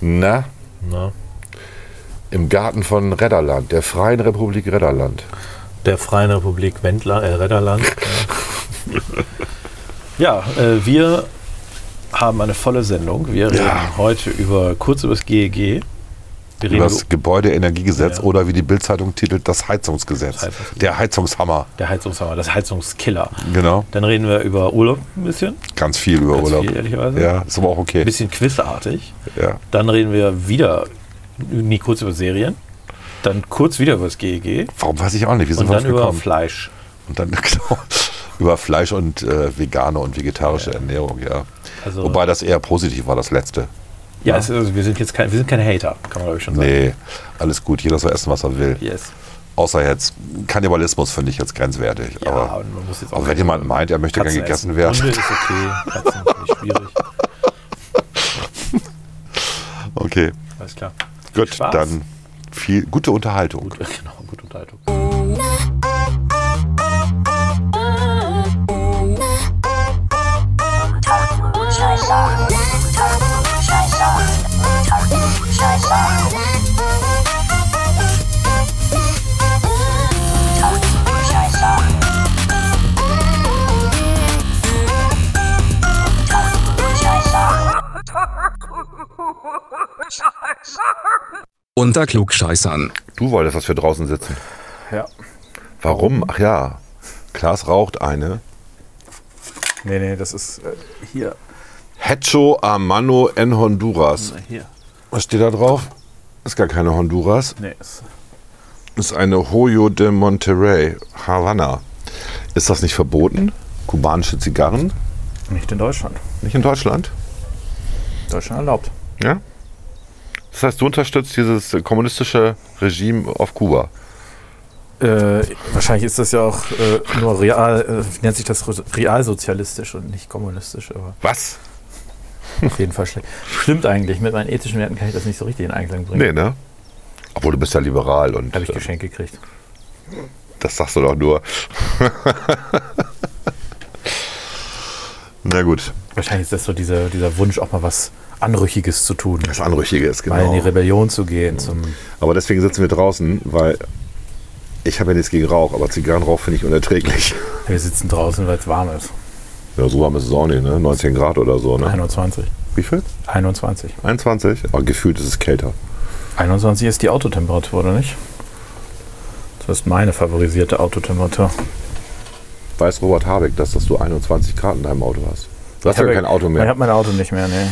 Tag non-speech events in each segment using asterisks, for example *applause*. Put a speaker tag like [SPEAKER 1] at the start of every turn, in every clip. [SPEAKER 1] Na,
[SPEAKER 2] Na,
[SPEAKER 1] im Garten von Redderland, der Freien Republik Redderland.
[SPEAKER 2] der Freien Republik Wendler, äh, Redderland. *laughs* ja, ja äh, wir haben eine volle Sendung. Wir reden
[SPEAKER 1] Ja.
[SPEAKER 2] heute über kurz über das GEG. Wir reden
[SPEAKER 3] Über
[SPEAKER 2] über
[SPEAKER 3] das Gebäudeenergiegesetz
[SPEAKER 2] Ja.
[SPEAKER 3] oder wie die Bildzeitung titelt, das Heizungsgesetz.
[SPEAKER 2] Das Heizungsgesetz.
[SPEAKER 3] Der Heizungshammer.
[SPEAKER 2] der Heizungshammer, das Heizungskiller.
[SPEAKER 3] Genau.
[SPEAKER 2] Dann reden wir über Urlaub ein bisschen,
[SPEAKER 3] Ganz viel über
[SPEAKER 2] Ganz
[SPEAKER 3] Urlaub.
[SPEAKER 2] viel, ehrlicherweise.
[SPEAKER 3] Ja, ist aber auch
[SPEAKER 2] ein
[SPEAKER 3] okay.
[SPEAKER 2] bisschen quizartig.
[SPEAKER 3] Ja.
[SPEAKER 2] Dann reden wir wieder, nie kurz über Serien. Dann kurz wieder über das GEG.
[SPEAKER 3] Warum weiß ich auch nicht. Wir sind
[SPEAKER 2] Und dann
[SPEAKER 3] drauf
[SPEAKER 2] über
[SPEAKER 3] gekommen.
[SPEAKER 2] Fleisch.
[SPEAKER 3] Und dann *laughs* genau, über Fleisch und äh, vegane und vegetarische Ernährung, ja.
[SPEAKER 2] Also-
[SPEAKER 3] Wobei das eher positiv war, das letzte.
[SPEAKER 2] Ja, es, also wir sind jetzt kein, wir sind keine Hater, kann man glaube ich schon sagen.
[SPEAKER 3] Nee, alles gut. Jeder soll essen, was er will.
[SPEAKER 2] Yes.
[SPEAKER 3] Außer jetzt Kannibalismus finde ich jetzt grenzwertig.
[SPEAKER 2] Ja,
[SPEAKER 3] aber
[SPEAKER 2] und man muss jetzt auch
[SPEAKER 3] aber wenn jemand meint, er möchte gerne
[SPEAKER 2] Katzen essen.
[SPEAKER 3] gegessen werden.
[SPEAKER 2] Hunde ist okay, Katzen finde ich schwierig.
[SPEAKER 3] *laughs* Okay,
[SPEAKER 2] Alles klar.
[SPEAKER 3] gut,
[SPEAKER 2] Spaß.
[SPEAKER 3] dann viel gute Unterhaltung.
[SPEAKER 2] Gut, genau, gute Unterhaltung.
[SPEAKER 4] Unter Klugscheißern.
[SPEAKER 1] Du wolltest, dass wir draußen sitzen.
[SPEAKER 5] Ja.
[SPEAKER 1] Warum? Ach ja,
[SPEAKER 3] Klaas raucht eine
[SPEAKER 5] Nee, nee, das ist äh, hier.
[SPEAKER 3] Hecho a mano en Honduras.
[SPEAKER 5] Hier.
[SPEAKER 3] Was steht da drauf? Ist gar keine Honduras.
[SPEAKER 5] Nee, ist,
[SPEAKER 3] Ist eine Hoyo de Monterrey, Havanna. Ist das nicht verboten? Kubanische Zigarren?
[SPEAKER 5] nicht in Deutschland.
[SPEAKER 3] Nicht in Deutschland?
[SPEAKER 5] Deutschland erlaubt.
[SPEAKER 1] ja. Das heißt, du unterstützt dieses äh, kommunistische Regime auf Kuba.
[SPEAKER 5] Äh, wahrscheinlich ist das ja auch äh, nur real, äh, wie nennt sich das realsozialistisch und nicht kommunistisch, aber
[SPEAKER 1] Was?
[SPEAKER 5] auf jeden Fall schlecht. Stimmt eigentlich, mit meinen ethischen Werten kann ich das nicht so richtig in Einklang bringen.
[SPEAKER 1] Nee, ne? Obwohl du bist ja liberal und
[SPEAKER 5] Habe ich
[SPEAKER 1] äh,
[SPEAKER 5] geschenkt gekriegt.
[SPEAKER 1] das sagst du doch nur.
[SPEAKER 3] *laughs* Na gut,
[SPEAKER 5] Wahrscheinlich ist das so dieser, dieser Wunsch, auch mal was Anrüchiges zu tun.
[SPEAKER 3] das Anrüchige ist
[SPEAKER 5] Mal in die
[SPEAKER 3] genau.
[SPEAKER 5] Rebellion zu gehen. Zum
[SPEAKER 3] Aber deswegen sitzen wir draußen, weil ich habe ja nichts gegen Rauch, aber Zigarrenrauch finde ich unerträglich.
[SPEAKER 5] wir sitzen draußen, weil es warm ist.
[SPEAKER 3] *laughs* Ja, so warm ist es auch nicht, ne? 19 Grad oder so, ne?
[SPEAKER 5] 21.
[SPEAKER 3] Wie viel?
[SPEAKER 5] 21.
[SPEAKER 3] 21? Aber gefühlt ist es kälter.
[SPEAKER 5] 21 ist die Autotemperatur, oder nicht? Das ist meine favorisierte Autotemperatur.
[SPEAKER 3] Weiß Robert Habeck, dass, dass du 21 Grad in deinem Auto hast? Du hast ja kein Auto
[SPEAKER 5] Ich
[SPEAKER 3] mehr.
[SPEAKER 5] habe mein Auto nicht mehr, nee.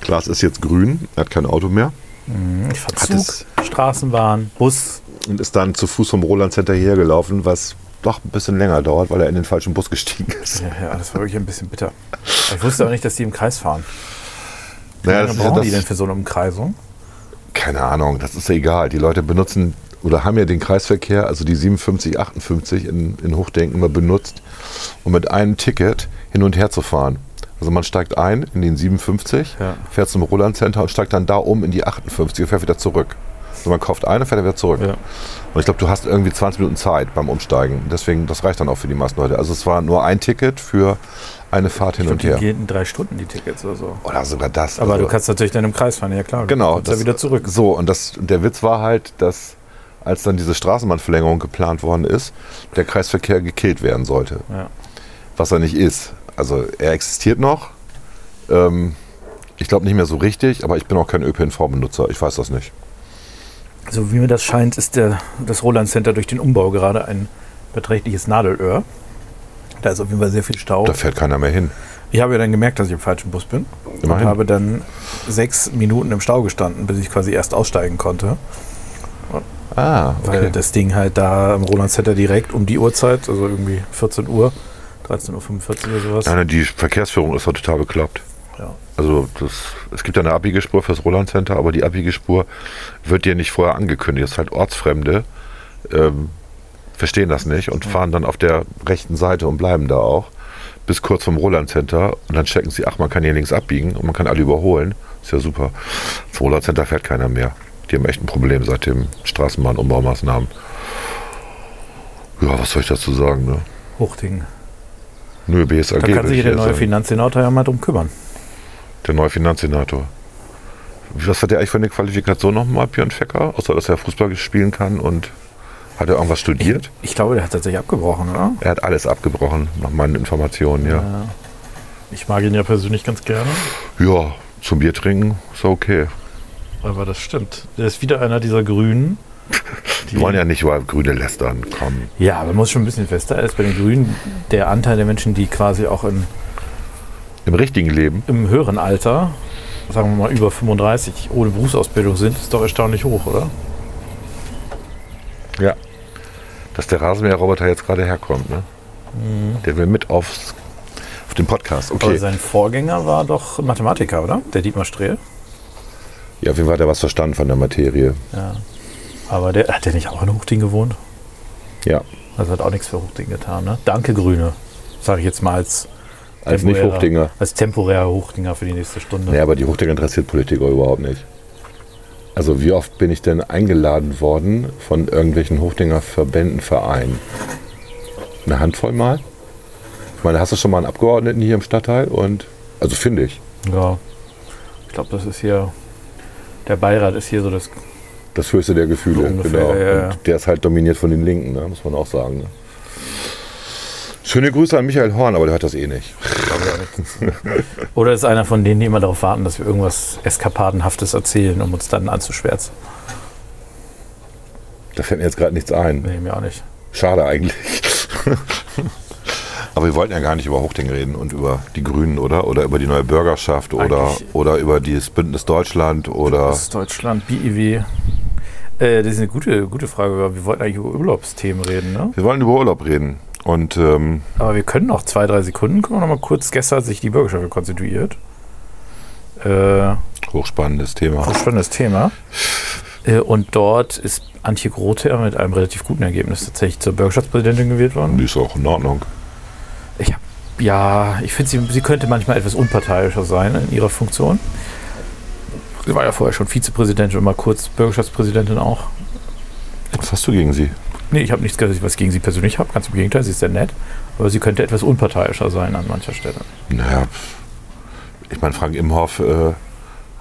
[SPEAKER 3] Klaas ist jetzt grün, er hat kein Auto mehr
[SPEAKER 5] Hm, Ich fahr
[SPEAKER 3] Hat
[SPEAKER 5] Zug,
[SPEAKER 3] es-
[SPEAKER 5] Straßenbahn, Bus.
[SPEAKER 3] und ist dann zu Fuß vom Roland Center hierher gelaufen, was doch ein bisschen länger dauert, weil er in den falschen Bus gestiegen ist.
[SPEAKER 5] Ja, ja, das war wirklich ein bisschen bitter. Ich wusste auch nicht, dass die im Kreis fahren.
[SPEAKER 3] Naja,
[SPEAKER 5] Was
[SPEAKER 3] das ist
[SPEAKER 5] brauchen die
[SPEAKER 3] ja
[SPEAKER 5] denn
[SPEAKER 3] das,
[SPEAKER 5] für so eine Umkreisung?
[SPEAKER 3] keine Ahnung, das ist ja egal. Die Leute benutzen oder haben ja den Kreisverkehr, also die 57, 58 in, in Hochdenken mal benutzt, um mit einem Ticket hin und her zu fahren. Also man steigt ein in den 57,
[SPEAKER 5] Ja.
[SPEAKER 3] fährt zum Roland Center und steigt dann da um in die 58 und fährt wieder zurück. Also man kauft ein und fährt dann wieder zurück.
[SPEAKER 5] Ja.
[SPEAKER 3] Und ich glaube, du hast irgendwie 20 Minuten Zeit beim Umsteigen. Deswegen, das reicht dann auch für die meisten Leute. Also es war nur ein Ticket für eine Fahrt hin und
[SPEAKER 5] Die
[SPEAKER 3] her.
[SPEAKER 5] gehen in drei Stunden die Tickets oder so.
[SPEAKER 3] Oder sogar das.
[SPEAKER 5] Aber
[SPEAKER 3] Also-
[SPEAKER 5] du kannst natürlich dann im Kreis fahren, ja klar.
[SPEAKER 3] Genau.
[SPEAKER 5] Du kommst ja wieder zurück.
[SPEAKER 3] So, und das, der Witz war halt, dass als dann diese Straßenbahnverlängerung geplant worden ist, der Kreisverkehr gekillt werden sollte.
[SPEAKER 5] Ja.
[SPEAKER 3] Was er nicht ist. Also er existiert noch. Ähm, ich glaube nicht mehr so richtig, aber ich bin auch kein ÖPNV-Benutzer. Ich weiß das nicht.
[SPEAKER 5] So Also wie mir das scheint, ist der, das Roland Center durch den Umbau gerade ein beträchtliches Nadelöhr. Da ist auf jeden Fall sehr viel Stau.
[SPEAKER 3] Da fährt keiner mehr hin.
[SPEAKER 5] Ich habe ja dann gemerkt, dass ich im falschen Bus bin.
[SPEAKER 3] Immerhin.
[SPEAKER 5] Und habe dann sechs Minuten im Stau gestanden, bis ich quasi erst aussteigen konnte.
[SPEAKER 3] Ah,
[SPEAKER 5] Weil
[SPEAKER 3] okay.
[SPEAKER 5] das Ding halt da am Roland Center direkt um die Uhrzeit, also irgendwie 14 Uhr, 13.45 Uhr oder sowas.
[SPEAKER 1] Nein, ne, die Verkehrsführung ist doch total bekloppt.
[SPEAKER 5] Ja.
[SPEAKER 1] Also das, es gibt ja eine abbiege Spur fürs Roland Center, aber die abbiege Spur wird dir nicht vorher angekündigt. Das ist halt Ortsfremde, ähm, verstehen das nicht und fahren dann auf der rechten Seite und bleiben da auch bis kurz vom Roland Center und dann checken sie, ach, man kann hier links abbiegen und man kann alle überholen. Ist ja super. Zum Roland Center fährt keiner mehr. Die haben echt ein Problem seit dem Straßenbahnumbaumaßnahmen. Ja, was soll ich dazu sagen, ne?
[SPEAKER 5] Hochding.
[SPEAKER 1] Nö, BSAG.
[SPEAKER 5] Da kann
[SPEAKER 1] würde
[SPEAKER 5] sich
[SPEAKER 1] ich
[SPEAKER 5] der
[SPEAKER 1] eher
[SPEAKER 5] neue
[SPEAKER 1] sagen.
[SPEAKER 5] Finanzsenator ja mal drum kümmern.
[SPEAKER 1] Der neue Finanzsenator.
[SPEAKER 3] Was hat er eigentlich für eine Qualifikation nochmal, Björn Fecker? Außer, dass er Fußball spielen kann und hat er irgendwas studiert?
[SPEAKER 5] Ich glaube, der hat tatsächlich abgebrochen, oder?
[SPEAKER 3] Er hat alles abgebrochen, nach meinen Informationen, ja.
[SPEAKER 6] Ich mag ihn ja persönlich ganz gerne,
[SPEAKER 3] Ja, zum Bier trinken ist ja okay.
[SPEAKER 6] aber das stimmt. Er ist wieder einer dieser
[SPEAKER 5] *laughs*
[SPEAKER 6] Grünen.
[SPEAKER 3] Die wollen ja nicht über Grüne lästern, komm.
[SPEAKER 5] Ja, man muss schon ein bisschen fester. Er ist bei den Grünen der Anteil der Menschen, die quasi auch in,
[SPEAKER 3] Im richtigen Leben.
[SPEAKER 5] im höheren Alter, sagen wir mal über 35, ohne Berufsausbildung sind, ist doch erstaunlich hoch, oder?
[SPEAKER 3] Ja. Dass der Rasenmäher-Roboter jetzt gerade herkommt, ne? Der will mit aufs, auf den Podcast.
[SPEAKER 5] Aber
[SPEAKER 3] Okay.
[SPEAKER 5] sein Vorgänger war doch Mathematiker, oder? Der Dietmar Strehl.
[SPEAKER 3] Ja, auf jeden Fall hat er was verstanden von der Materie.
[SPEAKER 5] Aber der hat der nicht auch in Hochding gewohnt?
[SPEAKER 3] Ja.
[SPEAKER 5] Also hat auch nichts für Hochding getan, ne? Danke, Grüne. Sage ich jetzt mal als,
[SPEAKER 3] Als nicht
[SPEAKER 5] temporärer-
[SPEAKER 3] Hochdinger.
[SPEAKER 5] Als temporärer Hochdinger für die nächste Stunde.
[SPEAKER 3] Nee, aber die Hochdinger interessiert Politiker überhaupt nicht. Also wie oft bin ich denn eingeladen worden von irgendwelchen Hochdinger Verbänden, Vereinen? Eine Handvoll mal? Ich meine, hast du schon mal einen Abgeordneten hier im Stadtteil? Und also finde ich.
[SPEAKER 5] Ja. Ich glaube, das ist hier. Der Beirat ist hier so das.
[SPEAKER 3] Das höchste der Gefühle,
[SPEAKER 5] So ungefähr,
[SPEAKER 3] genau.
[SPEAKER 5] ja, ja.
[SPEAKER 3] Und der ist halt dominiert von den Linken, ne? muss man auch sagen. Ne? Schöne Grüße an Michael Horn, aber der hört das eh nicht.
[SPEAKER 5] *laughs* Oder ist einer von denen, die immer darauf warten, dass wir irgendwas Eskapadenhaftes erzählen, um uns dann anzuschwärzen?
[SPEAKER 3] Da fällt mir jetzt gerade nichts ein.
[SPEAKER 5] Nee, mir auch nicht.
[SPEAKER 3] Schade eigentlich. *laughs* Aber wir wollten ja gar nicht über Hochding reden und über die Grünen, oder? Oder über die neue Bürgerschaft oder,
[SPEAKER 5] Eigentlich-
[SPEAKER 3] oder über das Bündnis Deutschland oder.
[SPEAKER 5] Das ist Deutschland, BIW. Äh, das ist eine gute, gute Frage. aber Wir wollten eigentlich über Urlaubsthemen reden, ne?
[SPEAKER 3] Wir wollen über Urlaub reden. Und ähm,
[SPEAKER 5] Aber wir können noch zwei, drei Sekunden. Gucken wir noch mal kurz. Gestern hat sich die Bürgerschaft konstituiert. Äh,
[SPEAKER 3] hochspannendes Thema.
[SPEAKER 5] auch spannendes Thema. Äh, und dort ist Antje Grothe mit einem relativ guten Ergebnis tatsächlich zur Bürgerschaftspräsidentin gewählt worden.
[SPEAKER 3] Die ist auch in Ordnung.
[SPEAKER 5] Ich hab, ja, ich finde, sie, sie könnte manchmal etwas unparteiischer sein in ihrer Funktion. Sie war ja vorher schon Vizepräsidentin und mal kurz Bürgerschaftspräsidentin auch.
[SPEAKER 3] Was hast du gegen sie?
[SPEAKER 5] Nee, ich habe nichts, dass ich was gegen sie persönlich habe. Ganz im Gegenteil, sie ist sehr nett. Aber sie könnte etwas unparteiischer sein an mancher Stelle.
[SPEAKER 3] Naja, pf. ich meine, Frank Imhoff äh,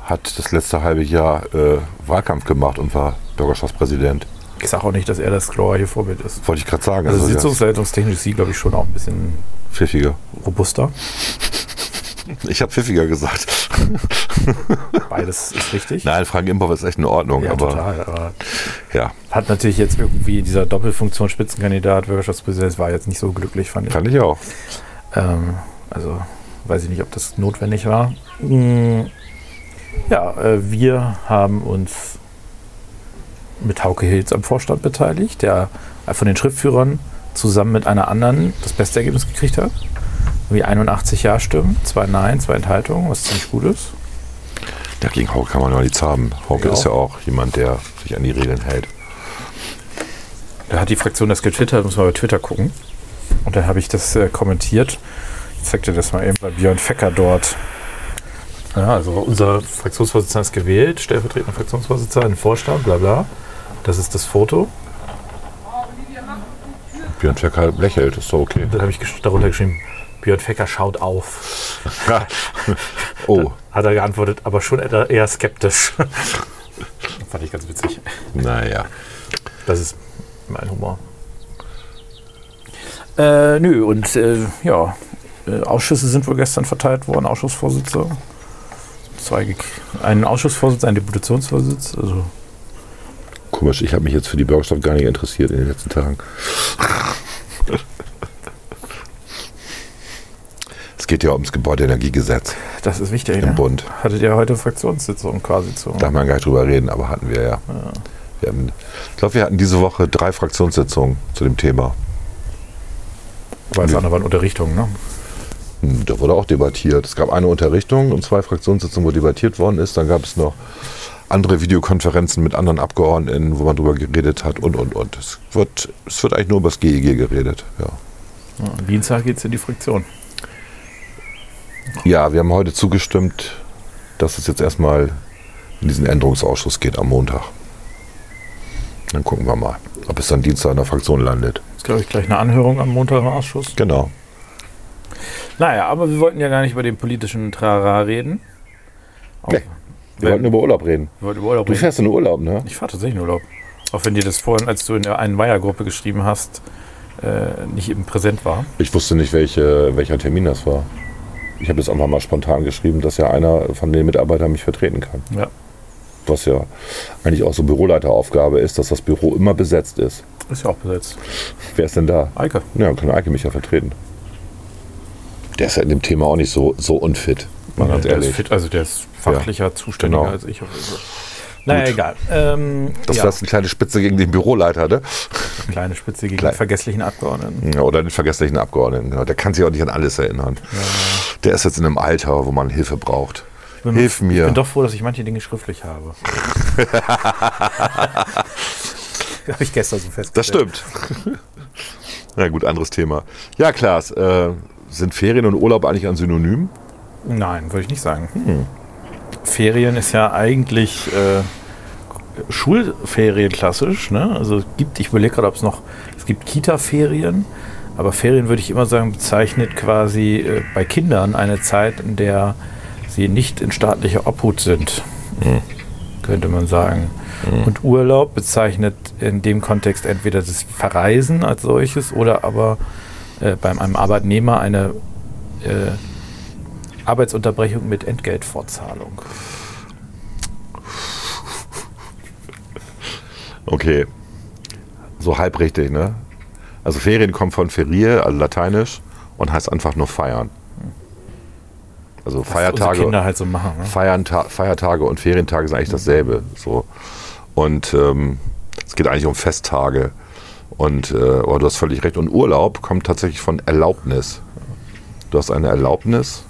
[SPEAKER 3] hat das letzte halbe Jahr äh, Wahlkampf gemacht und war Bürgerschaftspräsident.
[SPEAKER 5] Ich sage auch nicht, dass er das glorreiche Vorbild ist.
[SPEAKER 3] Wollte ich gerade sagen.
[SPEAKER 5] Also
[SPEAKER 3] ja
[SPEAKER 5] sitzungsleitungstechnisch ist sie, glaube ich, schon auch ein bisschen
[SPEAKER 3] pfiffiger.
[SPEAKER 5] robuster.
[SPEAKER 3] Ich habe pfiffiger gesagt.
[SPEAKER 5] Beides ist richtig.
[SPEAKER 3] Nein, Frank Imhoff ist echt in Ordnung,
[SPEAKER 5] ja,
[SPEAKER 3] aber
[SPEAKER 5] total. Aber
[SPEAKER 3] ja.
[SPEAKER 5] hat natürlich jetzt irgendwie dieser Doppelfunktion Spitzenkandidat, Bürgerschaftspräsident, das war jetzt nicht so glücklich, fand ich.
[SPEAKER 3] Fand ich auch.
[SPEAKER 5] Ähm, also weiß ich nicht, ob das notwendig war. Mm, Ja, äh, wir haben uns mit Hauke Hilz am Vorstand beteiligt, der von den Schriftführern zusammen mit einer anderen das beste Ergebnis gekriegt hat. Wie 81 Ja-Stimmen, zwei Nein, zwei Enthaltungen, was ziemlich gut ist.
[SPEAKER 3] Ja, gegen Hauke kann man ja nichts haben. Hauke
[SPEAKER 5] Ja.
[SPEAKER 3] ist ja auch jemand, der sich an die Regeln hält.
[SPEAKER 5] Da hat die Fraktion das getwittert, muss man bei Twitter gucken. Und dann habe ich das äh, kommentiert. Ich zeig dir das mal eben bei Björn Fecker dort. Ja, also unser Fraktionsvorsitzender ist gewählt, stellvertretender Fraktionsvorsitzender, ein Vorstand, bla bla. Das ist das Foto.
[SPEAKER 3] Björn Töcker lächelt, ist doch *laughs* okay.
[SPEAKER 5] Dann habe ich gesch- darunter geschrieben, Björn Fecker schaut auf.
[SPEAKER 3] oh,
[SPEAKER 5] Hat er geantwortet, aber schon eher eher skeptisch. Fand ich ganz witzig.
[SPEAKER 3] naja.
[SPEAKER 5] Das ist mein Humor. Äh, nö, und äh, ja, äh, Ausschüsse sind wohl gestern verteilt worden, Ausschussvorsitze. Zwei gek- einen Ausschussvorsitz, einen Deputationsvorsitz. Also,
[SPEAKER 3] Komisch, ich habe mich jetzt für die Bürgerschaft gar nicht interessiert in den letzten Tagen. es geht ja ums Gebäudeenergiegesetz
[SPEAKER 5] das ist wichtig.
[SPEAKER 3] im
[SPEAKER 5] Ne?
[SPEAKER 3] Bund.
[SPEAKER 5] Hattet ihr heute Fraktionssitzung quasi zu?
[SPEAKER 3] Darf man gar nicht drüber reden, aber hatten wir ja. Wir haben, ich glaube, wir hatten diese Woche drei Fraktionssitzungen zu dem Thema.
[SPEAKER 5] Weil es andere waren Unterrichtungen, ne?
[SPEAKER 3] Hm, Da wurde auch debattiert. Es gab eine Unterrichtung und zwei Fraktionssitzungen, wo debattiert worden ist. Dann gab es noch andere Videokonferenzen mit anderen Abgeordneten, wo man drüber geredet hat und, und, und. Es wird, es wird eigentlich nur über das GEG geredet. Ja,
[SPEAKER 5] Ja, am Dienstag geht es in die Fraktion.
[SPEAKER 3] ja wir haben heute zugestimmt, dass es jetzt erstmal in diesen Änderungsausschuss geht am Montag. Dann gucken wir mal, ob es dann Dienstag in der Fraktion landet.
[SPEAKER 5] Ist, glaube ich, gleich eine Anhörung am Montag im Ausschuss.
[SPEAKER 3] Genau.
[SPEAKER 5] Naja, aber wir wollten ja gar nicht über den politischen Trara reden. Auch,
[SPEAKER 3] Nee. Wir wollten über Urlaub reden.
[SPEAKER 7] Wir wollten über Urlaub
[SPEAKER 3] Du
[SPEAKER 7] reden.
[SPEAKER 3] fährst in den Urlaub, ne?
[SPEAKER 8] Ich fahre tatsächlich in Urlaub.
[SPEAKER 5] Auch wenn dir das vorhin, als du in der einen Weiher-Gruppe geschrieben hast, äh, nicht eben präsent war.
[SPEAKER 3] Ich wusste nicht, welche, welcher Termin das war. Ich habe jetzt einfach mal spontan geschrieben, dass ja einer von den Mitarbeitern mich vertreten kann.
[SPEAKER 5] Ja.
[SPEAKER 3] Was ja eigentlich auch so Büroleiteraufgabe ist, dass das Büro immer besetzt ist.
[SPEAKER 5] Ist ja auch besetzt.
[SPEAKER 3] Wer ist denn da?
[SPEAKER 5] Eike.
[SPEAKER 3] Ja, kann Eike mich ja vertreten. Der ist ja in dem Thema auch nicht so, so unfit. Mal ganz
[SPEAKER 5] der ist
[SPEAKER 3] ehrlich.
[SPEAKER 5] fit, also der ist fachlicher zuständiger
[SPEAKER 3] Genau.
[SPEAKER 5] als ich.
[SPEAKER 8] Naja, egal. Ähm,
[SPEAKER 9] Das
[SPEAKER 8] ja,
[SPEAKER 9] war eine kleine Spitze gegen den Büroleiter, ne?
[SPEAKER 5] Kleine Spitze gegen
[SPEAKER 9] Klein-
[SPEAKER 5] vergesslichen Abgeordneten.
[SPEAKER 9] Ja, oder den vergesslichen Abgeordneten, genau. Der kann sich auch nicht an alles erinnern. Der ist jetzt in einem Alter, wo man Hilfe braucht.
[SPEAKER 8] bin-
[SPEAKER 9] Hilf mir.
[SPEAKER 8] Ich bin doch froh, dass ich manche Dinge
[SPEAKER 9] *laughs*
[SPEAKER 8] schriftlich habe. *laughs* habe ich gestern so festgestellt.
[SPEAKER 9] Das stimmt. *laughs* Na gut, anderes Thema. Ja, Klaas, äh, sind Ferien und Urlaub eigentlich ein Synonym?
[SPEAKER 5] Nein, würde ich nicht sagen. Ferien ist ja eigentlich äh, Schulferien klassisch. Ne? Also es gibt, ich überlege gerade, ob es noch, es gibt Kita-Ferien, aber Ferien würde ich immer sagen, bezeichnet quasi äh, bei Kindern eine Zeit, in der sie nicht in staatlicher Obhut sind, könnte man sagen. Und Urlaub bezeichnet in dem Kontext entweder das Verreisen als solches oder aber äh, bei einem Arbeitnehmer eine äh, Arbeitsunterbrechung mit Entgeltfortzahlung.
[SPEAKER 9] Okay. So halb richtig, ne? Also Ferien kommt von ferie, also lateinisch, und heißt einfach nur feiern. Also
[SPEAKER 5] Unsere
[SPEAKER 9] Feiertage.
[SPEAKER 5] Kinder halt so machen. Ne?
[SPEAKER 9] Feierta Feiertage und Ferientage sind eigentlich dasselbe. So. Und ähm, es geht eigentlich um Festtage. Und äh, aber du hast völlig recht. Und Urlaub kommt tatsächlich von Erlaubnis. Du hast eine Erlaubnis,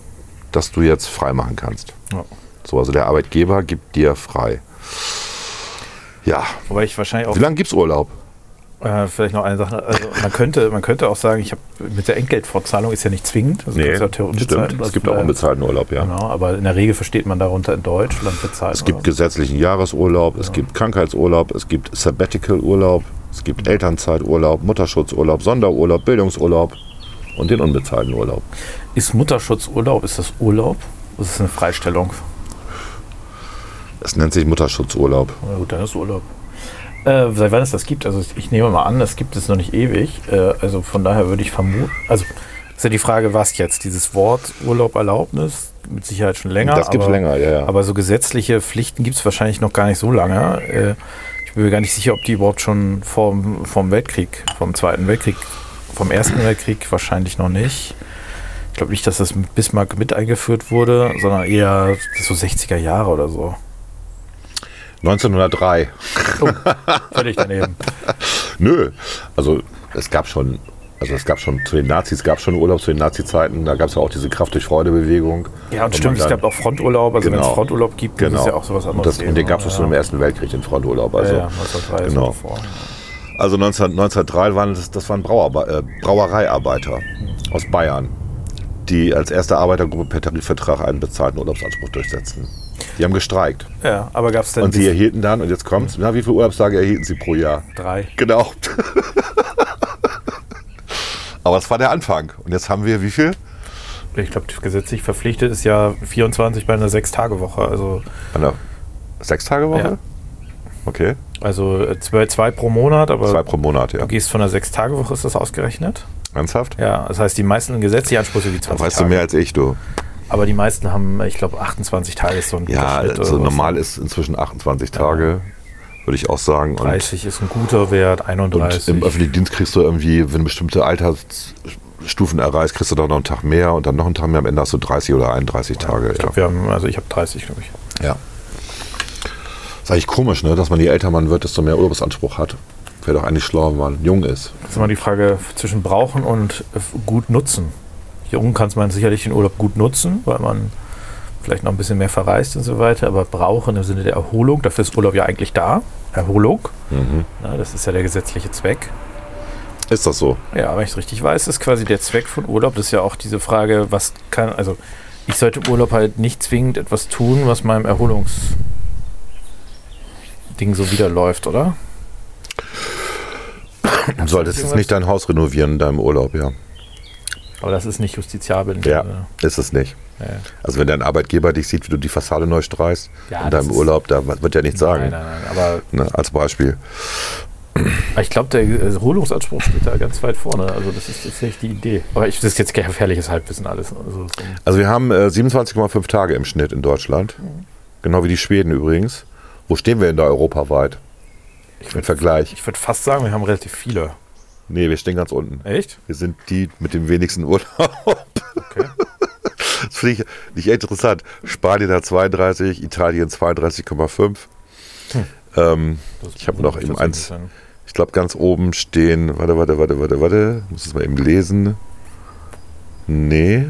[SPEAKER 9] dass du jetzt frei machen kannst.
[SPEAKER 5] Ja.
[SPEAKER 9] So, also der Arbeitgeber gibt dir frei. Ja.
[SPEAKER 5] Wobei ich wahrscheinlich
[SPEAKER 9] Wie lange gibt's Urlaub?
[SPEAKER 5] auch äh, vielleicht noch eine Sache. Also man könnte, man könnte auch sagen, ich habe mit der Entgeltfortzahlung ist ja nicht zwingend. Also kannst du ja theoretisch bezahlen,
[SPEAKER 3] Es
[SPEAKER 5] was,
[SPEAKER 3] gibt auch
[SPEAKER 5] äh,
[SPEAKER 3] unbezahlten Urlaub, ja.
[SPEAKER 5] Genau, aber in der Regel versteht man darunter in Deutschland bezahlt.
[SPEAKER 3] Es gibt gesetzlichen Jahresurlaub, es gibt Krankheitsurlaub, es gibt Sabbatical-Urlaub, es gibt Elternzeiturlaub, Mutterschutzurlaub, Sonderurlaub, Bildungsurlaub und den unbezahlten Urlaub.
[SPEAKER 5] ist Mutterschutzurlaub? Ist das Urlaub? Das ist eine Freistellung.
[SPEAKER 3] Es nennt sich Mutterschutzurlaub.
[SPEAKER 5] Na gut, dann ist Urlaub. Äh, seit wann es das gibt, also ich nehme mal an, das gibt es noch nicht ewig. Äh, also von daher würde ich vermuten, also ist ja die Frage, was jetzt? Dieses Wort Urlaub, Erlaubnis, mit Sicherheit schon länger.
[SPEAKER 3] das gibt es
[SPEAKER 5] aber-
[SPEAKER 3] länger, ja. ja.
[SPEAKER 5] Aber so gesetzliche Pflichten gibt es wahrscheinlich noch gar nicht so lange. Äh, Ich bin mir gar nicht sicher, ob die überhaupt schon vom, vom Weltkrieg, vom Zweiten Weltkrieg, vom Ersten Weltkrieg wahrscheinlich noch nicht. Ich glaube nicht, dass das mit Bismarck mit eingeführt wurde, sondern eher so 60er Jahre oder so.
[SPEAKER 3] 1903.
[SPEAKER 5] Völlig daneben.
[SPEAKER 3] Nö, also es gab schon, also es gab schon, zu den Nazis gab es schon Urlaub, zu den Nazi-Zeiten, da gab es ja auch diese Kraft durch Freude-Bewegung.
[SPEAKER 5] Ja, und
[SPEAKER 3] Wo man
[SPEAKER 5] stimmt, es
[SPEAKER 3] dann-
[SPEAKER 5] gab auch Fronturlaub. Also wenn es
[SPEAKER 3] Genau.
[SPEAKER 5] Fronturlaub gibt, dann
[SPEAKER 3] Genau.
[SPEAKER 5] ist ja auch sowas anderes.
[SPEAKER 3] Und, das, und den
[SPEAKER 5] gewesen,
[SPEAKER 3] gab es
[SPEAKER 5] ne?
[SPEAKER 3] schon im Ersten Weltkrieg, den Fronturlaub. Also,
[SPEAKER 5] ja, ja, 1903 ist
[SPEAKER 3] genau.
[SPEAKER 5] davor.
[SPEAKER 3] also 19, 1903 waren das, das waren Brauarbe äh, Brauereiarbeiter aus Bayern, die als erste Arbeitergruppe per Tarifvertrag einen bezahlten Urlaubsanspruch durchsetzten. Die haben gestreikt.
[SPEAKER 5] Ja, aber gab es dann
[SPEAKER 3] Und sie
[SPEAKER 5] diese
[SPEAKER 3] erhielten dann, und jetzt kommt's, na, wie viele Urlaubstage erhielten sie pro Jahr?
[SPEAKER 5] drei?
[SPEAKER 3] Genau. *laughs* Aber es war der Anfang. Und jetzt haben wir wie viel?
[SPEAKER 8] Ich glaube, gesetzlich verpflichtet ist ja 24 bei einer Sechs-Tage-Woche. Also,
[SPEAKER 3] Eine Sechstagewoche?
[SPEAKER 8] Ja.
[SPEAKER 3] Okay.
[SPEAKER 8] also äh, zwei, zwei pro Monat, aber
[SPEAKER 3] Zwei pro Monat, ja.
[SPEAKER 8] du gehst von einer Sechs-Tage-Woche, ist das ausgerechnet?
[SPEAKER 3] Ernsthaft?
[SPEAKER 8] Ja, das heißt, die meisten gesetzlich Ansprüche wie 20
[SPEAKER 3] Weißt
[SPEAKER 8] Tage.
[SPEAKER 3] du mehr als ich, du.
[SPEAKER 8] Aber die meisten haben, ich glaube, 28 Tage ist so ein
[SPEAKER 3] Ja,
[SPEAKER 8] Durchschnitt
[SPEAKER 3] also
[SPEAKER 8] oder was.
[SPEAKER 3] normal ist inzwischen 28 Tage, würde ich auch sagen. Und,
[SPEAKER 8] 30 ist ein guter Wert,
[SPEAKER 3] und
[SPEAKER 8] 31.
[SPEAKER 3] im öffentlichen Dienst kriegst du irgendwie, wenn du bestimmte Altersstufen erreichst, kriegst du dann noch einen Tag mehr und dann noch einen Tag mehr. Am Ende hast du 30 oder 31 Tage.
[SPEAKER 8] ich
[SPEAKER 3] Ja.
[SPEAKER 8] glaube, wir haben, also ich habe 30, glaube ich.
[SPEAKER 3] ja. Ist eigentlich komisch, ne? dass man je älter man wird, desto mehr Urlaubsanspruch hat. Wäre doch eigentlich schlau, wenn man jung ist.
[SPEAKER 5] Das ist immer die Frage zwischen brauchen und äh, gut nutzen. Jung kann man sicherlich den Urlaub gut nutzen, weil man vielleicht noch ein bisschen mehr verreist und so weiter, aber brauchen im Sinne der Erholung, dafür ist Urlaub ja eigentlich da, Erholung,
[SPEAKER 3] Mhm.
[SPEAKER 5] ja, das ist ja der gesetzliche Zweck.
[SPEAKER 3] Ist das so?
[SPEAKER 5] Ja, wenn ich es richtig weiß, ist quasi der Zweck von Urlaub, das ist ja auch diese Frage, was kann, also ich sollte im Urlaub halt nicht zwingend etwas tun, was meinem Erholungsding so widerläuft, oder?
[SPEAKER 3] Du solltest jetzt nicht dein Haus renovieren in deinem Urlaub, ja.
[SPEAKER 5] Aber das ist nicht justiziabel. in dem
[SPEAKER 3] Ja,
[SPEAKER 5] Sinne.
[SPEAKER 3] ist es nicht. Also wenn dein Arbeitgeber dich sieht, wie du die Fassade neu streichst
[SPEAKER 5] Ja,
[SPEAKER 3] in
[SPEAKER 5] das
[SPEAKER 3] deinem
[SPEAKER 5] ist-
[SPEAKER 3] Urlaub, da wird er nichts sagen.
[SPEAKER 5] Nein, nein, nein. Aber
[SPEAKER 3] Ne, als Beispiel.
[SPEAKER 5] ich glaube, der Erholungsanspruch steht da ganz weit vorne. Also das ist tatsächlich die Idee. Aber ich, das ist jetzt kein gefährliches Halbwissen alles. Also, so-
[SPEAKER 3] Also wir haben äh, 27,5 Tage im Schnitt in Deutschland. Genau wie die Schweden übrigens. Wo stehen wir denn da europaweit? Im Vergleich.
[SPEAKER 5] ich würde fast sagen, wir haben relativ viele.
[SPEAKER 3] Nee, wir stehen ganz unten.
[SPEAKER 5] Echt?
[SPEAKER 3] Wir sind die mit dem wenigsten Urlaub. *laughs* Das finde ich nicht interessant. Spanien hat 32, Italien 32,5. Ähm,
[SPEAKER 5] Das
[SPEAKER 3] Ich hab noch
[SPEAKER 5] wundert
[SPEAKER 3] eben
[SPEAKER 5] mich tatsächlich
[SPEAKER 3] eins.
[SPEAKER 5] dann.
[SPEAKER 3] ich glaube, ganz oben stehen. Warte, warte, warte, warte, warte. Muss es mal eben lesen. Nee.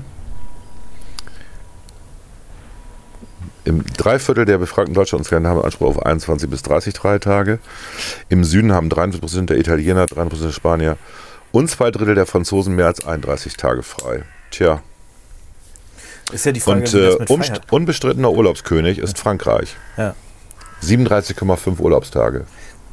[SPEAKER 3] Im Dreiviertel der befragten Deutschlandsländer haben Anspruch auf 21 bis 30 Tage. Im Süden haben 43% der Italiener, 43% der Spanier und zwei Drittel der Franzosen mehr als 31 Tage frei. Tja.
[SPEAKER 5] Ist ja die Frage,
[SPEAKER 3] Und
[SPEAKER 5] wie
[SPEAKER 3] äh,
[SPEAKER 5] das mit
[SPEAKER 3] umst-
[SPEAKER 5] Freiheit-
[SPEAKER 3] unbestrittener Urlaubskönig ist Frankreich.
[SPEAKER 5] Ja.
[SPEAKER 3] 37,5 Urlaubstage.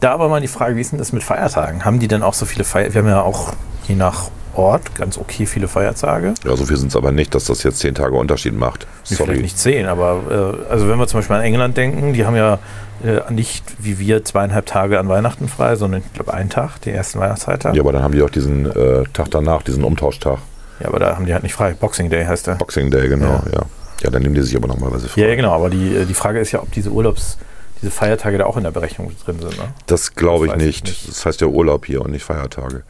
[SPEAKER 5] Da aber mal die Frage, wie ist denn das mit Feiertagen? Haben die denn auch so viele Feiertage? Wir haben ja auch je nach Ort ganz okay viele Feiertage.
[SPEAKER 3] Ja, so viel sind es aber nicht, dass das jetzt 10 Tage Unterschied macht.
[SPEAKER 5] Nee, Vielleicht
[SPEAKER 3] Sorry.
[SPEAKER 5] nicht zehn, aber äh, also wenn wir zum Beispiel an England denken, die haben ja äh, nicht wie wir zweieinhalb Tage an Weihnachten frei, sondern ich glaube einen Tag, den ersten Weihnachtsfeiertag.
[SPEAKER 3] Ja, aber dann haben die auch diesen äh, Tag danach, diesen Umtauschtag.
[SPEAKER 5] Ja, aber da haben die halt nicht frei. Boxing Day heißt der.
[SPEAKER 3] Boxing Day, genau, ja. Ja, dann nehmen die sich aber normalerweise frei.
[SPEAKER 5] Ja, ja, genau, aber die, äh, die Frage ist ja, ob diese Urlaubs, diese Feiertage da auch in der Berechnung drin sind. Ne?
[SPEAKER 3] Das glaube ich
[SPEAKER 5] Das weiß ich
[SPEAKER 3] nicht.
[SPEAKER 5] nicht.
[SPEAKER 3] Das heißt ja Urlaub hier und nicht Feiertage.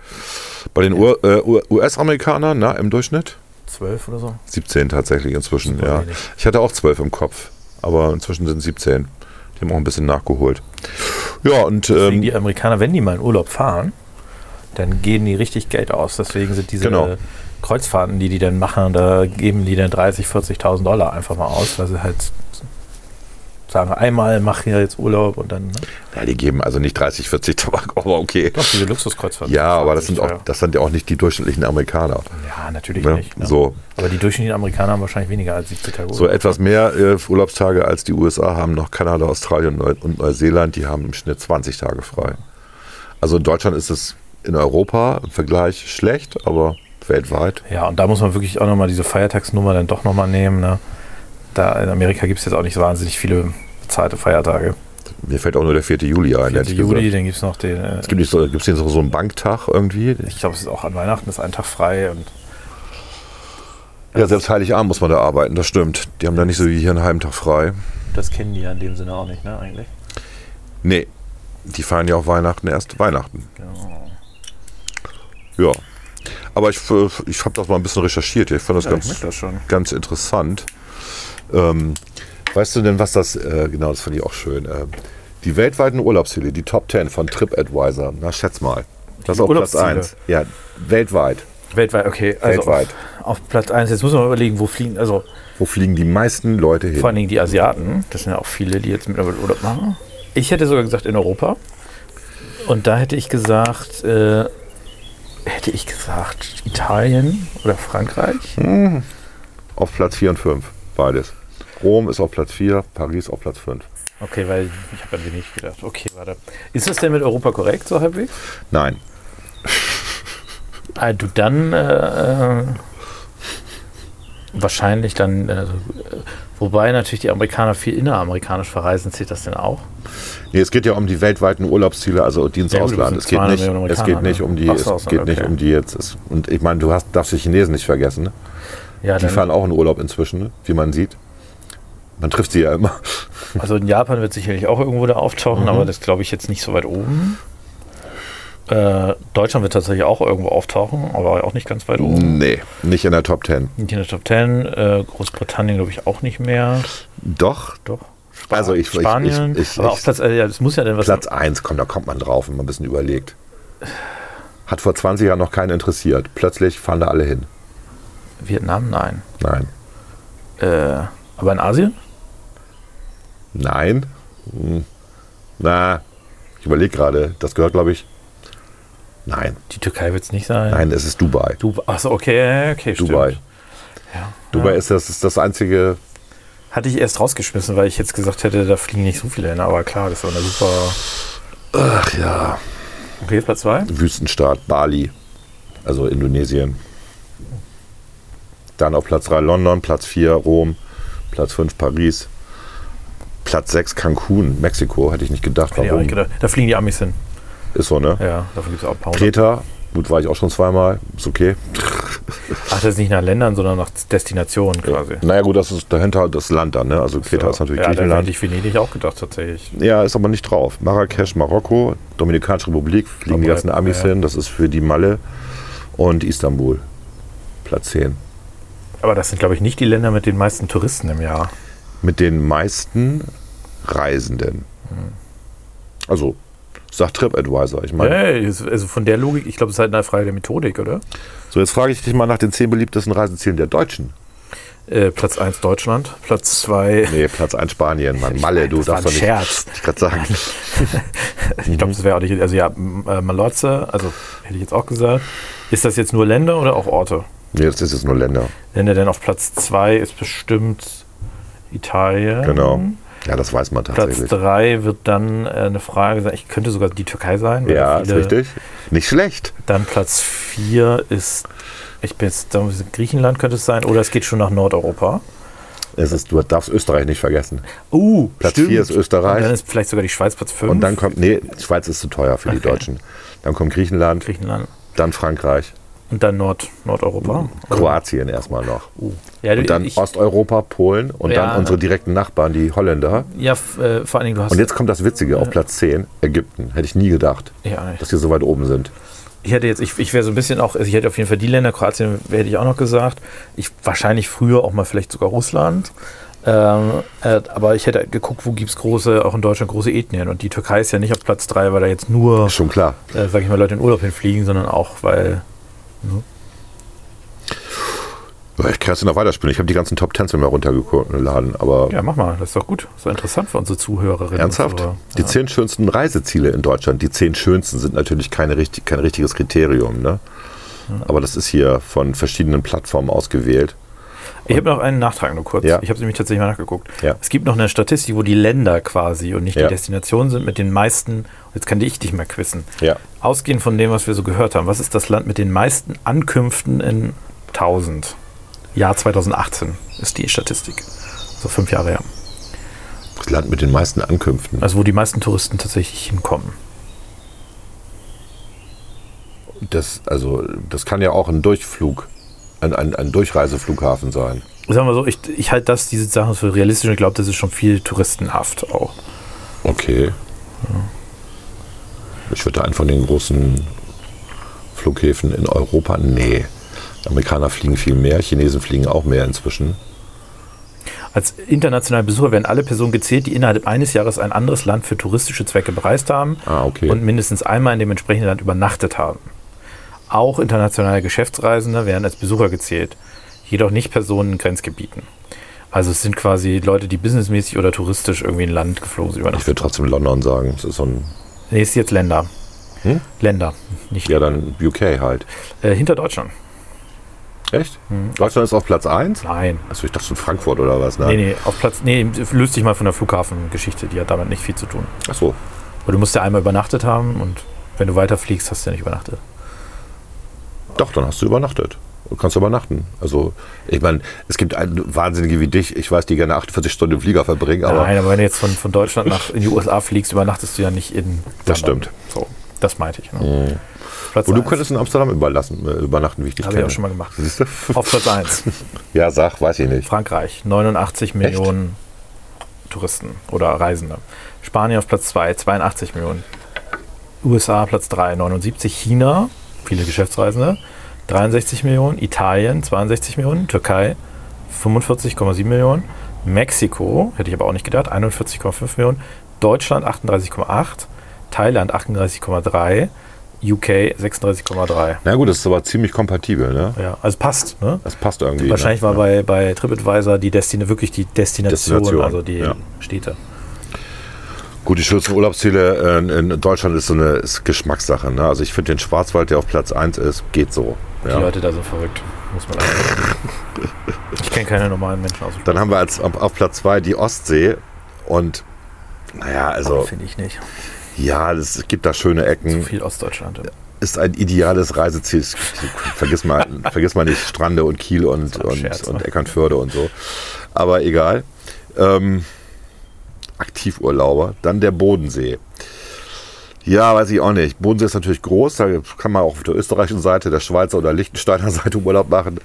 [SPEAKER 3] Bei den Ur- äh, U- US-Amerikanern, na, im Durchschnitt?
[SPEAKER 5] Zwölf oder so?
[SPEAKER 3] 17 tatsächlich inzwischen,
[SPEAKER 5] Super
[SPEAKER 3] ja.
[SPEAKER 5] wenig.
[SPEAKER 3] Ich hatte auch 12 im Kopf, aber inzwischen sind 17. Die haben auch ein bisschen nachgeholt. Ja, und
[SPEAKER 5] Deswegen
[SPEAKER 3] ähm,
[SPEAKER 5] die Amerikaner, wenn die mal in Urlaub fahren, dann gehen die richtig Geld aus. Deswegen sind diese
[SPEAKER 3] Genau.
[SPEAKER 5] äh, Kreuzfahrten, die die dann machen, da geben die dann 30, 40.000 Dollar einfach mal aus, weil sie halt sagen, einmal mach hier jetzt Urlaub und dann ne?
[SPEAKER 3] Ja, die geben also nicht 30, 40 Tabak, *laughs* aber okay.
[SPEAKER 5] doch diese Luxuskreuzfahrten.
[SPEAKER 3] Ja, aber das sind,
[SPEAKER 5] teuer.
[SPEAKER 3] auch, das sind ja auch nicht die durchschnittlichen Amerikaner.
[SPEAKER 5] Ja, natürlich
[SPEAKER 3] Ne?
[SPEAKER 5] nicht. Ne?
[SPEAKER 3] So,
[SPEAKER 5] Aber die durchschnittlichen Amerikaner haben wahrscheinlich weniger als 70 Tage
[SPEAKER 3] so etwas mehr äh, Urlaubstage als die USA haben noch Kanada, Australien und Neu- und Neuseeland. Die haben im Schnitt 20 Tage frei. Also in Deutschland ist es in Europa im Vergleich schlecht, aber weltweit.
[SPEAKER 5] Ja, und da muss man wirklich auch nochmal diese Feiertagsnummer dann doch nochmal nehmen. Ne? Da in Amerika gibt es jetzt auch nicht wahnsinnig viele bezahlte Feiertage.
[SPEAKER 3] Mir fällt auch nur der 4. Juli ein.
[SPEAKER 5] 4.
[SPEAKER 3] ehrlich
[SPEAKER 5] Juli,
[SPEAKER 3] gesagt.
[SPEAKER 5] dann gibt es noch den. äh,
[SPEAKER 3] Es Gibt es so, gibt's nicht so so einen Banktag irgendwie?
[SPEAKER 5] Ich glaube, es ist auch an Weihnachten, ist ein Tag frei und
[SPEAKER 3] Ja, selbst Heiligabend muss man da arbeiten, das stimmt. Die haben da nicht so wie hier einen halben Tag frei.
[SPEAKER 2] Das kennen die ja in dem Sinne auch nicht, ne, eigentlich.
[SPEAKER 3] Nee, die feiern ja auch Weihnachten erst Weihnachten. Ja. Aber ich, äh, ich habe das mal ein bisschen recherchiert. Ich fand das ganz,
[SPEAKER 5] schon.
[SPEAKER 3] ganz interessant. Ähm, weißt du denn, was das, äh, genau, das fand ich auch schön. Äh, die weltweiten Urlaubsziele, die Top 10 von TripAdvisor. Na, schätz mal. Das ist auch Platz
[SPEAKER 5] Urlaubsziele.
[SPEAKER 3] 1. Ja, weltweit.
[SPEAKER 5] Weltweit, okay. Also
[SPEAKER 3] Weltweit.
[SPEAKER 5] Auf, auf Platz 1, jetzt muss man mal überlegen, wo fliegen, also
[SPEAKER 3] Wo fliegen die meisten Leute hin?
[SPEAKER 5] vor allen Dingen die Asiaten, das sind ja auch viele, die jetzt mittlerweile Urlaub machen. Ich hätte sogar gesagt in Europa. Und da hätte ich gesagt, äh, hätte ich gesagt Italien oder Frankreich.
[SPEAKER 3] Hm. auf Platz 4 und 5. Beides. Rom ist auf Platz 4, Paris auf Platz 5.
[SPEAKER 5] Okay, weil ich habe an wenig gedacht. Okay, warte. Ist das denn mit Europa korrekt, so halbwegs?
[SPEAKER 3] Nein.
[SPEAKER 5] Ah, du dann äh, äh, wahrscheinlich dann, äh, wobei natürlich die Amerikaner viel inneramerikanisch verreisen, zählt das denn auch?
[SPEAKER 3] Nee, es geht ja um die weltweiten Urlaubsziele, also die ins
[SPEAKER 5] Ja, gut, aber
[SPEAKER 3] Ausland.
[SPEAKER 5] es
[SPEAKER 3] Es
[SPEAKER 5] sind
[SPEAKER 3] geht,
[SPEAKER 5] 200
[SPEAKER 3] nicht,
[SPEAKER 5] Millionen
[SPEAKER 3] es geht
[SPEAKER 5] Amerikaner,
[SPEAKER 3] nicht um die,
[SPEAKER 5] ne? Ach so,
[SPEAKER 3] es geht
[SPEAKER 5] okay.
[SPEAKER 3] nicht um die jetzt. Es, und ich meine, du hast, darfst die Chinesen nicht vergessen. Ne?
[SPEAKER 5] Ja,
[SPEAKER 3] Die
[SPEAKER 5] dann,
[SPEAKER 3] fahren auch in Urlaub inzwischen, ne? wie man sieht. Man trifft sie ja immer.
[SPEAKER 5] also in Japan wird sicherlich auch irgendwo da auftauchen,
[SPEAKER 3] Mhm.
[SPEAKER 5] aber das glaube ich jetzt nicht so weit oben. Äh, Deutschland wird tatsächlich auch irgendwo auftauchen, aber auch nicht ganz weit oben.
[SPEAKER 3] Nee, nicht in der Top Ten.
[SPEAKER 5] Nicht in der Top 10, äh, Großbritannien glaube ich auch nicht mehr.
[SPEAKER 3] Doch,
[SPEAKER 5] Doch.
[SPEAKER 3] Also ich- ich-
[SPEAKER 5] Spanien.
[SPEAKER 3] ich- ich-
[SPEAKER 5] aber
[SPEAKER 3] ich-
[SPEAKER 5] auf Platz, äh, ja, das muss ja dann was.
[SPEAKER 3] Platz 1, komm, da kommt man drauf, wenn man ein bisschen überlegt. Hat vor 20 Jahren noch keinen interessiert. Plötzlich fahren da alle hin.
[SPEAKER 5] Vietnam, nein.
[SPEAKER 3] Nein.
[SPEAKER 5] Äh, aber in Asien?
[SPEAKER 3] Nein. Hm. Na, ich überlege gerade. Das gehört, glaube ich. Nein,
[SPEAKER 5] Die Türkei wird es nicht sein.
[SPEAKER 3] nein, es ist Dubai.
[SPEAKER 5] Du, achso, okay, okay, stimmt.
[SPEAKER 3] Dubai.
[SPEAKER 5] Ja.
[SPEAKER 3] Dubai ist das, ist das einzige
[SPEAKER 5] Hatte ich erst rausgeschmissen, weil ich jetzt gesagt hätte, da fliegen nicht so viele hin, aber klar, das war eine super.
[SPEAKER 3] ach ja,
[SPEAKER 5] Okay, Platz 2.
[SPEAKER 3] Wüstenstaat, Bali, also Indonesien. Dann auf Platz 3 London, Platz 4 Rom, Platz 5 Paris, Platz 6 Cancun, Mexiko, hätte ich nicht gedacht.
[SPEAKER 5] Hätte ich auch nicht gedacht. Da fliegen die Amis hin.
[SPEAKER 3] Ist so, ne?
[SPEAKER 5] Ja, davon gibt es auch ein paar hundert.
[SPEAKER 3] Kreta, gut, war ich auch schon zweimal, ist okay.
[SPEAKER 5] Ach, das ist nicht nach Ländern, sondern nach Destinationen quasi.
[SPEAKER 3] Naja, gut, das ist dahinter das Land dann, ne? Also Kreta ist natürlich
[SPEAKER 5] ja, da
[SPEAKER 3] Griechenland.
[SPEAKER 5] hätte ich Venedig auch gedacht tatsächlich.
[SPEAKER 3] Ja, ist aber nicht drauf. Marrakesch, Marokko, Dominikanische Republik, fliegen die
[SPEAKER 5] Aber,
[SPEAKER 3] ganzen Amis
[SPEAKER 5] ja.
[SPEAKER 3] hin, das ist für die Malle. Und Istanbul, Platz 10.
[SPEAKER 5] Aber das sind, glaube ich, nicht die Länder mit den meisten Touristen im Jahr.
[SPEAKER 3] Mit den meisten Reisenden. Also, sagt TripAdvisor. Ich meine,
[SPEAKER 5] Hey, das- also von der Logik, ich glaube, es ist halt eine Frage der Methodik, oder?
[SPEAKER 3] so jetzt frage ich dich mal nach den 10 beliebtesten Reisezielen der Deutschen.
[SPEAKER 5] Äh, Platz 1 Deutschland, Platz 2,
[SPEAKER 3] Nee, Platz 1 Spanien, Mann, Malle, du
[SPEAKER 5] das war
[SPEAKER 3] darfst doch
[SPEAKER 5] ein
[SPEAKER 3] nicht.
[SPEAKER 5] Scherz.
[SPEAKER 3] Ich gerade sagen.
[SPEAKER 5] ich
[SPEAKER 3] Mhm.
[SPEAKER 5] glaube, das wäre auch nicht, also ja, M- äh, Malotze, also hätte ich jetzt auch gesagt. Ist das jetzt nur Länder oder auch Orte?
[SPEAKER 3] Nee, das ist jetzt nur Länder.
[SPEAKER 5] Länder denn auf Platz 2 ist bestimmt Italien.
[SPEAKER 3] Genau. Ja, das weiß man
[SPEAKER 5] Mhm. Platz
[SPEAKER 3] tatsächlich.
[SPEAKER 5] 3 wird dann äh, eine Frage sein, ich könnte sogar die Türkei sein. weil
[SPEAKER 3] Ja,
[SPEAKER 5] da
[SPEAKER 3] ist
[SPEAKER 5] viele-
[SPEAKER 3] richtig. Nicht schlecht.
[SPEAKER 5] Dann Platz 4 ist, ich bin jetzt, da muss ich- Griechenland könnte es sein, oder es geht schon nach Nordeuropa.
[SPEAKER 3] Es ist, du darfst Österreich nicht vergessen.
[SPEAKER 5] Uh,
[SPEAKER 3] Platz 4 ist
[SPEAKER 5] Und dann
[SPEAKER 3] Österreich.
[SPEAKER 5] ist vielleicht sogar die Schweiz Platz 5.
[SPEAKER 3] Und dann kommt, nee, Schweiz ist zu teuer für die
[SPEAKER 5] Okay.
[SPEAKER 3] Deutschen. Dann kommt Griechenland,
[SPEAKER 5] Griechenland.
[SPEAKER 3] dann Frankreich,
[SPEAKER 5] Und dann Nord Nordeuropa.
[SPEAKER 3] Kroatien erstmal noch.
[SPEAKER 5] Oh. Ja,
[SPEAKER 3] Uh. Und dann
[SPEAKER 5] Also ich,
[SPEAKER 3] Osteuropa, Polen und
[SPEAKER 5] Ja.
[SPEAKER 3] dann unsere direkten Nachbarn, die Holländer.
[SPEAKER 5] ja f- äh, vor allen Dingen, du hast.
[SPEAKER 3] Und jetzt kommt das Witzige auf Platz 10, Ägypten. Hätte ich nie gedacht,
[SPEAKER 5] ja, ich,
[SPEAKER 3] dass die so weit oben sind.
[SPEAKER 5] ich hätte jetzt, ich, ich wäre so ein bisschen auch, also ich hätte auf jeden Fall die Länder, Kroatien hätte ich auch noch gesagt. Ich wahrscheinlich früher auch mal vielleicht sogar Russland. Ähm, äh, aber ich hätte geguckt, wo gibt es große, auch in Deutschland große Ethnien. Und die Türkei ist ja nicht auf Platz 3, weil da jetzt nur,
[SPEAKER 3] Schon klar.
[SPEAKER 5] äh, sag ich mal, Leute in Urlaub hinfliegen, sondern auch, weil
[SPEAKER 3] Ich kann es noch weiterspielen. Ich habe die ganzen Top 10 mal runtergeladen, aber
[SPEAKER 5] Ja, mach mal, das ist doch gut. Das ist doch interessant für unsere Zuhörerinnen.
[SPEAKER 3] Ernsthaft?
[SPEAKER 5] Und Zuhörer.
[SPEAKER 3] Die zehn schönsten Reiseziele in Deutschland. Die zehn schönsten sind natürlich keine richtig, kein richtiges Kriterium. Ne? Aber das ist hier von verschiedenen Plattformen ausgewählt.
[SPEAKER 5] Ich habe noch einen Nachtrag nur kurz.
[SPEAKER 3] Ja.
[SPEAKER 5] Ich habe nämlich tatsächlich mal nachgeguckt.
[SPEAKER 3] Ja.
[SPEAKER 5] Es gibt noch eine Statistik, wo die Länder quasi und nicht
[SPEAKER 3] Ja.
[SPEAKER 5] die Destinationen sind mit den meisten. Jetzt kann ich dich mal quizzen.
[SPEAKER 3] Ja.
[SPEAKER 5] Ausgehend von dem, was wir so gehört haben, was ist das Land mit den meisten Ankünften in 1000? Jahr 2018 ist die Statistik. So fünf Jahre her.
[SPEAKER 3] Das Land mit den meisten Ankünften.
[SPEAKER 5] Also wo die meisten Touristen tatsächlich hinkommen.
[SPEAKER 3] Das, also, das kann ja auch ein Durchflug, ein, ein, ein Durchreiseflughafen sein.
[SPEAKER 5] Sagen wir so, ich, ich halte das, diese Sachen für realistisch und ich glaube, das ist schon viel touristenhaft auch.
[SPEAKER 3] Okay. Ich würde da einen von den großen Flughäfen in Europa. Nee. Amerikaner fliegen viel mehr, Chinesen fliegen auch mehr inzwischen.
[SPEAKER 5] Als internationale Besucher werden alle Personen gezählt, die innerhalb eines Jahres ein anderes Land für touristische Zwecke bereist haben
[SPEAKER 3] Ah, okay.
[SPEAKER 5] und mindestens einmal in dem entsprechenden Land übernachtet haben. Auch internationale Geschäftsreisende werden als Besucher gezählt, jedoch nicht Personen in Grenzgebieten. Also es sind quasi Leute, die businessmäßig oder touristisch irgendwie in ein Land geflogen sind.
[SPEAKER 3] Ich
[SPEAKER 5] Übernachtet.
[SPEAKER 3] würde trotzdem London sagen. Das ist so ein,
[SPEAKER 5] Nee, ist jetzt Länder.
[SPEAKER 3] Hm?
[SPEAKER 5] Länder, nicht
[SPEAKER 3] ja, dann UK halt.
[SPEAKER 5] äh, hinter Deutschland.
[SPEAKER 3] Echt?
[SPEAKER 5] Mhm.
[SPEAKER 3] Deutschland ist auf Platz 1?
[SPEAKER 5] Nein.
[SPEAKER 3] Also ich dachte schon Frankfurt oder was, ne?
[SPEAKER 5] Nee, nee, auf Platz. Nee, löst dich mal von der Flughafengeschichte, die hat damit nicht viel zu tun.
[SPEAKER 3] Ach so.
[SPEAKER 5] Aber du musst ja einmal übernachtet haben und wenn du weiterfliegst, hast du ja nicht übernachtet.
[SPEAKER 3] Doch, dann hast du übernachtet. Du kannst übernachten. Also, ich meine, es gibt ein- Wahnsinnige wie dich. Ich weiß, die gerne 48 Stunden im Flieger verbringen, aber
[SPEAKER 5] Nein, aber wenn du jetzt von, von Deutschland nach in die USA fliegst, übernachtest du ja nicht in.
[SPEAKER 3] Das
[SPEAKER 5] London.
[SPEAKER 3] stimmt. Mhm.
[SPEAKER 5] So, das meinte ich. Ne? Platz
[SPEAKER 3] Und du
[SPEAKER 5] eins.
[SPEAKER 3] könntest in Amsterdam überlassen, äh, übernachten, wie ich dich
[SPEAKER 5] Habe ich
[SPEAKER 3] kenne.
[SPEAKER 5] auch schon mal gemacht.
[SPEAKER 3] Siehst du?
[SPEAKER 5] Auf
[SPEAKER 3] *laughs*
[SPEAKER 5] Platz 1,
[SPEAKER 3] Ja, sag, weiß ich nicht.
[SPEAKER 5] Frankreich, 89 Millionen Touristen oder Reisende. Spanien auf Platz 2, 82 Millionen. USA Platz 3, 79. China, viele Geschäftsreisende, 63 Millionen. Italien, 62 Millionen. Türkei, 45,7 Millionen. Mexiko, hätte ich aber auch nicht gedacht, 41,5 Millionen. Deutschland 38,8. Thailand 38,3. UK 36,3.
[SPEAKER 3] Na gut, das ist aber ziemlich kompatibel, ne?
[SPEAKER 5] Ja, also passt. Ne?
[SPEAKER 3] Das passt irgendwie.
[SPEAKER 5] Wahrscheinlich
[SPEAKER 3] ne?
[SPEAKER 5] war bei, bei TripAdvisor die Destin wirklich die Destination,
[SPEAKER 3] Destination,
[SPEAKER 5] also die
[SPEAKER 3] ja.
[SPEAKER 5] Städte.
[SPEAKER 3] Gut, die schönsten Urlaubsziele äh, in Deutschland ist so eine ist Geschmackssache, ne? Also ich finde den Schwarzwald, der auf Platz 1 ist, geht so.
[SPEAKER 5] Die
[SPEAKER 3] Ja.
[SPEAKER 5] Leute da sind verrückt, muss man sagen. ich kenne keine normalen Menschen aus dem
[SPEAKER 3] Dann haben wir als, auf, auf Platz 2 die Ostsee und naja, also
[SPEAKER 5] Finde ich nicht.
[SPEAKER 3] ja, es gibt da schöne Ecken.
[SPEAKER 5] Viel Ostdeutschland.
[SPEAKER 3] ist ein ideales Reiseziel. Es- Vergiss mal, vergiss mal nicht Strande und Kiel und, und,
[SPEAKER 5] ne?
[SPEAKER 3] und Eckernförde und so. Aber egal. Ähm, Aktivurlauber. Dann der Bodensee. Ja, weiß ich auch nicht. Bodensee ist natürlich groß. Da kann man auch auf der österreichischen Seite, der Schweizer oder Liechtensteiner *laughs* Seite Urlaub machen.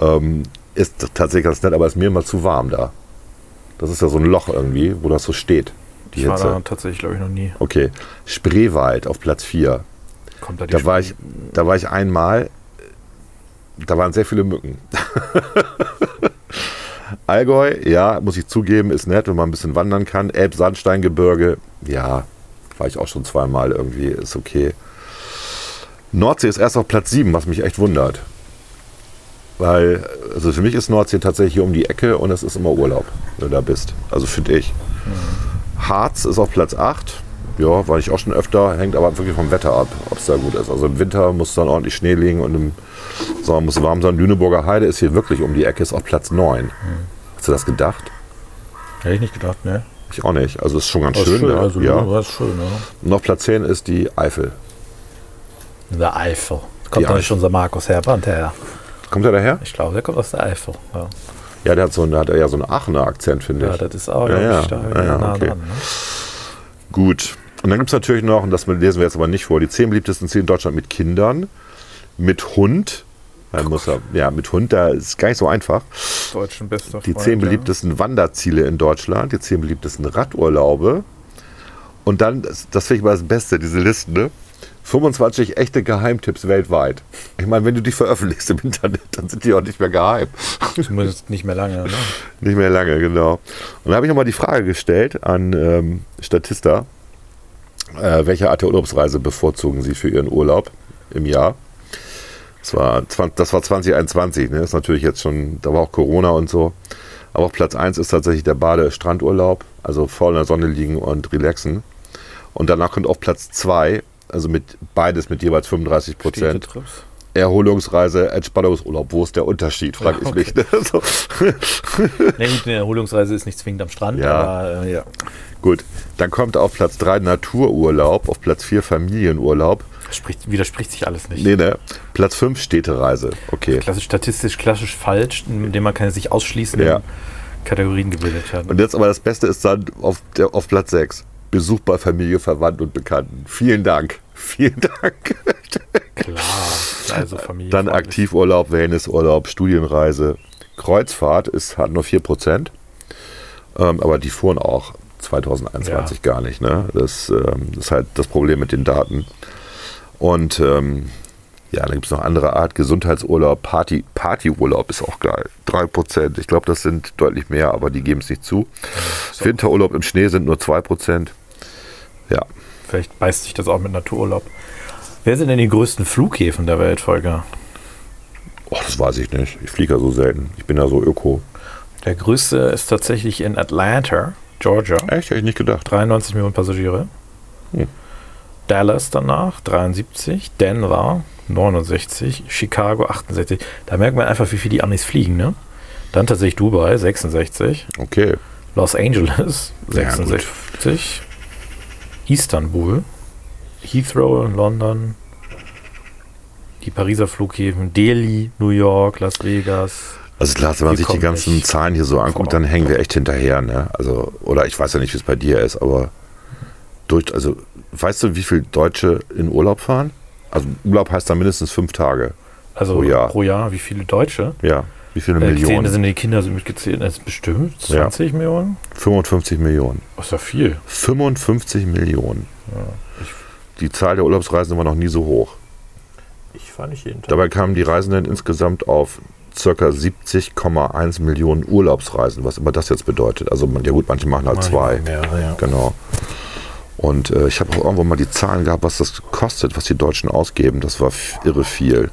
[SPEAKER 3] Ähm, ist tatsächlich ganz nett, aber ist mir immer zu warm da. Das ist ja so ein Loch irgendwie, wo das so steht. Die
[SPEAKER 5] Ich war
[SPEAKER 3] Hitze.
[SPEAKER 5] da tatsächlich, glaube ich, noch nie.
[SPEAKER 3] Okay. Spreewald auf Platz 4.
[SPEAKER 5] Kommt da die
[SPEAKER 3] Da war, ich, da war ich einmal, da waren sehr viele Mücken. *laughs* Allgäu, ja, muss ich zugeben, ist nett, wenn man ein bisschen wandern kann. Elbsandsteingebirge, ja, war ich auch schon zweimal irgendwie, ist okay. Nordsee ist erst auf Platz 7, was mich echt wundert. Weil, also für mich ist Nordsee tatsächlich hier um die Ecke und es ist immer Urlaub, wenn du da bist. Also finde ich. Harz ist auf Platz 8. Ja, war ich auch schon öfter, hängt aber wirklich vom Wetter ab, ob es da gut ist. Also im Winter muss dann ordentlich Schnee liegen und im Sommer muss es warm sein. Lüneburger Heide ist hier wirklich um die Ecke, ist auf Platz 9. Hast du das gedacht?
[SPEAKER 5] Hätte ich nicht gedacht, ne?
[SPEAKER 3] Ich auch nicht. Also ist schon ganz
[SPEAKER 5] Aber
[SPEAKER 3] schön. da.
[SPEAKER 5] also
[SPEAKER 3] ja.
[SPEAKER 5] war schön, ne?
[SPEAKER 3] Und auf Platz 10 ist die Eifel.
[SPEAKER 5] Der Eifel. Kommt doch nicht
[SPEAKER 3] Eifel.
[SPEAKER 5] unser Markus Herbrand her.
[SPEAKER 3] Kommt er daher?
[SPEAKER 5] Ich glaube, der kommt aus der Eifel. Ja,
[SPEAKER 3] Ja, der hat, so, der hat ja so einen Aachener Akzent, finde
[SPEAKER 5] ja
[SPEAKER 3] ich.
[SPEAKER 5] das ist auch,
[SPEAKER 3] Ja,
[SPEAKER 5] glaube
[SPEAKER 3] ja.
[SPEAKER 5] ich, da
[SPEAKER 3] Ja,
[SPEAKER 5] wieder
[SPEAKER 3] ja,
[SPEAKER 5] nah
[SPEAKER 3] okay.
[SPEAKER 5] dran. Ne?
[SPEAKER 3] Gut. Und dann gibt es natürlich noch, und das lesen wir jetzt aber nicht vor, die zehn beliebtesten Ziele in Deutschland mit Kindern, mit Hund. Man muss ja, ja, mit Hund, da ist gar nicht so einfach.
[SPEAKER 5] Deutschen Best of
[SPEAKER 3] Die zehn beliebtesten Wanderziele in Deutschland, die zehn beliebtesten Radurlaube. Und dann, das das finde ich mal das Beste, diese Listen, ne? 25 echte Geheimtipps weltweit. Ich meine, wenn du die veröffentlichst im Internet, dann sind die auch nicht mehr geheim.
[SPEAKER 5] Zumindest nicht mehr lange. Ne?
[SPEAKER 3] Nicht mehr lange, genau. Und da habe ich nochmal die Frage gestellt an ähm, Statista, äh, welche Art der Urlaubsreise bevorzugen Sie für Ihren Urlaub im Jahr? Das war, 20, das war 2021, ne? ist natürlich jetzt schon, da war auch Corona und so. Aber auf Platz 1 ist tatsächlich der Bade-Strandurlaub, also voll in der Sonne liegen und relaxen. Und danach kommt auf Platz 2, also mit beides mit jeweils 35 Prozent,
[SPEAKER 5] Städtetrips.
[SPEAKER 3] Erholungsreise, Entspannungsurlaub. Wo ist der Unterschied, frage
[SPEAKER 5] Ja,
[SPEAKER 3] ich mich. *laughs* Ne? So.
[SPEAKER 5] Na gut, eine Erholungsreise ist nicht zwingend am Strand,
[SPEAKER 3] Ja.
[SPEAKER 5] aber äh, ja.
[SPEAKER 3] Gut, dann kommt auf Platz 3 Natururlaub, auf Platz 4 Familienurlaub.
[SPEAKER 5] Spricht, widerspricht sich alles nicht.
[SPEAKER 3] Nee, ne? Platz 5 Städtereise. Okay.
[SPEAKER 5] Klassisch statistisch, klassisch falsch, indem man keine sich ausschließenden
[SPEAKER 3] Ja.
[SPEAKER 5] Kategorien gebildet hat.
[SPEAKER 3] Und jetzt aber das Beste ist dann auf, der, auf Platz 6. Besuch bei Familie, Verwandten und Bekannten. Vielen Dank. *laughs* Vielen Dank. *laughs*
[SPEAKER 5] Klar, also Familie.
[SPEAKER 3] Dann
[SPEAKER 5] freundlich.
[SPEAKER 3] Aktivurlaub, Wellnessurlaub, Studienreise. Kreuzfahrt ist, hat nur 4%. Ähm, aber die fuhren auch 2021 gar nicht. Ne? Das ähm, ist halt das Problem mit den Daten. Und ähm, ja, dann gibt es noch andere Art. Gesundheitsurlaub, Party, Partyurlaub ist auch geil. 3%. Ich glaube, das sind deutlich mehr, aber die geben es nicht zu. Winterurlaub im Schnee sind nur 2%. Ja,
[SPEAKER 5] Vielleicht beißt sich das auch mit Natururlaub. Wer sind denn die größten Flughäfen der Welt, Volker?
[SPEAKER 3] oh, das weiß ich nicht. Ich fliege ja so selten. Ich bin ja so öko.
[SPEAKER 5] Der größte ist tatsächlich in Atlanta, Georgia.
[SPEAKER 3] Echt? Hätte ich nicht gedacht.
[SPEAKER 5] 93 Millionen Passagiere.
[SPEAKER 3] Hm.
[SPEAKER 5] Dallas danach 73, Denver 69, Chicago 68. Da merkt man einfach, wie viel die Amis fliegen, ne? Dann tatsächlich Dubai 66,
[SPEAKER 3] Okay.
[SPEAKER 5] Los Angeles
[SPEAKER 3] Ja, gut.
[SPEAKER 5] 66, Istanbul, Heathrow in London, die Pariser Flughäfen, Delhi, New York, Las Vegas.
[SPEAKER 3] Also klar, wenn man
[SPEAKER 5] Wir
[SPEAKER 3] sich die
[SPEAKER 5] kommen
[SPEAKER 3] ganzen
[SPEAKER 5] nicht
[SPEAKER 3] Zahlen hier so anguckt, dann hängen wir echt hinterher, ne? Also, oder ich weiß ja nicht, wie es bei dir ist, aber durch, also, weißt du, wie viele Deutsche in Urlaub fahren? Also Urlaub heißt dann mindestens fünf Tage.
[SPEAKER 5] Also
[SPEAKER 3] Pro Jahr.
[SPEAKER 5] pro Jahr, wie viele Deutsche?
[SPEAKER 3] Ja. Wie viele
[SPEAKER 5] Äh, gezählt
[SPEAKER 3] Millionen?
[SPEAKER 5] sind die Kinder sind mitgezählt, das ist bestimmt
[SPEAKER 3] Ja.
[SPEAKER 5] 20 Millionen?
[SPEAKER 3] 55 Millionen.
[SPEAKER 5] Das ist ja viel.
[SPEAKER 3] 55 Millionen. Die Zahl der Urlaubsreisenden war noch nie so hoch.
[SPEAKER 10] Ich fand nicht jeden Tag.
[SPEAKER 3] Dabei kamen die Reisenden insgesamt auf circa 70,1 Millionen Urlaubsreisen, was immer das jetzt bedeutet. Also man, ja gut, manche machen halt zwei.
[SPEAKER 10] Mehrere, ja.
[SPEAKER 3] Genau. Und äh, ich habe auch irgendwo mal die Zahlen gehabt, was das kostet, was die Deutschen ausgeben. Das war f- irre viel.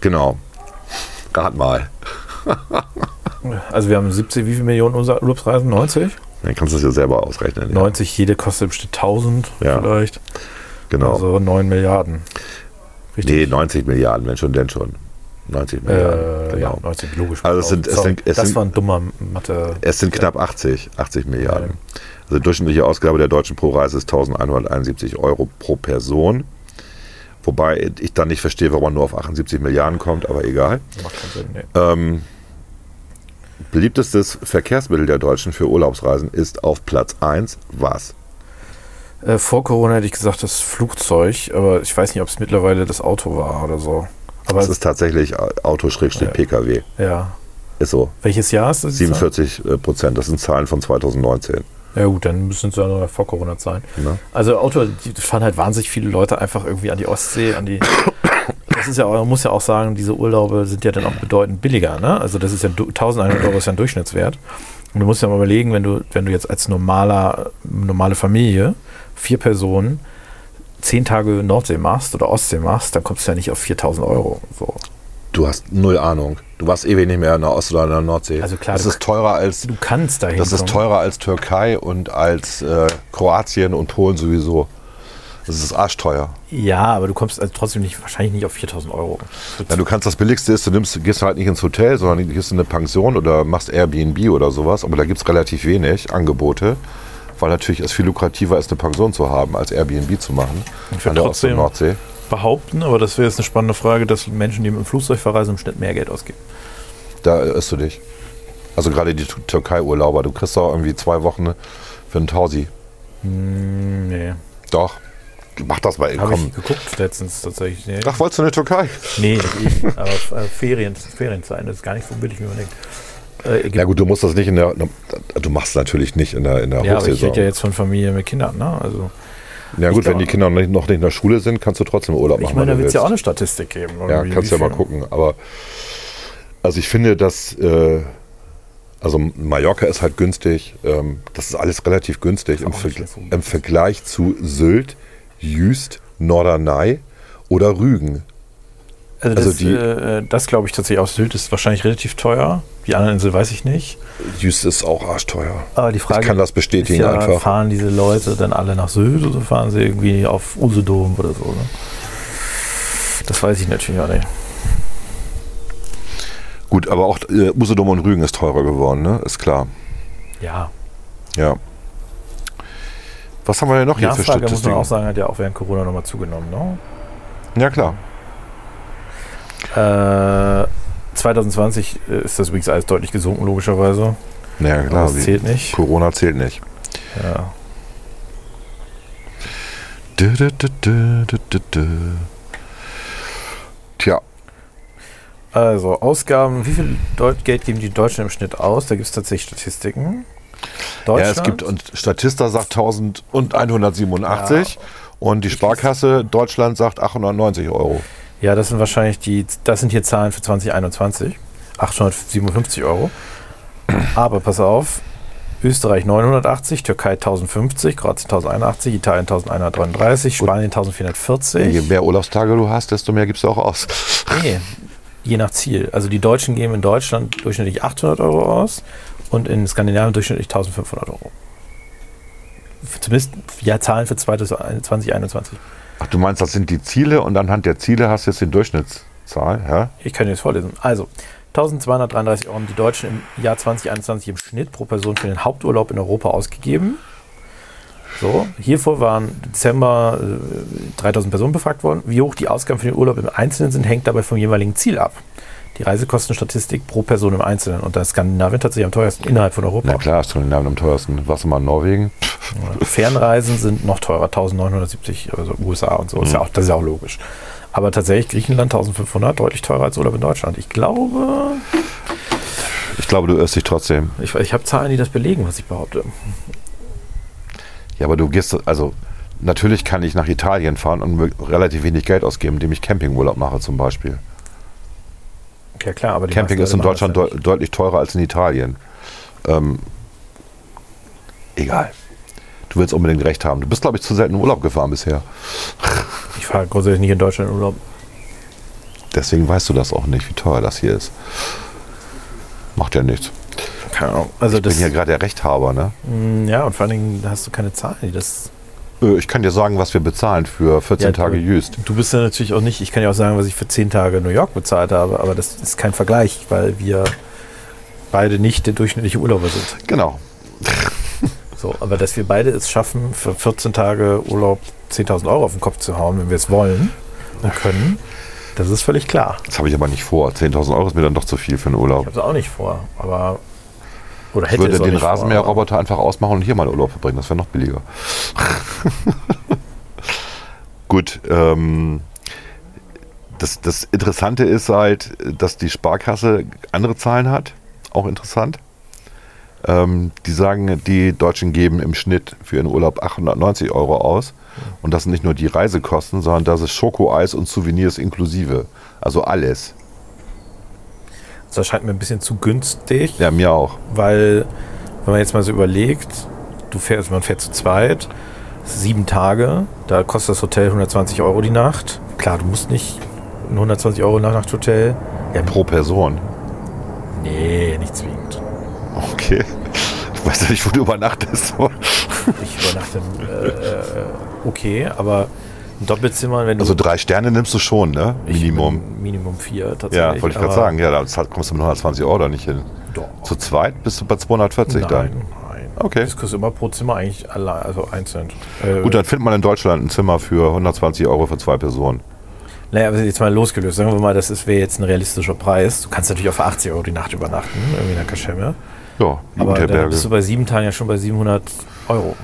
[SPEAKER 3] Genau. Rat mal.
[SPEAKER 5] Also wir haben 70, wie viele Millionen unser Urlaubsreisen? 90?
[SPEAKER 3] Dann kannst du es ja selber ausrechnen. Ja,
[SPEAKER 5] 90, jede kostet bestimmt 1000
[SPEAKER 3] Ja,
[SPEAKER 5] vielleicht.
[SPEAKER 3] genau.
[SPEAKER 5] Also 9 Milliarden.
[SPEAKER 3] nee, 90 Milliarden, wenn schon, denn schon. 90
[SPEAKER 5] Äh,
[SPEAKER 3] Milliarden. genau.
[SPEAKER 5] Ja, 90, logisch.
[SPEAKER 3] Also es sind- es
[SPEAKER 5] Sorry,
[SPEAKER 3] sind- es
[SPEAKER 5] das
[SPEAKER 3] sind-
[SPEAKER 5] war ein dummer Mathe.
[SPEAKER 3] Es sind knapp 80, 80 Milliarden. Also die durchschnittliche Ausgabe der Deutschen pro Reise ist 1171 Euro pro Person. Wobei ich dann nicht verstehe, warum man nur auf 78 Milliarden kommt, aber egal.
[SPEAKER 2] Macht keinen Sinn, nee.
[SPEAKER 3] Ähm, beliebtestes Verkehrsmittel der Deutschen für Urlaubsreisen ist auf Platz 1 was?
[SPEAKER 2] Äh, vor Corona hätte ich gesagt, das Flugzeug, aber ich weiß nicht, ob es mittlerweile das Auto war oder so. Aber
[SPEAKER 3] Das ist tatsächlich Auto-Pkw.
[SPEAKER 2] ja.
[SPEAKER 3] Ist so.
[SPEAKER 2] Welches Jahr ist das? jetzt?
[SPEAKER 3] 47 Prozent. Das sind Zahlen von 2019.
[SPEAKER 2] Ja gut, dann müssen es ja noch vor Corona sein.
[SPEAKER 3] Ne?
[SPEAKER 2] Also Auto, die fahren halt wahnsinnig viele Leute einfach irgendwie an die Ostsee, an
[SPEAKER 3] *coughs*
[SPEAKER 2] die. Das ist ja, auch- man muss ja auch sagen, diese Urlaube sind ja dann auch bedeutend billiger. Ne? Also das ist ja du- 1100 Euro ist ja ein Durchschnittswert. Und du musst ja mal überlegen, wenn du, wenn du jetzt als normaler, normale Familie vier Personen zehn Tage Nordsee machst oder Ostsee machst, dann kommst du ja nicht auf 4000 Euro. So.
[SPEAKER 3] Du hast null Ahnung. Du warst ewig nicht mehr in der Ost- oder in der Nordsee.
[SPEAKER 2] Also klar,
[SPEAKER 3] Das
[SPEAKER 2] du-
[SPEAKER 3] ist teurer als,
[SPEAKER 2] Du kannst dahin
[SPEAKER 3] das ist
[SPEAKER 2] kommen.
[SPEAKER 3] teurer als Türkei und als äh, Kroatien und Polen sowieso. Das ist arschteuer.
[SPEAKER 5] Ja, aber du kommst also trotzdem nicht, wahrscheinlich nicht auf 4000 Euro.
[SPEAKER 3] Ja, du kannst das Billigste ist, du nimmst, gehst halt nicht ins Hotel, sondern gehst in eine Pension oder machst Airbnb oder sowas. Aber da gibt es relativ wenig Angebote, weil natürlich es viel lukrativer ist, eine Pension zu haben, als Airbnb zu machen.
[SPEAKER 5] will
[SPEAKER 3] Ost- und
[SPEAKER 5] trotzdem-
[SPEAKER 3] Nordsee.
[SPEAKER 5] Behaupten, aber das wäre jetzt eine spannende Frage, dass Menschen, die mit dem Flugzeug verreisen, im Schnitt mehr Geld ausgeben.
[SPEAKER 3] Da irrst du dich. Also gerade die Tu- Türkei-Urlauber, du kriegst da irgendwie zwei Wochen für einen Tausi.
[SPEAKER 5] Nee.
[SPEAKER 3] Doch. Mach das mal,
[SPEAKER 5] Habe
[SPEAKER 3] komm.
[SPEAKER 5] ich geguckt letztens tatsächlich. Nee,
[SPEAKER 3] Ach, wolltest du in die Türkei?
[SPEAKER 5] nee nicht ich, aber äh, Ferien, Ferien zu Ende ist gar nicht so billig, wie man denkt. Äh,
[SPEAKER 3] Ja gut, du musst das nicht in der. ne, Du machst es natürlich nicht in der, in der
[SPEAKER 5] ja, aber ich
[SPEAKER 3] Hochsaison.
[SPEAKER 5] rede ja jetzt von Familie mit Kindern, ne? Also,
[SPEAKER 3] ja gut,
[SPEAKER 5] ich
[SPEAKER 3] wenn die Kinder noch nicht, noch nicht in der Schule sind, kannst du trotzdem Urlaub machen.
[SPEAKER 5] ich meine,
[SPEAKER 3] wenn
[SPEAKER 5] da
[SPEAKER 3] du
[SPEAKER 5] wird es ja auch
[SPEAKER 3] willst.
[SPEAKER 5] eine Statistik geben.
[SPEAKER 3] Ja,
[SPEAKER 5] irgendwie,
[SPEAKER 3] kannst
[SPEAKER 5] wie
[SPEAKER 3] ja mal
[SPEAKER 5] viel-
[SPEAKER 3] gucken. Aber also ich finde, dass äh, also Mallorca ist halt günstig. Ähm, das ist alles relativ günstig im, Vergl- im Vergleich zu Sylt, Jüst, Norderney oder Rügen.
[SPEAKER 5] Also, das,
[SPEAKER 3] Also die-
[SPEAKER 5] äh, das glaube ich tatsächlich auch. Sylt ist wahrscheinlich relativ teuer. Die anderen Insel weiß ich nicht.
[SPEAKER 3] Jüst ist auch arschteuer.
[SPEAKER 5] Aber die Frage
[SPEAKER 3] ich kann das
[SPEAKER 5] Also ist
[SPEAKER 3] bestätigen
[SPEAKER 5] ja,
[SPEAKER 3] einfach.
[SPEAKER 5] fahren diese Leute dann alle nach Sylt oder fahren sie irgendwie auf Usedom oder so? Ne? Das weiß ich natürlich auch nicht.
[SPEAKER 3] Gut, aber auch äh, Usedom und Rügen ist teurer geworden, ne? Ist klar.
[SPEAKER 5] Ja,
[SPEAKER 3] Ja. Was haben wir denn noch hier für
[SPEAKER 5] Nachfrage muss man
[SPEAKER 3] Statistiken?
[SPEAKER 5] auch sagen, hat ja auch während Corona nochmal zugenommen. Ne?
[SPEAKER 3] Ja klar.
[SPEAKER 5] Äh, 2020 ist das übrigens alles deutlich gesunken, logischerweise.
[SPEAKER 3] Naja,
[SPEAKER 5] Aber
[SPEAKER 3] klar.
[SPEAKER 5] das
[SPEAKER 3] Genau, wie-
[SPEAKER 5] zählt nicht.
[SPEAKER 3] Corona zählt nicht.
[SPEAKER 5] Ja.
[SPEAKER 3] Dö, dö, dö, dö, dö, dö, dö. Tja,
[SPEAKER 5] Also, Ausgaben, wie viel Deut Geld geben die Deutschen im Schnitt aus? Da gibt es tatsächlich Statistiken.
[SPEAKER 3] ja, es gibt und Statista sagt 1187 und die Sparkasse Deutschland sagt 890 Euro.
[SPEAKER 5] Ja, das sind wahrscheinlich die, das sind hier Zahlen für 2021. 857 Euro. Aber pass auf, Österreich 980, Türkei 1050, Kroatien 1081, Italien 1133, Spanien
[SPEAKER 3] Je
[SPEAKER 5] 1440.
[SPEAKER 3] mehr Urlaubstage du hast, desto mehr gibst du auch aus.
[SPEAKER 5] Nee, Eh. je nach Ziel. Also die Deutschen geben in Deutschland durchschnittlich 800 Euro aus und in Skandinavien durchschnittlich 1500 Euro. Zumindest ja, Zahlen für äh, 2021.
[SPEAKER 3] Ach, du meinst, das sind die Ziele und anhand der Ziele hast du jetzt den Durchschnittszahl, ja?
[SPEAKER 5] Ich kann jetzt vorlesen. Also, 1233 Euro haben die Deutschen im Jahr 2021 im Schnitt pro Person für den Haupturlaub in Europa ausgegeben. So, hiervor waren im Dezember äh, 3000 Personen befragt worden. Wie hoch die Ausgaben für den Urlaub im Einzelnen sind, hängt dabei vom jeweiligen Ziel ab. Die Reisekostenstatistik pro Person im Einzelnen. Und da ist Skandinavien tatsächlich am teuersten innerhalb von Europa.
[SPEAKER 3] Na klar, ist schon am teuersten. Warst du mal in Norwegen?
[SPEAKER 5] Fernreisen sind noch teurer, 1970, also USA und so. Ist ja auch, das ist ja auch logisch. Aber tatsächlich Griechenland 1500, deutlich teurer als Urlaub in Deutschland. Ich glaube,
[SPEAKER 3] Ich glaube, du irrst dich trotzdem.
[SPEAKER 5] Ich, ich habe Zahlen, die das belegen, was ich behaupte.
[SPEAKER 3] Ja, aber du gehst, also natürlich kann ich nach Italien fahren und mir relativ wenig Geld ausgeben, indem ich Campingurlaub mache zum Beispiel.
[SPEAKER 5] Ja klar, aber die
[SPEAKER 3] Camping
[SPEAKER 5] meisten
[SPEAKER 3] ist in
[SPEAKER 5] Leute machen
[SPEAKER 3] Deutschland
[SPEAKER 5] das
[SPEAKER 3] deu deutlich teurer als in Italien. Ähm, egal. Du willst unbedingt recht haben. Du bist, glaube ich, zu selten in Urlaub gefahren bisher.
[SPEAKER 5] ja nicht. Ich fahre grundsätzlich nicht in Deutschland in Urlaub.
[SPEAKER 3] Deswegen weißt du das auch nicht, wie teuer das hier ist. Macht ja nichts.
[SPEAKER 5] Keine Ahnung. Also
[SPEAKER 3] Ich bin
[SPEAKER 5] das,
[SPEAKER 3] hier gerade der Rechthaber, ne?
[SPEAKER 5] mh, ja, und vor allen Dingen hast du keine Zahlen, die das.
[SPEAKER 3] Äh, Ich kann dir sagen, was wir bezahlen für 14
[SPEAKER 5] Ja,
[SPEAKER 3] Tage
[SPEAKER 5] du-
[SPEAKER 3] Jüst.
[SPEAKER 5] Du bist ja natürlich auch nicht, ich kann ja auch sagen, was ich für zehn Tage in New York bezahlt habe, aber das ist kein Vergleich, weil wir beide nicht der durchschnittliche Urlauber sind.
[SPEAKER 3] Genau.
[SPEAKER 5] So, aber dass wir beide es schaffen, für 14 Tage Urlaub 10.000 Euro auf den Kopf zu hauen, wenn wir es wollen, können. Das ist völlig klar.
[SPEAKER 3] Das habe ich aber nicht vor. 10.000 Euro ist mir dann doch zu viel für einen Urlaub.
[SPEAKER 5] Ich habe es auch nicht vor, aber. Oder
[SPEAKER 3] Ich
[SPEAKER 5] hätte
[SPEAKER 3] würde
[SPEAKER 5] es auch
[SPEAKER 3] den
[SPEAKER 5] nicht vor, aber-
[SPEAKER 3] Rasenmäherroboter einfach ausmachen und hier mal Urlaub verbringen. Das wäre noch billiger. *laughs* Gut. Ähm, das, das Interessante ist halt, dass die Sparkasse andere Zahlen hat. Auch interessant. Ähm, die sagen, die Deutschen geben im Schnitt für ihren Urlaub 890 Euro aus. Und das sind nicht nur die Reisekosten, sondern das ist Schokoeis und Souvenirs inklusive. Also alles.
[SPEAKER 5] Das scheint mir ein bisschen zu günstig,
[SPEAKER 3] Ja, mir auch.
[SPEAKER 5] weil, wenn man jetzt mal so überlegt, du fährst, man fährt zu zweit, sieben Tage, da kostet das Hotel 120 Euro die Nacht. Klar, du musst nicht ein 120 Euro Nachthotel. Ja,
[SPEAKER 3] Pro Person.
[SPEAKER 5] nee, nicht zwingend.
[SPEAKER 3] Okay. Ich weiß ja nicht, wo du übernachtest. aber-
[SPEAKER 5] Ich übernachte, äh, äh, okay, aber ein Doppelzimmer, wenn du
[SPEAKER 3] Also drei Sterne nimmst du schon, ne? Minimum.
[SPEAKER 5] Minimum vier tatsächlich.
[SPEAKER 3] Ja, wollte ich gerade
[SPEAKER 5] aber-
[SPEAKER 3] sagen. Ja, da zahl- kommst du mit 120 Euro da nicht hin.
[SPEAKER 5] Doch.
[SPEAKER 3] Zu zweit bist du bei 240 dann.
[SPEAKER 5] Nein, nein.
[SPEAKER 3] Okay.
[SPEAKER 5] Das kostet immer pro Zimmer eigentlich allein, also einzeln. Äh,
[SPEAKER 3] Gut, dann findet man in Deutschland ein Zimmer für 120 Euro für zwei Personen.
[SPEAKER 5] Naja, aber jetzt mal losgelöst. Sagen wir mal, das ist- wäre jetzt ein realistischer Preis. Du kannst natürlich auch für 80 Euro die Nacht übernachten, irgendwie in der Kaschemme.
[SPEAKER 3] Ja,
[SPEAKER 5] Aber dann
[SPEAKER 3] Jugendherberge.
[SPEAKER 5] bist du bei sieben Tagen ja schon bei 700 Euro.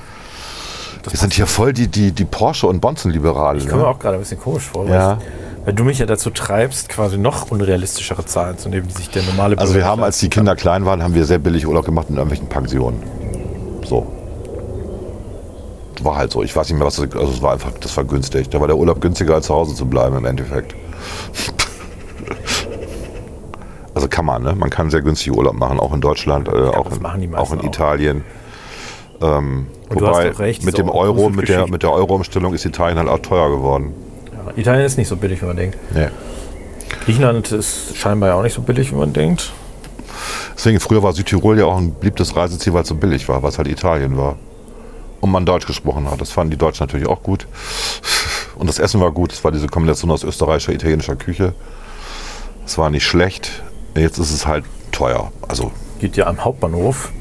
[SPEAKER 3] Wir sind hier voll die, die, die Porsche- und Bonzenliberale.
[SPEAKER 5] Ich komme mir
[SPEAKER 3] Ne?
[SPEAKER 5] auch gerade ein bisschen komisch vor, weil,
[SPEAKER 3] Ja.
[SPEAKER 5] ich, weil du mich ja dazu treibst, quasi noch unrealistischere Zahlen zu nehmen, die sich der normale
[SPEAKER 3] Also wir
[SPEAKER 5] Bürger
[SPEAKER 3] haben, als die Kinder klein waren, haben wir sehr billig Urlaub gemacht in irgendwelchen Pensionen. So. War halt so. Ich weiß nicht mehr, was das, also es war einfach, das war günstig. Da war der Urlaub günstiger, als zu Hause zu bleiben im Endeffekt. *laughs* Also kann man, ne? Man kann sehr günstig Urlaub machen, auch in Deutschland, äh, auch,
[SPEAKER 5] das
[SPEAKER 3] in,
[SPEAKER 5] machen die
[SPEAKER 3] auch in
[SPEAKER 5] meisten auch.
[SPEAKER 3] Italien. Ähm,
[SPEAKER 5] Und du hast
[SPEAKER 3] wobei
[SPEAKER 5] doch recht,
[SPEAKER 3] mit
[SPEAKER 5] so
[SPEAKER 3] dem Euro, mit der,
[SPEAKER 5] Inclusive-Geschichten.
[SPEAKER 3] mit der Euro-Umstellung ist Italien halt auch teuer geworden.
[SPEAKER 5] Ja, Italien ist nicht so billig, wie man denkt.
[SPEAKER 3] Nee.
[SPEAKER 5] Griechenland ist scheinbar ja auch nicht so billig, wie man denkt.
[SPEAKER 3] Deswegen, früher war Südtirol ja auch ein beliebtes Reiseziel, weil es so billig war, weil es halt Italien war. Und man Deutsch gesprochen hat. Das fanden die Deutschen natürlich auch gut. Und das Essen war gut. Es war diese Kombination aus österreichischer, italienischer Küche. Es war nicht schlecht. Jetzt ist es halt teuer. Also,
[SPEAKER 5] Geht ja am Hauptbahnhof.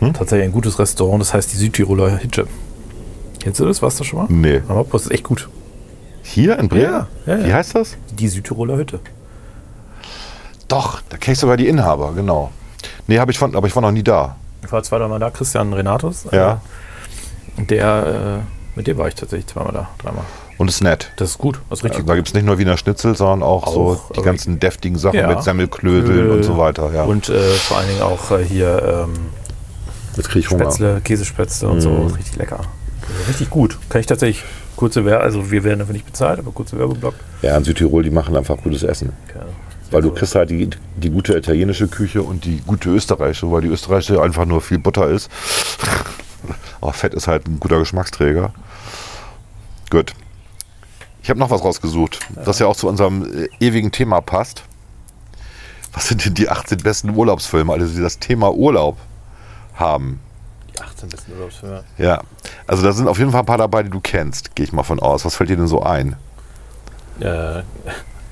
[SPEAKER 3] Hm?
[SPEAKER 5] Tatsächlich ein gutes Restaurant, das heißt die Südtiroler Hitsche. Kennst du das? Warst du schon mal?
[SPEAKER 3] nee.
[SPEAKER 5] Am Hauptbahnhof ist echt gut.
[SPEAKER 3] Hier in Bremen?
[SPEAKER 5] Ja, ja,
[SPEAKER 3] Wie
[SPEAKER 5] ja.
[SPEAKER 3] heißt das?
[SPEAKER 5] Die Südtiroler Hütte.
[SPEAKER 3] Doch, da kenne ich sogar die Inhaber, genau. Nee, habe ich von, aber ich war noch nie da.
[SPEAKER 5] Ich war zweimal mal da, Christian Renatus.
[SPEAKER 3] Ja.
[SPEAKER 5] Äh, Der, äh, mit dem war ich tatsächlich zweimal da, dreimal.
[SPEAKER 3] Und es ist nett.
[SPEAKER 5] Das ist gut, das ist
[SPEAKER 3] Also,
[SPEAKER 5] richtig
[SPEAKER 3] da gibt es nicht nur Wiener Schnitzel, sondern auch, so
[SPEAKER 5] Auch,
[SPEAKER 3] die
[SPEAKER 5] aber-
[SPEAKER 3] ganzen deftigen Sachen
[SPEAKER 5] Ja.
[SPEAKER 3] mit Semmelklöseln
[SPEAKER 5] Knödel
[SPEAKER 3] und so weiter. Ja.
[SPEAKER 5] gut. Und äh, vor allen Dingen auch äh, hier ähm,
[SPEAKER 3] jetzt kriege ich
[SPEAKER 5] Spätzle, Käsespätzle und
[SPEAKER 3] Mhm.
[SPEAKER 5] so, ist richtig lecker. Also Richtig gut. Kann ich tatsächlich kurze Werbung, also wir werden dafür nicht bezahlt, aber kurze Werbeblock.
[SPEAKER 3] Ja, in Südtirol, die machen einfach gutes Essen.
[SPEAKER 5] Okay.
[SPEAKER 3] Weil du kriegst halt die, die gute italienische Küche und die gute österreichische, weil die österreichische einfach nur viel Butter ist. *laughs* Aber Fett ist halt ein guter Geschmacksträger. Gut. Ich habe noch was rausgesucht, das ja auch zu unserem äh, ewigen Thema passt. Was sind denn die 18 besten Urlaubsfilme, also die das Thema Urlaub haben?
[SPEAKER 5] Die 18 besten Urlaubsfilme.
[SPEAKER 3] Ja. Also da sind auf jeden Fall ein paar dabei, die du kennst, gehe ich mal von aus. Was fällt dir denn so ein?
[SPEAKER 5] Äh,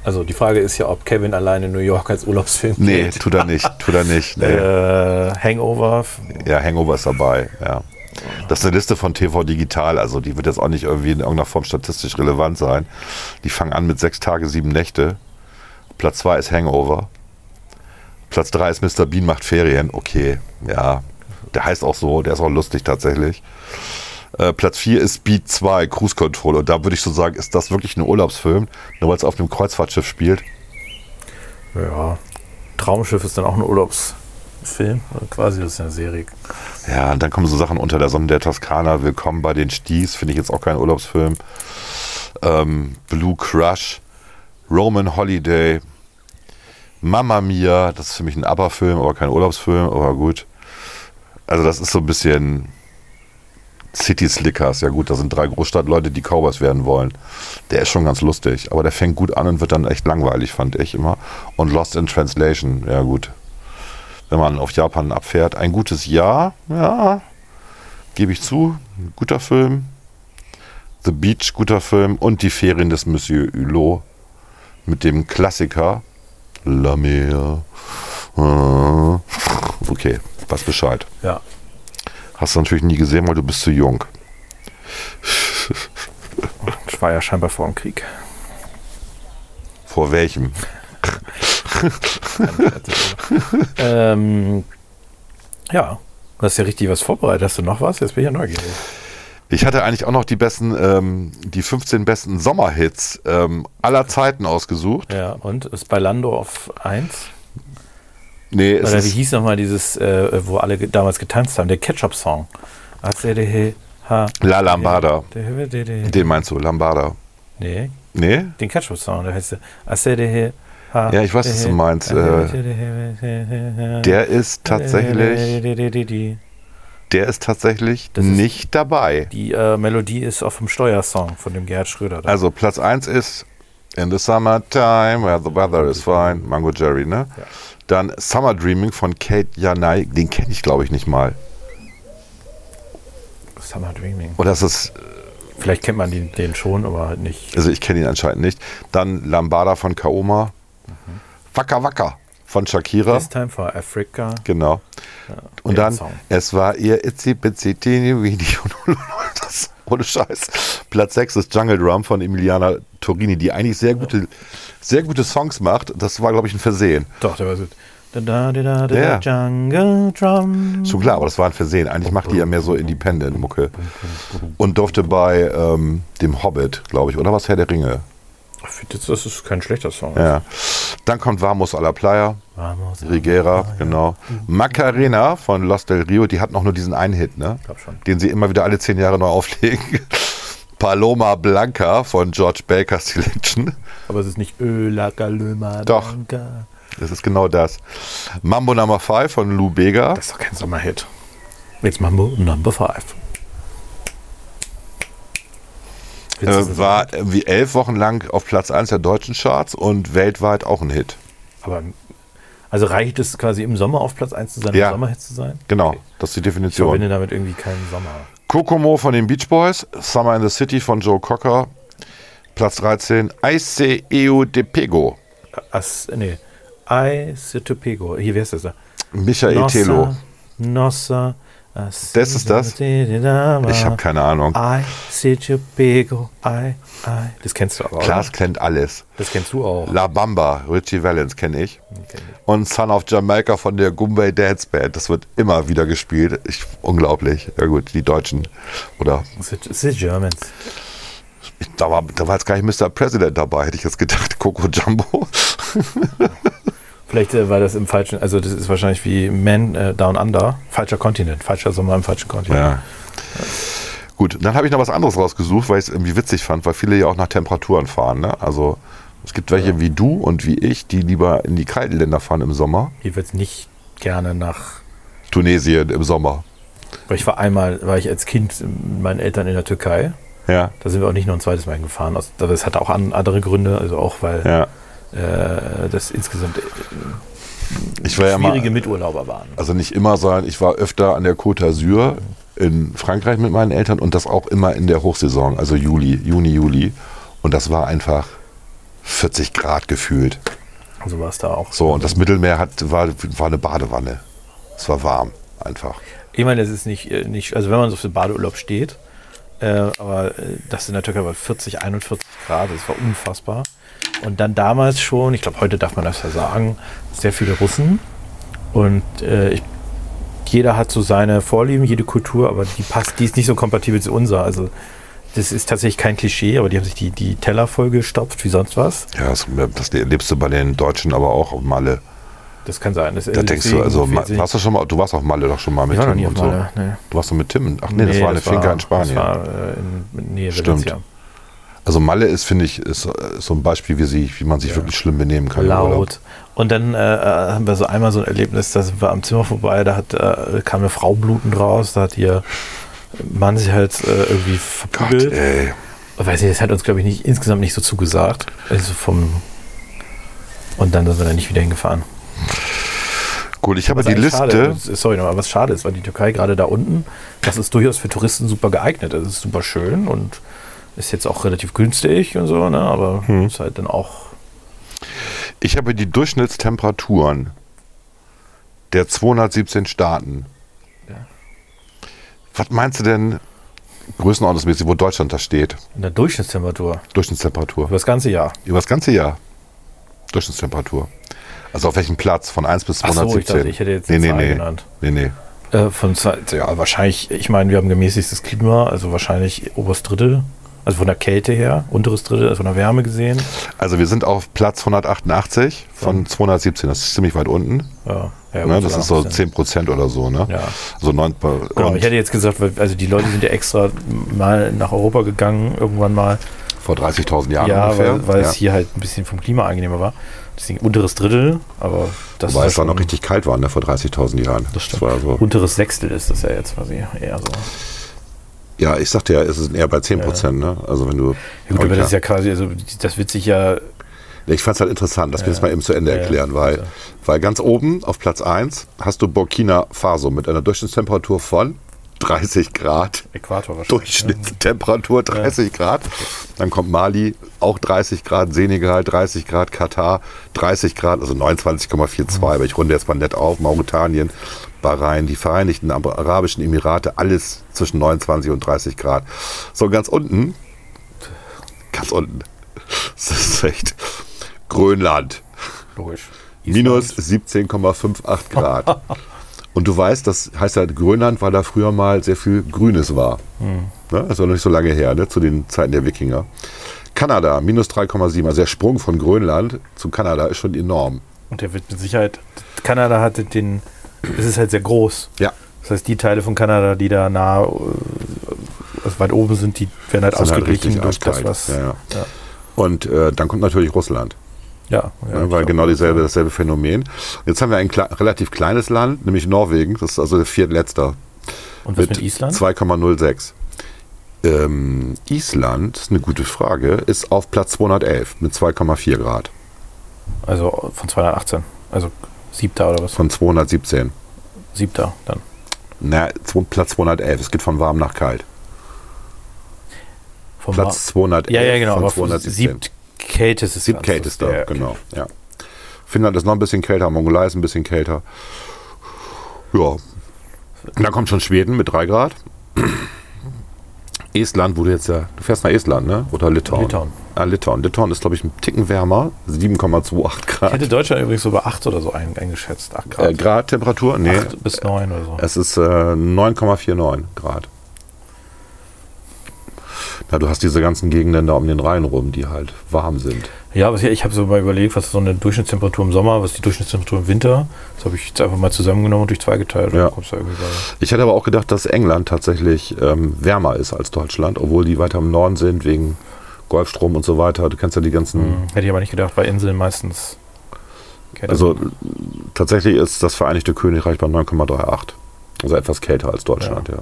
[SPEAKER 5] also die Frage ist ja, ob Kevin alleine in New York als Urlaubsfilm
[SPEAKER 3] Nee,
[SPEAKER 5] gilt.
[SPEAKER 3] tu da nicht, tu da nicht. Nee.
[SPEAKER 5] *laughs* Äh, Hangover,
[SPEAKER 3] Ja, Hangover ist dabei, ja. Das ist eine Liste von TV Digital, also die wird jetzt auch nicht irgendwie in irgendeiner Form statistisch relevant sein. Die fangen an mit sechs Tage, sieben Nächte. Platz zwei ist Hangover. Platz drei ist Mr. Bean macht Ferien. Okay, ja. Der heißt auch so, der ist auch lustig tatsächlich. Äh, Platz vier ist Speed 2, Cruise Control. Und da würde ich so sagen, ist das wirklich ein Urlaubsfilm, nur weil es auf einem Kreuzfahrtschiff spielt?
[SPEAKER 5] Ja, Traumschiff ist dann auch ein Urlaubsfilm, also quasi, das ist eine Serie.
[SPEAKER 3] Ja, und dann kommen so Sachen unter der Sonne der Toskana, Willkommen bei den Sties, finde ich jetzt auch kein Urlaubsfilm. Ähm, Blue Crush, Roman Holiday, Mamma Mia, das ist für mich ein ABBA-Film, aber kein Urlaubsfilm, aber gut. Also das ist so ein bisschen City Slickers, ja gut, da sind drei Großstadtleute, die Cowboys werden wollen. Der ist schon ganz lustig, aber der fängt gut an und wird dann echt langweilig, fand ich immer. Und Lost in Translation, ja gut, wenn man auf Japan abfährt. Ein gutes Jahr, ja, gebe ich zu. Guter Film. The Beach, guter Film. Und die Ferien des Monsieur Hulot mit dem Klassiker La Mer. Ah. Okay, was Bescheid.
[SPEAKER 5] Ja,
[SPEAKER 3] Hast du natürlich nie gesehen, weil du bist zu jung.
[SPEAKER 5] das war ja scheinbar vor dem Krieg.
[SPEAKER 3] Vor welchem?
[SPEAKER 5] ähm, ja, du hast ja richtig was vorbereitet. Hast du noch was? Jetzt bin ich ja neugierig.
[SPEAKER 3] Ich hatte eigentlich auch noch die besten, ähm, die 15 besten Sommerhits ähm, aller Zeiten ausgesucht.
[SPEAKER 5] Ja, und ist bei Lando auf 1?
[SPEAKER 3] Nee, es
[SPEAKER 5] Oder wie
[SPEAKER 3] ist,
[SPEAKER 5] hieß nochmal dieses, äh, wo alle ge- damals getanzt haben, der Ketchup-Song?
[SPEAKER 3] La Lambada.
[SPEAKER 5] Nee,
[SPEAKER 3] Den meinst du, Lambada. Nee?
[SPEAKER 5] den Ketchup-Song, der heißt Asedehe.
[SPEAKER 3] Ja, ich weiß, was du meinst. Äh, der ist tatsächlich,
[SPEAKER 5] tatsächlich.
[SPEAKER 3] der ist tatsächlich
[SPEAKER 5] Das ist-
[SPEAKER 3] nicht dabei.
[SPEAKER 5] Die äh, Melodie ist auf dem Steuersong von dem Gerhard Schröder. Da.
[SPEAKER 3] Also Platz 1 ist In the Summertime, where the weather is fine, Mango Jerry, ne?
[SPEAKER 5] Ja.
[SPEAKER 3] Dann Summer Dreaming von Kate Janai, den kenne ich glaube ich nicht mal.
[SPEAKER 5] Summer Dreaming.
[SPEAKER 3] Und das ist,
[SPEAKER 5] halt Vielleicht kennt man den, den schon, aber halt nicht.
[SPEAKER 3] also ich kenne ihn anscheinend nicht. Dann Lambada von Kaoma,
[SPEAKER 5] Mhm.
[SPEAKER 3] Waka Waka von Shakira.
[SPEAKER 5] This Time for Africa.
[SPEAKER 3] Genau. Und
[SPEAKER 5] der
[SPEAKER 3] dann,
[SPEAKER 5] Song.
[SPEAKER 3] es war ihr Itzy Bitsy Teeny Weeny. *laughs* Das- Ohne Scheiß. Platz 6 ist Jungle Drum von Emiliana Torini, die eigentlich sehr gute, sehr gute Songs macht. Das war, glaube ich, ein Versehen.
[SPEAKER 5] Doch, der war so. Da, da, da, da,
[SPEAKER 3] Ja.
[SPEAKER 5] da, Jungle Drum.
[SPEAKER 3] Schon klar, aber das war ein Versehen. Eigentlich macht die ja mehr so Independent-Mucke. Und durfte bei ähm, dem Hobbit, glaube ich, oder was, Herr der Ringe.
[SPEAKER 5] Ich finde, jetzt, das ist kein schlechter Song.
[SPEAKER 3] Ja. Dann kommt Vamos a la Playa,
[SPEAKER 5] Vamos. Ich
[SPEAKER 3] Rigera, genau. Macarena von Los del Rio, die hat noch nur diesen einen Hit, ne?
[SPEAKER 5] glaub schon.
[SPEAKER 3] den sie immer wieder alle zehn Jahre neu auflegen. *laughs* Paloma Blanca von George Baker Selection.
[SPEAKER 5] Aber es ist nicht Ölaka Löma.
[SPEAKER 3] Doch.
[SPEAKER 5] Danka.
[SPEAKER 3] Das ist genau das. Mambo Number 5 von Lou Bega.
[SPEAKER 5] Das ist doch kein Sommerhit. Jetzt machen wir Number 5.
[SPEAKER 3] äh, war äh, wie elf Wochen lang auf Platz 1 der deutschen Charts und weltweit auch ein Hit.
[SPEAKER 5] Aber, also reicht es quasi im Sommer auf Platz 1 zu sein,
[SPEAKER 3] Ja.
[SPEAKER 5] im Sommerhit zu sein?
[SPEAKER 3] Genau, das ist die
[SPEAKER 5] Ich verbinde
[SPEAKER 3] Definition.
[SPEAKER 5] damit irgendwie keinen Sommer.
[SPEAKER 3] Kokomo von den Beach Boys, Summer in the City von Joe Cocker. Platz 13, Ice Eu de Pego.
[SPEAKER 5] As, nee. Ice Topego. Hier, wer ist das da?
[SPEAKER 3] Michael Telo.
[SPEAKER 5] Nossa.
[SPEAKER 3] Das ist das?
[SPEAKER 5] äh,
[SPEAKER 3] Ich habe keine Ahnung.
[SPEAKER 5] I see Topego. I, I. Das kennst du aber. oder?
[SPEAKER 3] Klaas kennt alles.
[SPEAKER 5] Das kennst du auch.
[SPEAKER 3] La Bamba, Richie Valens kenne ich. Und Son of Jamaica von der Goombay Dance Band. Das wird immer wieder gespielt. Ich, unglaublich. Ja gut, die Deutschen. Oder
[SPEAKER 5] Das sind das sind Germans.
[SPEAKER 3] ich, da, war, da war jetzt gar nicht Mr. President dabei, hätte ich jetzt gedacht. *laughs* Coco Jumbo.
[SPEAKER 5] Vielleicht äh, war das im falschen, also das ist wahrscheinlich wie Man äh, Down Under, falscher Kontinent, falscher Sommer im falschen Kontinent.
[SPEAKER 3] Gut, dann habe ich noch was anderes rausgesucht, weil ich es irgendwie witzig fand, weil viele ja auch nach Temperaturen fahren. Ne? Also es gibt welche wie du und wie ich, die lieber in die kalten Länder fahren im Sommer.
[SPEAKER 5] Hier wird nicht gerne nach.
[SPEAKER 3] Tunesien im Sommer.
[SPEAKER 5] Weil ich war einmal, war ich als Kind mit meinen Eltern in der Türkei.
[SPEAKER 3] Ja,
[SPEAKER 5] Da sind wir auch nicht noch ein zweites Mal gefahren. Aus- aber Das hatte auch an, andere Gründe, also auch weil
[SPEAKER 3] ja.
[SPEAKER 5] äh, das insgesamt äh,
[SPEAKER 3] Ich war ja mal
[SPEAKER 5] schwierige Miturlauber waren.
[SPEAKER 3] also nicht immer, sondern ich war öfter an der Côte d'Azur in Frankreich mit meinen Eltern und das auch immer in der Hochsaison, also Juli, Juni, Juli. Und das war einfach 40 Grad gefühlt.
[SPEAKER 5] So war es da auch.
[SPEAKER 3] So, und das Mittelmeer hat, war, war eine Badewanne. Es war warm, einfach.
[SPEAKER 5] Ich meine, das ist nicht, äh, nicht also wenn man so für Badeurlaub steht, äh, aber äh, das in der Türkei war 40, 41 Grad, das war unfassbar. Und dann damals schon, ich glaube, heute darf man das ja sagen, sehr viele Russen. Und äh, ich, jeder hat so seine Vorlieben, jede Kultur, aber die passt, die ist nicht so kompatibel zu unserer. Also das ist tatsächlich kein Klischee, aber die haben sich die, die Teller vollgestopft wie sonst was.
[SPEAKER 3] Ja, das, das erlebst du bei den Deutschen aber auch auf Malle.
[SPEAKER 5] Das kann sein. Das,
[SPEAKER 3] Da denkst du, also, Ma- warst du schon mal, du warst auf Malle doch schon mal mit
[SPEAKER 5] ich war noch
[SPEAKER 3] Tim
[SPEAKER 5] nie auf
[SPEAKER 3] und so.
[SPEAKER 5] Malle, nee.
[SPEAKER 3] Du warst doch mit Tim. Ach nee, das war eine Finca in Spanien.
[SPEAKER 5] Das war äh, in Nähe
[SPEAKER 3] Stimmt.
[SPEAKER 5] Valencia.
[SPEAKER 3] Also Malle ist, finde ich, ist, äh, so ein Beispiel, wie, sie, wie man sich wirklich schlimm benehmen kann. im Urlaub.
[SPEAKER 5] laut. Und dann äh, haben wir so einmal so ein Erlebnis, da sind wir am Zimmer vorbei, da hat, äh, kam eine Frau blutend raus, da hat ihr Mann sich halt äh, irgendwie
[SPEAKER 3] Gott,
[SPEAKER 5] verprügelt.
[SPEAKER 3] ey.
[SPEAKER 5] Weiß nicht, das hat uns, glaube ich, nicht, insgesamt nicht so zugesagt. Also vom und dann sind wir da nicht wieder hingefahren.
[SPEAKER 3] Gut, ich habe
[SPEAKER 5] Was
[SPEAKER 3] die
[SPEAKER 5] eigentlich
[SPEAKER 3] Liste.
[SPEAKER 5] Schade, ist, sorry, aber was schade ist, weil die Türkei gerade da unten, das ist durchaus für Touristen super geeignet. Es ist super schön und ist jetzt auch relativ günstig und so, ne? aber
[SPEAKER 3] Hm.
[SPEAKER 5] ist halt dann auch
[SPEAKER 3] Ich habe die Durchschnittstemperaturen der 217 Staaten. Was meinst du denn größenordnungsmäßig, wo Deutschland da steht?
[SPEAKER 5] in der Durchschnittstemperatur
[SPEAKER 3] Durchschnittstemperatur.
[SPEAKER 5] über das ganze Jahr.
[SPEAKER 3] Über das ganze Jahr. Durchschnittstemperatur. Also auf welchem Platz? Von 1 bis
[SPEAKER 5] Ach so, ich
[SPEAKER 3] 217?
[SPEAKER 5] dachte, ich hätte jetzt
[SPEAKER 3] nee,
[SPEAKER 5] eine
[SPEAKER 3] nee,
[SPEAKER 5] Zahl
[SPEAKER 3] nee.
[SPEAKER 5] genannt.
[SPEAKER 3] nee, nee.
[SPEAKER 5] Äh, von Zeit, ja, wahrscheinlich, ich meine, wir haben gemäßigtes Klima, also wahrscheinlich oberes Drittel, also von der Kälte her, unteres Drittel, also von der Wärme gesehen.
[SPEAKER 3] Also wir sind auf Platz 188 von 217. Das ist ziemlich weit unten.
[SPEAKER 5] Ja, ja,
[SPEAKER 3] ne?
[SPEAKER 5] gut,
[SPEAKER 3] Das
[SPEAKER 5] sogar
[SPEAKER 3] ist so
[SPEAKER 5] noch ein bisschen.
[SPEAKER 3] 10 Prozent oder so. Ne?
[SPEAKER 5] Ja.
[SPEAKER 3] So 9
[SPEAKER 5] Genau, ich hätte jetzt gesagt, weil, also die Leute sind ja extra mal nach Europa gegangen, irgendwann mal.
[SPEAKER 3] vor 30.000 Jahren
[SPEAKER 5] Ja,
[SPEAKER 3] Ah, ungefähr.
[SPEAKER 5] weil, weil
[SPEAKER 3] ja.
[SPEAKER 5] es hier halt ein bisschen vom Klima angenehmer war. Deswegen unteres Drittel, aber das
[SPEAKER 3] Wobei
[SPEAKER 5] ja
[SPEAKER 3] es da noch
[SPEAKER 5] schon-
[SPEAKER 3] richtig kalt war, ne? vor 30.000 Jahren. Das
[SPEAKER 5] stimmt.
[SPEAKER 3] war so.
[SPEAKER 5] Unteres Sechstel ist das ja jetzt quasi eher so.
[SPEAKER 3] Ja, ich sagte ja, es ist eher bei 10 Prozent. Ne? Also wenn du.
[SPEAKER 5] Ja, gut,
[SPEAKER 3] Aber
[SPEAKER 5] aber das ist
[SPEAKER 3] klar.
[SPEAKER 5] ja quasi, also das wird sich ja
[SPEAKER 3] Ich fand es halt interessant, dass wir das mal eben zu Ende
[SPEAKER 5] Ja, ja,
[SPEAKER 3] erklären, weil,
[SPEAKER 5] bitte.
[SPEAKER 3] weil ganz oben auf Platz 1 hast du Burkina Faso mit einer Durchschnittstemperatur von 30 Grad.
[SPEAKER 5] Äquator wahrscheinlich.
[SPEAKER 3] *laughs*
[SPEAKER 5] ne?
[SPEAKER 3] Durchschnittstemperatur 30 Grad. Dann kommt Mali, auch 30 Grad, Senegal 30 Grad, Katar 30 Grad, also 29,42. Aber ich runde jetzt mal nett auf. Mauretanien, Bahrain, die Vereinigten Arabischen Emirate, alles zwischen 29 und 30 Grad. So, ganz unten, ganz unten, *laughs* das ist echt Grönland.
[SPEAKER 5] Logisch.
[SPEAKER 3] Minus 17,58 Grad. Und du weißt, das heißt ja Grönland, weil da früher mal sehr viel Grünes war. Ne? Das ist ja noch nicht so lange her, ne? zu den Zeiten der Wikinger. Kanada, minus 3,7. Also der Sprung von Grönland zu Kanada ist schon enorm.
[SPEAKER 5] Und der wird mit Sicherheit. Kanada hatte den. Es ist halt sehr groß.
[SPEAKER 3] Ja.
[SPEAKER 5] Das heißt, die Teile von Kanada, die da nah, äh, also weit oben sind, die werden halt
[SPEAKER 3] Das ist halt
[SPEAKER 5] ausgeglichen
[SPEAKER 3] richtig
[SPEAKER 5] durch das,
[SPEAKER 3] eiskalt.
[SPEAKER 5] was.
[SPEAKER 3] Ja, ja.
[SPEAKER 5] ja.
[SPEAKER 3] Und äh, dann kommt natürlich Russland.
[SPEAKER 5] Ja, ja,
[SPEAKER 3] ne? weil
[SPEAKER 5] ich glaub,
[SPEAKER 3] genau dieselbe, dasselbe Phänomen. Jetzt haben wir ein kle relativ kleines Land, nämlich Norwegen. Das ist also der viertletzter
[SPEAKER 5] Und was mit Island?
[SPEAKER 3] 2,06. Ähm, Island, ist eine gute Frage, ist auf Platz 211 mit 2,4 Grad
[SPEAKER 5] Also von 218. Also siebter oder was?
[SPEAKER 3] von 217.
[SPEAKER 5] Siebter dann.
[SPEAKER 3] Na, zwo- Platz 211, es geht von warm nach kalt.
[SPEAKER 5] Vom
[SPEAKER 3] Platz
[SPEAKER 5] Ma-
[SPEAKER 3] 211
[SPEAKER 5] ja, ja, genau.
[SPEAKER 3] von
[SPEAKER 5] Aber
[SPEAKER 3] 217.
[SPEAKER 5] Siebtkältes ist ganz-
[SPEAKER 3] Siebtkältester,
[SPEAKER 5] ja, okay.
[SPEAKER 3] genau. Ja. Finnland ist noch ein bisschen kälter, Mongolei ist ein bisschen kälter. Ja. Und dann kommt schon Schweden mit 3 Grad. Estland wurde jetzt ja. Du fährst nach Estland, ne? Oder Litauen?
[SPEAKER 5] Litauen.
[SPEAKER 3] Ah, Litauen. Litauen ist, glaube ich, ein Ticken wärmer. 7,28
[SPEAKER 5] Ich
[SPEAKER 3] Grad.
[SPEAKER 5] hätte Deutschland übrigens so bei 8 oder so ein, eingeschätzt. 8 Grad.
[SPEAKER 3] Äh, Grad Temperatur? Nee.
[SPEAKER 5] 8 bis 9 oder so.
[SPEAKER 3] Es ist äh, 9,49 Grad. Na, du hast diese ganzen Gegenden da um den Rhein rum, die halt warm sind.
[SPEAKER 5] Ja, was ich, ich habe so mal überlegt, was ist so eine Durchschnittstemperatur im Sommer, was ist die Durchschnittstemperatur im Winter. Das habe ich jetzt einfach mal zusammengenommen und durch zwei geteilt. Und
[SPEAKER 3] Ja.
[SPEAKER 5] dann kommst du irgendwie bei,
[SPEAKER 3] Ich hätte aber auch gedacht, dass England tatsächlich ähm, wärmer ist als Deutschland, obwohl die weiter im Norden sind wegen Golfstrom und so weiter. Du kennst ja die ganzen.
[SPEAKER 5] Hm. hätte ich aber nicht gedacht, weil Inseln meistens. kälter
[SPEAKER 3] Also
[SPEAKER 5] sind.
[SPEAKER 3] äh, tatsächlich ist das Vereinigte Königreich bei 9,38. Also etwas kälter als Deutschland, ja.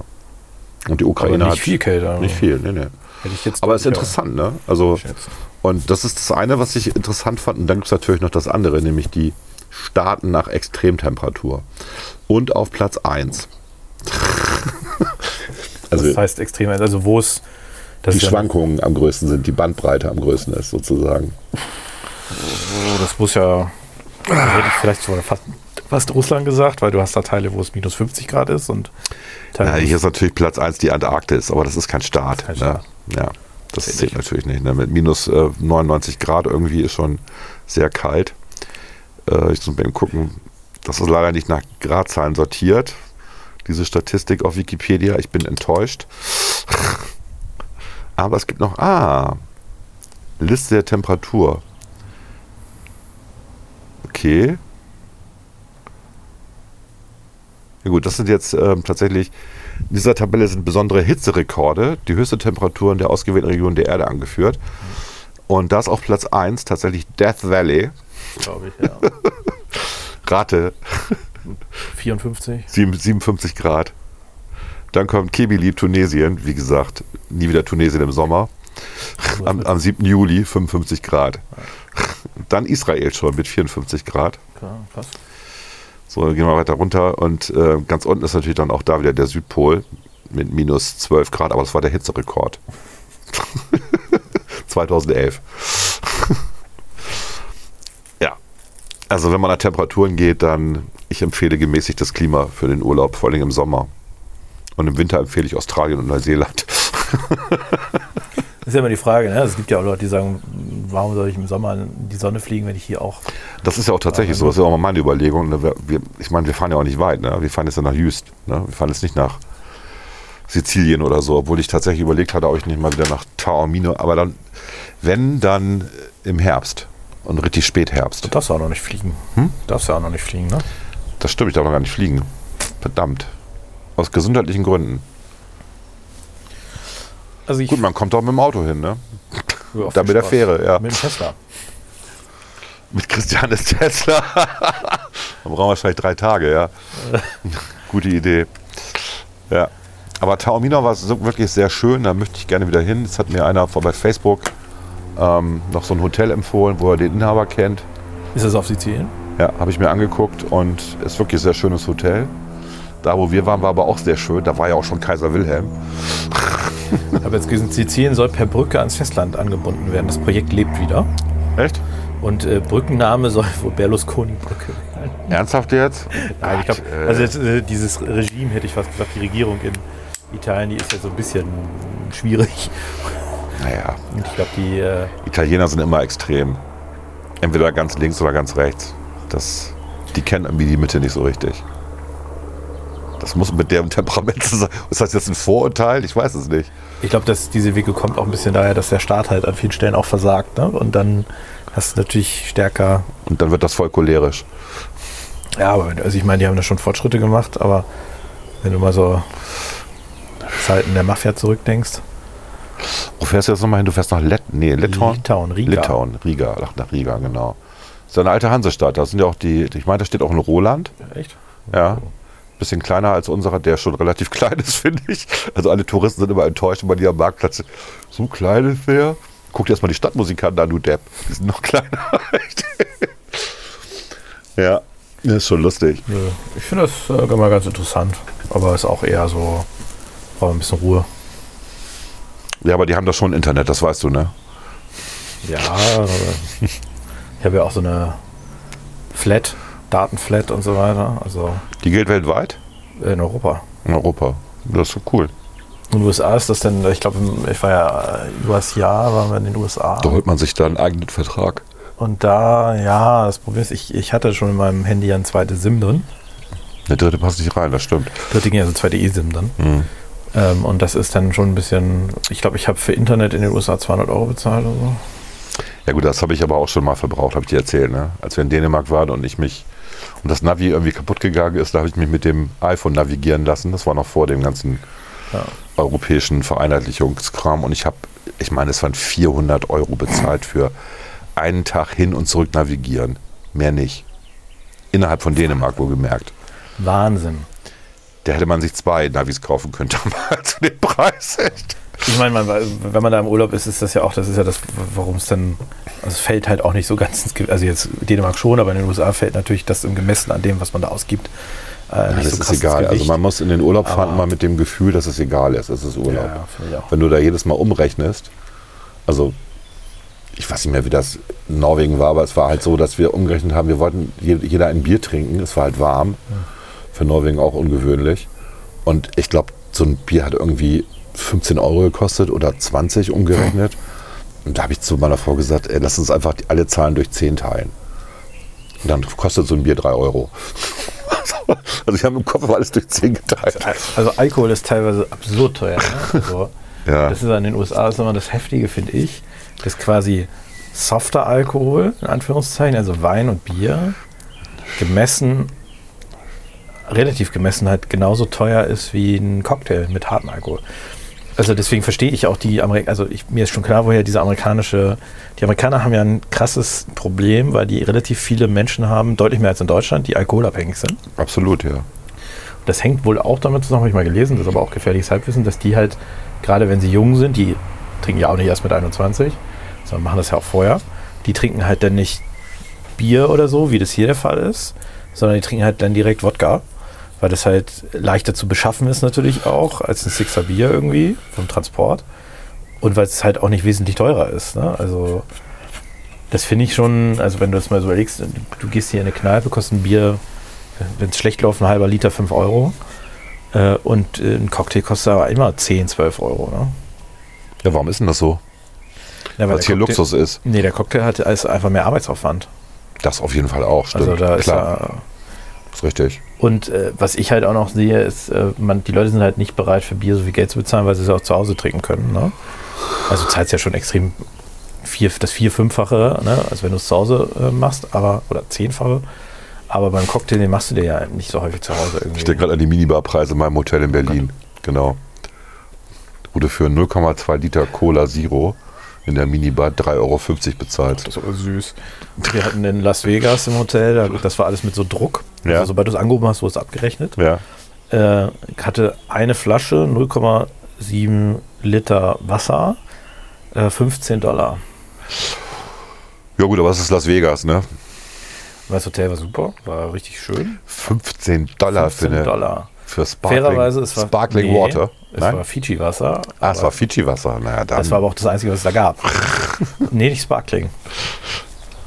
[SPEAKER 3] Und die
[SPEAKER 5] aber
[SPEAKER 3] Ukraine
[SPEAKER 5] nicht
[SPEAKER 3] hat
[SPEAKER 5] viel kälter. ne?
[SPEAKER 3] nicht viel, nee, nee.
[SPEAKER 5] Hätte ich jetzt
[SPEAKER 3] Aber es ist
[SPEAKER 5] ja,
[SPEAKER 3] interessant, ne? Also
[SPEAKER 5] schätzen.
[SPEAKER 3] Und das ist das eine, was ich interessant fand. Und dann gibt es natürlich noch das andere, nämlich die Staaten nach Extremtemperatur. Und auf Platz 1. *laughs* also
[SPEAKER 5] Das heißt extrem, also wo es. Das
[SPEAKER 3] die
[SPEAKER 5] ist ja-
[SPEAKER 3] Schwankungen am größten sind, die Bandbreite am größten ist sozusagen.
[SPEAKER 11] So, das muss ja. Da hätte ich vielleicht sogar fast, fast Russland gesagt, weil du hast da Teile, wo es minus 50 Grad ist und Teile.
[SPEAKER 3] Ja, Äh, hier ist natürlich Platz 1 die Antarktis, aber das ist kein Staat.
[SPEAKER 11] Kein
[SPEAKER 3] ne? Ja, das zählt natürlich nicht. Ne? Mit minus äh, 99 Grad irgendwie ist schon sehr kalt. Äh, ich muss mal eben gucken, das ist leider nicht nach Gradzahlen sortiert, diese Statistik auf Wikipedia. Ich bin enttäuscht. *laughs* Aber es gibt noch, ah, Liste der Temperatur. Okay. Ja gut, das sind jetzt ähm, tatsächlich, in dieser Tabelle sind besondere Hitzerekorde, die höchste Temperatur in der ausgewählten Region der Erde angeführt. Und da ist auf Platz 1 tatsächlich Death Valley.
[SPEAKER 11] glaube ich, ja.
[SPEAKER 3] Rate
[SPEAKER 11] 54.
[SPEAKER 3] sieben- 57 Grad. Dann kommt Kebili, Tunesien. Wie gesagt, nie wieder Tunesien im Sommer. Am, am 7. Juli 55 Grad. Dann Israel schon mit 54 Grad.
[SPEAKER 11] Klar, passt.
[SPEAKER 3] So, dann gehen wir weiter runter und äh, ganz unten ist natürlich dann auch da wieder der Südpol mit minus 12 Grad, aber das war der Hitzerekord. *laughs* 2011. *laughs* ja. Also wenn man nach Temperaturen geht, dann ich empfehle gemäßigtes Klima für den Urlaub, vor allem im Sommer. Und im Winter empfehle ich Australien und Neuseeland.
[SPEAKER 5] Das ist ja immer die Frage, ne? Es gibt ja auch Leute, die sagen, warum soll ich im Sommer in die Sonne fliegen, wenn ich hier auch.
[SPEAKER 3] Das ist ja auch tatsächlich so. Das ist ja auch mal meine Überlegung. ne? Wir- wir- Ich meine, wir fahren ja auch nicht weit. Ne? Wir fahren jetzt ja nach Jüst. Ne? Wir fahren jetzt nicht nach Sizilien oder so, obwohl ich tatsächlich überlegt hatte, euch nicht mal wieder nach Taormino. Aber dann, wenn, dann im Herbst. Und richtig Spätherbst.
[SPEAKER 5] Darfst du auch noch nicht fliegen. Darfst du auch noch nicht fliegen, ne?
[SPEAKER 3] Das stimmt, ich darf noch gar nicht fliegen. Verdammt. Aus gesundheitlichen Gründen.
[SPEAKER 5] Also ich
[SPEAKER 3] Gut, man kommt auch mit dem Auto hin, ne?
[SPEAKER 5] Ja,
[SPEAKER 3] Dann
[SPEAKER 5] viel
[SPEAKER 3] mit der
[SPEAKER 5] Spaß.
[SPEAKER 3] Fähre, ja.
[SPEAKER 5] Mit dem Tesla.
[SPEAKER 3] Mit Christianes *laughs* Tesla. da brauchen wir wahrscheinlich drei Tage,
[SPEAKER 5] *laughs*
[SPEAKER 3] ja. Gute Idee. Ja. Aber Taormina war so wirklich sehr schön, da möchte ich gerne wieder hin. Es hat mir einer vor- bei Facebook ähm, noch so ein Hotel empfohlen, wo er den Inhaber kennt.
[SPEAKER 5] Ist das auf Sizilien?
[SPEAKER 3] Ja, habe ich mir angeguckt und ist wirklich ein sehr schönes Hotel. Da, wo wir waren, war aber auch sehr schön. Da war ja auch schon Kaiser Wilhelm.
[SPEAKER 5] Ich habe jetzt gesehen, Sizilien soll per Brücke ans Festland angebunden werden. Das Projekt lebt wieder.
[SPEAKER 3] Echt?
[SPEAKER 5] Und äh, Brückenname soll wohl Berlusconi-Brücke werden.
[SPEAKER 3] Ernsthaft jetzt?
[SPEAKER 5] Nein, ich glaube, also jetzt, äh, dieses Regime hätte ich fast gesagt, die Regierung in Italien, die ist ja so ein bisschen schwierig.
[SPEAKER 3] Naja,
[SPEAKER 5] Und ich glaube, die äh,
[SPEAKER 3] Italiener sind immer extrem. Entweder ganz links oder ganz rechts. Das, die kennen irgendwie die Mitte nicht so richtig. Das muss mit deren Temperament sein. Ist das jetzt ein Vorurteil? Ich weiß es nicht.
[SPEAKER 5] Ich glaube, dass diese Wege kommt auch ein bisschen daher, dass der Staat halt an vielen Stellen auch versagt. Ne? Und dann hast du natürlich stärker.
[SPEAKER 3] Und dann wird das voll cholerisch.
[SPEAKER 5] Ja, aber wenn- also ich meine, die haben da schon Fortschritte gemacht, aber wenn du mal so Zeiten der Mafia zurückdenkst.
[SPEAKER 3] Wo fährst du jetzt nochmal hin? Du fährst nach Lett nee, Litauen?
[SPEAKER 5] Litauen, Riga.
[SPEAKER 3] Litauen, Riga. Ach, nach Riga, genau. ist ja eine alte Hansestadt. Da sind ja auch die, ich meine, da steht auch ein Roland.
[SPEAKER 5] Echt?
[SPEAKER 3] Ja. Bisschen kleiner als unserer, der schon relativ *laughs* klein ist, finde ich. Also alle Touristen sind immer enttäuscht, wenn man die am Marktplatz so klein ist der. Guck dir erstmal die Stadtmusikanten an, du Depp. Die sind noch *laughs* kleiner. ja, das ist schon lustig.
[SPEAKER 5] Nö. Ich finde das äh, immer ganz interessant. Aber ist auch eher so, brauchen wir ein bisschen Ruhe.
[SPEAKER 3] Ja, aber die haben da schon Internet, das weißt du, ne?
[SPEAKER 5] Ja, aber *laughs* ich habe ja auch so eine Flat, Datenflat und so weiter. Also
[SPEAKER 3] Die gilt weltweit?
[SPEAKER 5] in Europa.
[SPEAKER 3] In Europa. Das ist so cool.
[SPEAKER 5] In den USA ist das denn, ich glaube, ich war ja äh, übers Jahr, waren wir in den USA.
[SPEAKER 3] Da holt man sich da einen eigenen Vertrag.
[SPEAKER 5] Und da, ja, das Problem ist, ich, ich hatte schon in meinem Handy ja ein zweite SIM drin.
[SPEAKER 3] Der dritte passt nicht rein, das stimmt.
[SPEAKER 5] Dritte ging also zweite eSIM dann.
[SPEAKER 3] Mhm.
[SPEAKER 5] Ähm, und das ist dann schon ein bisschen, ich glaube, ich habe für Internet in den USA 200 Euro bezahlt oder so.
[SPEAKER 3] Ja gut, das habe ich aber auch schon mal verbraucht, habe ich dir erzählt, ne? Als wir in Dänemark waren und ich mich und das Navi irgendwie kaputt gegangen ist, da habe ich mich mit dem iPhone navigieren lassen. Das war noch vor dem ganzen
[SPEAKER 5] Ja.
[SPEAKER 3] europäischen Vereinheitlichungskram und ich habe, ich meine, es waren 400 Euro bezahlt für einen Tag hin und zurück navigieren, mehr nicht. Innerhalb von Dänemark wohlgemerkt.
[SPEAKER 5] Wahnsinn.
[SPEAKER 3] Da hätte man sich zwei Navis kaufen können *laughs* damals zu dem Preis. Echt.
[SPEAKER 5] Ich meine, man, wenn man da im Urlaub ist, ist das ja auch, das ist ja das, warum es dann, also es fällt halt auch nicht so ganz ins, Ge- also jetzt Dänemark schon, aber in den USA fällt natürlich das im Gemessen an dem, was man da ausgibt, äh,
[SPEAKER 3] Das
[SPEAKER 5] nicht so
[SPEAKER 3] ist
[SPEAKER 5] krass ins
[SPEAKER 3] egal. Also
[SPEAKER 5] Gewicht.
[SPEAKER 3] man muss in den Urlaub fahren
[SPEAKER 5] Aber-
[SPEAKER 3] immer mit dem Gefühl, dass es egal ist. Es ist Urlaub.
[SPEAKER 5] Ja, finde ich auch.
[SPEAKER 3] wenn du da jedes Mal umrechnest, also ich weiß nicht mehr, wie das in Norwegen war, aber es war halt so, dass wir umgerechnet haben, wir wollten je- jeder ein Bier trinken, es war halt warm, für Norwegen auch ungewöhnlich. Und ich glaube, so ein Bier hat irgendwie 15 Euro gekostet oder 20 umgerechnet. Und da habe ich zu meiner Frau gesagt, ey, lass uns einfach die- alle Zahlen durch 10 teilen. Und dann kostet so ein Bier 3 Euro. *laughs* Also ich habe im Kopf alles durch 10 geteilt.
[SPEAKER 5] Also Alkohol ist teilweise absurd teuer. Ne? Also,
[SPEAKER 3] Ja.
[SPEAKER 5] Das ist an den USA ist immer das Heftige, finde ich. Das quasi softer Alkohol, in Anführungszeichen, also Wein und Bier, gemessen, relativ gemessen halt genauso teuer ist wie ein Cocktail mit hartem Alkohol. Also deswegen verstehe ich auch die Amerikaner, also ich, mir ist schon klar, woher diese amerikanische, die Amerikaner haben ja ein krasses Problem, weil die relativ viele Menschen haben, deutlich mehr als in Deutschland, die alkoholabhängig sind.
[SPEAKER 3] Absolut, ja.
[SPEAKER 5] Das hängt wohl auch damit zusammen, habe ich mal gelesen, das ist aber auch gefährliches Halbwissen, dass die halt, gerade wenn sie jung sind, die trinken ja auch nicht erst mit 21, sondern machen das ja auch vorher, die trinken halt dann nicht Bier oder so, wie das hier der Fall ist, sondern die trinken halt dann direkt Wodka, weil das halt leichter zu beschaffen ist natürlich auch, als ein Sixer Bier irgendwie vom Transport und weil es halt auch nicht wesentlich teurer ist. Ne? Also das finde ich schon, also wenn du das mal so überlegst, du gehst hier in eine Kneipe, kostet ein Bier wenn es schlecht läuft, ein halber Liter 5 Euro. Äh, und äh, ein Cocktail kostet aber immer 10, 12 Euro. Ne?
[SPEAKER 3] Ja, warum ist denn das so?
[SPEAKER 5] Ja, weil
[SPEAKER 3] weil es hier
[SPEAKER 5] der Cocktail-
[SPEAKER 3] Luxus ist.
[SPEAKER 5] Nee, der Cocktail hat ist einfach mehr Arbeitsaufwand.
[SPEAKER 3] Das auf jeden Fall auch, stimmt.
[SPEAKER 5] Also da ist
[SPEAKER 3] Klar,
[SPEAKER 5] ja,
[SPEAKER 3] ist richtig.
[SPEAKER 5] Und äh, was ich halt auch noch sehe, ist, äh, man, die Leute sind halt nicht bereit, für Bier so viel Geld zu bezahlen, weil sie es auch zu Hause trinken können. Ne? Also zahlst ja schon extrem vier, das vier, fünffache, ne? also wenn du es zu Hause äh, machst, aber oder zehnfache. Aber beim Cocktail, den machst du dir ja nicht so häufig zu Hause
[SPEAKER 3] Ich
[SPEAKER 5] irgendwie.
[SPEAKER 3] denke gerade an die Minibarpreise in meinem Hotel in Berlin. Genau. Wurde für 0,2 Liter Cola Zero in der Minibar 3,50 Euro bezahlt.
[SPEAKER 5] Das ist aber süß. Wir hatten in Las Vegas im Hotel, da- das war alles mit so Druck.
[SPEAKER 3] Ja.
[SPEAKER 5] Also, sobald du es angehoben hast, wurde es abgerechnet.
[SPEAKER 3] Ja.
[SPEAKER 5] äh, hatte eine Flasche 0,7 Liter Wasser, äh, 15 Dollar.
[SPEAKER 3] Ja gut, aber es ist Las Vegas, ne?
[SPEAKER 5] Weil Das Hotel war super, war richtig schön.
[SPEAKER 3] 15 Dollar
[SPEAKER 5] 15
[SPEAKER 3] für, eine,
[SPEAKER 5] Dollar.
[SPEAKER 3] für Sparkling,
[SPEAKER 5] Fairerweise, es war-
[SPEAKER 3] Sparkling
[SPEAKER 5] nee,
[SPEAKER 3] Water.
[SPEAKER 5] Es
[SPEAKER 3] Nein?
[SPEAKER 5] war Fiji-Wasser.
[SPEAKER 3] ah, es
[SPEAKER 5] aber
[SPEAKER 3] war Fiji-Wasser. Naja, dann.
[SPEAKER 5] das war aber auch das Einzige, was es
[SPEAKER 3] *laughs*
[SPEAKER 5] da gab. nee, nicht Sparkling.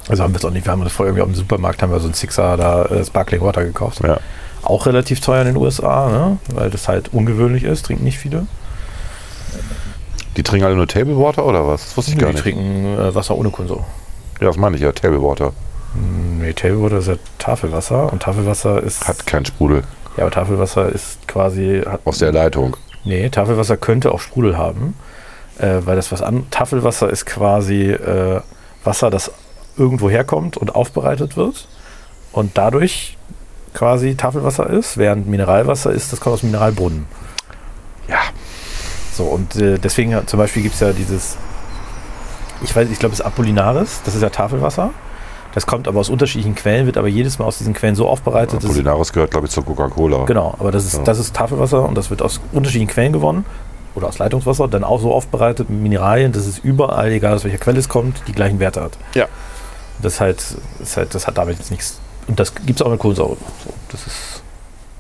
[SPEAKER 5] Also haben wir es auch nicht. Wir haben das vorher irgendwie auf dem Supermarkt, haben wir so einen Sixer da äh, Sparkling Water gekauft.
[SPEAKER 3] ja.
[SPEAKER 5] Auch relativ teuer in den USA, ne? weil das halt ungewöhnlich ist, trinken nicht viele.
[SPEAKER 3] Die trinken alle nur Table Water oder was? Das wusste ich
[SPEAKER 5] Die
[SPEAKER 3] gar nicht.
[SPEAKER 5] trinken äh, Wasser ohne Konsum.
[SPEAKER 3] Ja, das meine ich ja. Table Water
[SPEAKER 5] Nee, Tableware ist ja Tafelwasser und Tafelwasser ist.
[SPEAKER 3] hat keinen Sprudel
[SPEAKER 5] Ja, aber Tafelwasser ist quasi. Hat,
[SPEAKER 3] aus der Leitung.
[SPEAKER 5] nee, Tafelwasser könnte auch Sprudel haben, äh, weil das was an. Tafelwasser ist quasi äh, Wasser, das irgendwo herkommt und aufbereitet wird und dadurch quasi Tafelwasser ist, während Mineralwasser ist, das kommt aus Mineralbrunnen.
[SPEAKER 3] Ja.
[SPEAKER 5] So, und äh, deswegen hat- zum Beispiel gibt es ja dieses, ich weiß, ich glaube, es ist Apollinaris, das ist ja Tafelwasser. Das kommt aber aus unterschiedlichen Quellen, wird aber jedes Mal aus diesen Quellen so aufbereitet, dass es
[SPEAKER 3] Polinaris gehört, glaube ich, zur Coca-Cola.
[SPEAKER 5] Genau, aber das ist,
[SPEAKER 3] Ja.
[SPEAKER 5] das ist Tafelwasser und das wird aus unterschiedlichen Quellen gewonnen oder aus Leitungswasser, dann auch so aufbereitet mit Mineralien, dass es überall, egal aus welcher Quelle es kommt, die gleichen Werte hat.
[SPEAKER 3] Ja.
[SPEAKER 5] Das, ist halt, ist halt, das hat damit jetzt nichts. Und das gibt es auch mit Kohlensäure. So, das ist,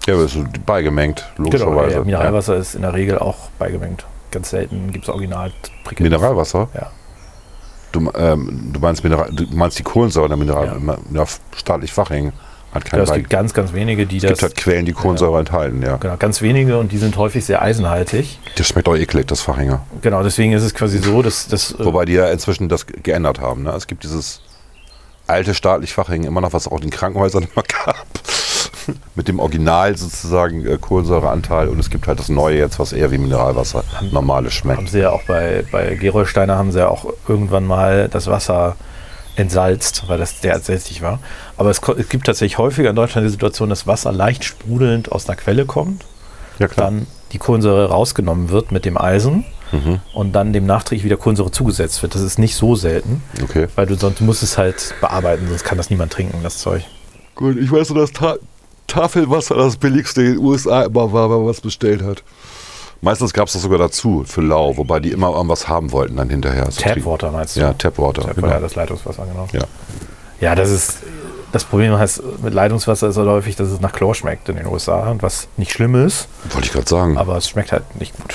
[SPEAKER 3] Ja, aber ist beigemengt,
[SPEAKER 5] genau,
[SPEAKER 3] logischerweise.
[SPEAKER 5] ja,
[SPEAKER 3] ja.
[SPEAKER 5] Mineralwasser ist in der Regel auch beigemengt. Ganz selten gibt es original prickelndes.
[SPEAKER 3] Mineralwasser?
[SPEAKER 5] Ja.
[SPEAKER 3] Du, ähm, du, meinst Mineral, du meinst die Kohlensäure der Mineral,
[SPEAKER 5] Ja.
[SPEAKER 3] Ma- ja. staatlich Faching hat
[SPEAKER 5] Ja,
[SPEAKER 3] keinen
[SPEAKER 5] es gibt
[SPEAKER 3] Beig-
[SPEAKER 5] ganz, ganz wenige, die
[SPEAKER 3] Es gibt
[SPEAKER 5] das.
[SPEAKER 3] halt Quellen, die Kohlensäure enthalten, ja.
[SPEAKER 5] Genau, ganz wenige und die sind häufig sehr eisenhaltig.
[SPEAKER 3] Das schmeckt auch eklig, das Fachinger.
[SPEAKER 5] Genau, deswegen ist es quasi so, dass das. äh,
[SPEAKER 3] Wobei die ja inzwischen das ge- geändert haben. Ne? Es gibt dieses alte staatlich Fachingen immer noch, was es auch in den Krankenhäusern immer *laughs* gab. Mit dem Original sozusagen äh, Kohlensäureanteil und es gibt halt das Neue jetzt, was eher wie Mineralwasser
[SPEAKER 5] Hm.
[SPEAKER 3] normales
[SPEAKER 5] Haben
[SPEAKER 3] schmeckt.
[SPEAKER 5] sie ja auch bei, bei Gerolsteiner haben sie ja auch irgendwann mal das Wasser entsalzt, weil das sehr ersättig war. Aber es, ko- es gibt tatsächlich häufiger in Deutschland die Situation, dass Wasser leicht sprudelnd aus einer Quelle kommt,
[SPEAKER 3] Ja klar.
[SPEAKER 5] dann die Kohlensäure rausgenommen wird mit dem Eisen
[SPEAKER 3] Mhm.
[SPEAKER 5] und dann dem nachträglich wieder Kohlensäure zugesetzt wird. Das ist nicht so selten,
[SPEAKER 3] Okay.
[SPEAKER 5] weil du sonst du musst es halt bearbeiten, sonst kann das niemand trinken, das Zeug.
[SPEAKER 3] Gut, ich weiß nur, dass Ta Tafelwasser das billigste in den USA immer war, wenn man was bestellt hat. Meistens gab es das sogar dazu für Lau, wobei die immer irgendwas haben wollten dann hinterher. So
[SPEAKER 5] Tapwater meinst du?
[SPEAKER 3] Ja, Tapwater.
[SPEAKER 5] Tap
[SPEAKER 3] genau.
[SPEAKER 5] ja, das Leitungswasser, genau.
[SPEAKER 3] Ja.
[SPEAKER 5] Ja, das ist das Problem heißt, mit Leitungswasser ist halt häufig, dass es nach Chlor schmeckt in den USA, und was nicht schlimm ist,
[SPEAKER 3] Wollte ich gerade sagen.
[SPEAKER 5] aber es schmeckt halt nicht gut.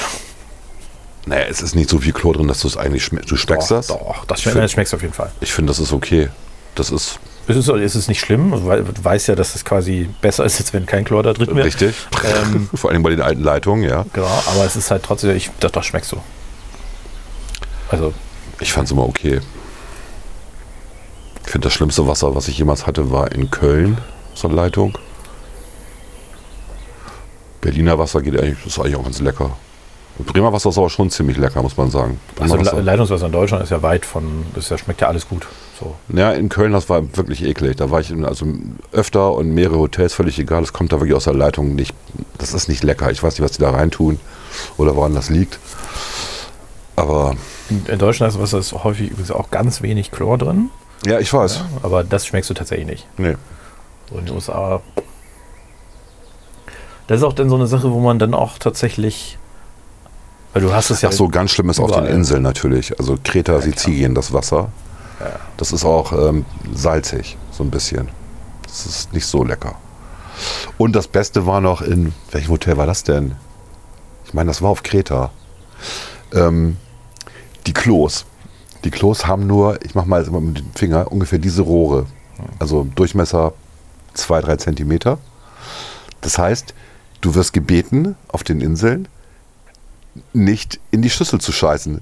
[SPEAKER 3] Naja, es ist nicht so viel Chlor drin, dass du es eigentlich schmeckst. Du schmeckst
[SPEAKER 5] doch,
[SPEAKER 3] das?
[SPEAKER 5] Doch, das
[SPEAKER 3] Schön.
[SPEAKER 5] schmeckt das schmeckt's auf jeden Fall.
[SPEAKER 3] Ich finde, das ist okay. Das ist
[SPEAKER 5] Es ist, es ist nicht schlimm, weil du weißt ja, dass es quasi besser ist, als wenn kein Chlor da drin wäre.
[SPEAKER 3] richtig.
[SPEAKER 5] Ähm.
[SPEAKER 3] Vor allem bei den alten Leitungen, ja.
[SPEAKER 5] Genau, aber es ist halt trotzdem, ich, doch, doch, schmeckt so. Also,
[SPEAKER 3] Ich fand es immer okay. Ich finde, das schlimmste Wasser, was ich jemals hatte, war in Köln, so eine Leitung. Berliner Wasser geht eigentlich, ist eigentlich auch ganz lecker. Bremer Wasser ist aber schon ziemlich lecker, muss man sagen.
[SPEAKER 5] also
[SPEAKER 3] Bremer Wasser-
[SPEAKER 5] Le- Leitungswasser in Deutschland ist ja weit von, das ja, schmeckt ja alles gut. So.
[SPEAKER 3] Ja, in Köln, das war wirklich eklig. Da war ich in, also öfter und mehrere Hotels, völlig egal. Das kommt da wirklich aus der Leitung nicht. Das ist nicht lecker. Ich weiß nicht, was die da reintun oder woran das liegt. Aber
[SPEAKER 5] In, in Deutschland ist Wasser ist häufig übrigens auch ganz wenig Chlor drin,
[SPEAKER 3] ja, ich weiß.
[SPEAKER 5] aber das schmeckst du tatsächlich nicht.
[SPEAKER 3] Nee.
[SPEAKER 5] So in den USA. Das ist auch dann so eine Sache, wo man dann auch tatsächlich. Weil du hast es ja.
[SPEAKER 3] Ach so, ganz schlimm ist auf den
[SPEAKER 5] Überall.
[SPEAKER 3] Inseln natürlich. Also Kreta, Sizilien, das Wasser. Das ist auch ähm, salzig, so ein bisschen. Das ist nicht so lecker. Und das Beste war noch in, welchem Hotel war das denn? Ich meine, das war auf Kreta. Ähm, die Klos. Die Klos haben nur, ich mache mal jetzt immer mit dem Finger, ungefähr diese Rohre. Also Durchmesser 2-3 Zentimeter. Das heißt, du wirst gebeten auf den Inseln, nicht in die Schüssel zu scheißen.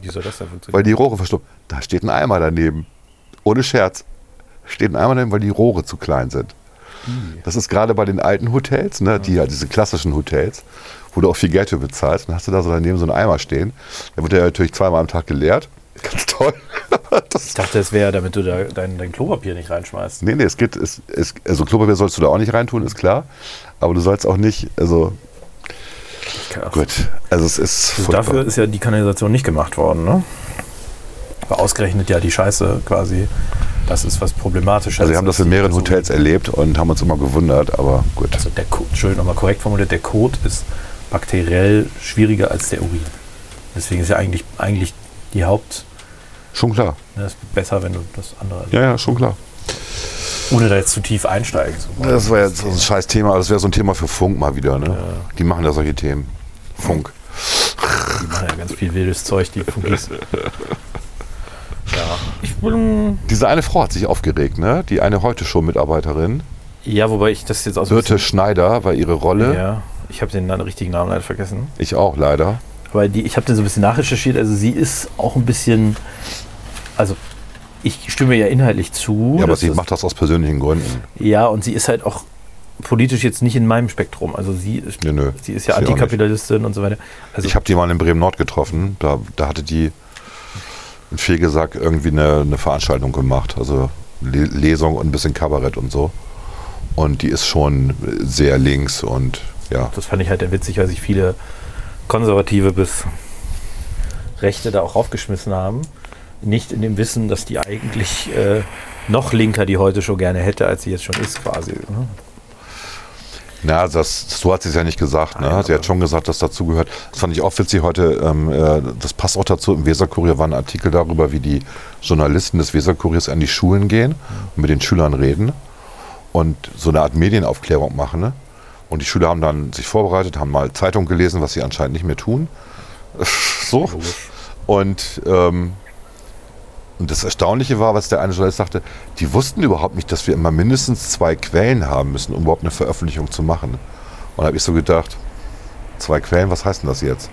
[SPEAKER 5] Wie soll das denn funktionieren?
[SPEAKER 3] weil die Rohre verstopft. Da steht ein Eimer daneben. Ohne Scherz. Steht ein Eimer daneben, weil die Rohre zu klein sind.
[SPEAKER 12] Hm.
[SPEAKER 3] Das ist gerade bei den alten Hotels, ne, die ja diese klassischen Hotels, wo du auch viel Geld für bezahlst, dann hast du da so daneben so einen Eimer stehen. Der wird ja natürlich zweimal am Tag geleert. Ganz toll. *laughs* Aber das,
[SPEAKER 5] Ich dachte, es wäre, damit du da dein, dein Klopapier nicht reinschmeißt.
[SPEAKER 3] nee, nee, es geht, es, es, also Klopapier sollst du da auch nicht reintun, ist klar. Aber du sollst auch nicht, also gut, also es ist
[SPEAKER 12] Also
[SPEAKER 3] furchtbar.
[SPEAKER 12] dafür ist ja die Kanalisation nicht gemacht worden, ne? Aber ausgerechnet ja die Scheiße quasi. Das ist was Problematisches.
[SPEAKER 3] Also wir haben das in mehreren Hotels erlebt und haben uns immer gewundert, aber gut.
[SPEAKER 12] Also der Kot, Entschuldigung, nochmal korrekt formuliert, der Kot ist bakteriell schwieriger als der Urin. Deswegen ist ja eigentlich, eigentlich die Haupt,
[SPEAKER 3] Schon klar.
[SPEAKER 12] ne, ist besser, wenn du das andere,
[SPEAKER 3] Ja, ja, schon klar.
[SPEAKER 12] ohne da jetzt zu tief einsteigen zu wollen.
[SPEAKER 3] Das war jetzt so ein scheiß Thema, aber das wäre so ein Thema für Funk mal wieder, ne? Die machen ja solche Themen. Funk.
[SPEAKER 5] Die machen ja ganz viel wildes Zeug, die
[SPEAKER 3] *laughs*
[SPEAKER 5] Funkis. ja. Ich, bin-
[SPEAKER 3] Diese eine Frau hat sich aufgeregt, ne? Die eine heute schon Mitarbeiterin,
[SPEAKER 5] ja, wobei ich das jetzt aus
[SPEAKER 3] Birte Schneider, war ihre Rolle.
[SPEAKER 5] Ja, ich habe den richtigen Namen leider vergessen.
[SPEAKER 3] Ich auch leider.
[SPEAKER 5] Weil die, ich habe den so ein bisschen nachrecherchiert. Also sie ist auch ein bisschen, also ich stimme ihr ja inhaltlich zu.
[SPEAKER 3] ja, aber
[SPEAKER 5] das
[SPEAKER 3] sie
[SPEAKER 5] ist,
[SPEAKER 3] macht Oh, das aus persönlichen Gründen.
[SPEAKER 5] ja, und sie ist halt auch politisch jetzt nicht in meinem Spektrum. Also sie, ist-
[SPEAKER 3] Nö, nö.
[SPEAKER 5] sie ist ja
[SPEAKER 3] Sie auch nicht.
[SPEAKER 5] Antikapitalistin und so weiter. Also
[SPEAKER 3] Ich habe die mal in Bremen Nord getroffen. Da, da hatte die in Fegesack irgendwie eine, eine Veranstaltung gemacht. Also Le Lesung und ein bisschen Kabarett und so. Und die ist schon sehr links und ja.
[SPEAKER 5] das fand ich halt witzig, weil sich viele Konservative bis Rechte da auch aufgeschmissen haben. Nicht in dem Wissen, dass die eigentlich äh, noch linker die heute schon gerne hätte, als sie jetzt schon ist quasi. Ne?
[SPEAKER 3] Na, das, so hat sie es ja nicht gesagt. Ne?
[SPEAKER 5] Nein,
[SPEAKER 3] sie hat schon gesagt, dass dazugehört. Das fand ich auch witzig heute. Ähm, äh, das passt auch dazu. Im Weserkurier war ein Artikel darüber, wie die Journalisten des Weserkuriers an die Schulen gehen und mit den Schülern reden und so eine Art Medienaufklärung machen. Ne? Und die Schüler haben dann sich vorbereitet, haben mal Zeitung gelesen, was sie anscheinend nicht mehr tun. *laughs* so. Und ähm, und das Erstaunliche war, was der eine Journalist sagte, die wussten überhaupt nicht, dass wir immer mindestens zwei Quellen haben müssen, um überhaupt eine Veröffentlichung zu machen. Und da habe ich so gedacht, zwei Quellen, was heißt denn das jetzt?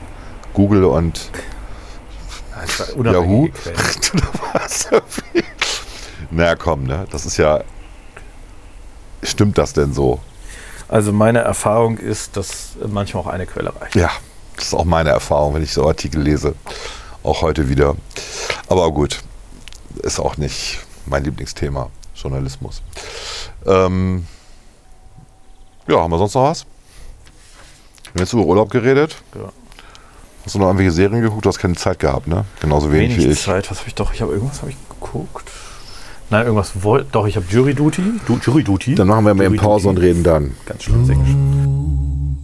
[SPEAKER 3] Google und *laughs* Yahoo? Oder was? *laughs* naja, komm, ne? Das ist ja. Stimmt das denn so?
[SPEAKER 5] Also meine Erfahrung ist, dass manchmal auch eine Quelle reicht.
[SPEAKER 3] Ja, das ist auch meine Erfahrung, wenn ich so Artikel lese. Auch heute wieder. Aber gut, ist auch nicht mein Lieblingsthema, Journalismus. Ähm, ja, haben wir sonst noch was? Wir haben jetzt über Urlaub geredet.
[SPEAKER 5] Ja.
[SPEAKER 3] Hast du noch irgendwelche Serien geguckt? Du hast keine Zeit gehabt, ne? Genauso wenig, wie
[SPEAKER 5] Wenig
[SPEAKER 3] ich.
[SPEAKER 5] Zeit. Was habe ich doch? Ich habe irgendwas habe ich geguckt. Nein, irgendwas wollte. Doch, ich habe Jury Duty. Du, Jury Duty.
[SPEAKER 3] Dann machen wir mal eben
[SPEAKER 5] Jury
[SPEAKER 3] Pause und
[SPEAKER 5] Duty.
[SPEAKER 3] reden dann.
[SPEAKER 5] Ganz schön Englisch.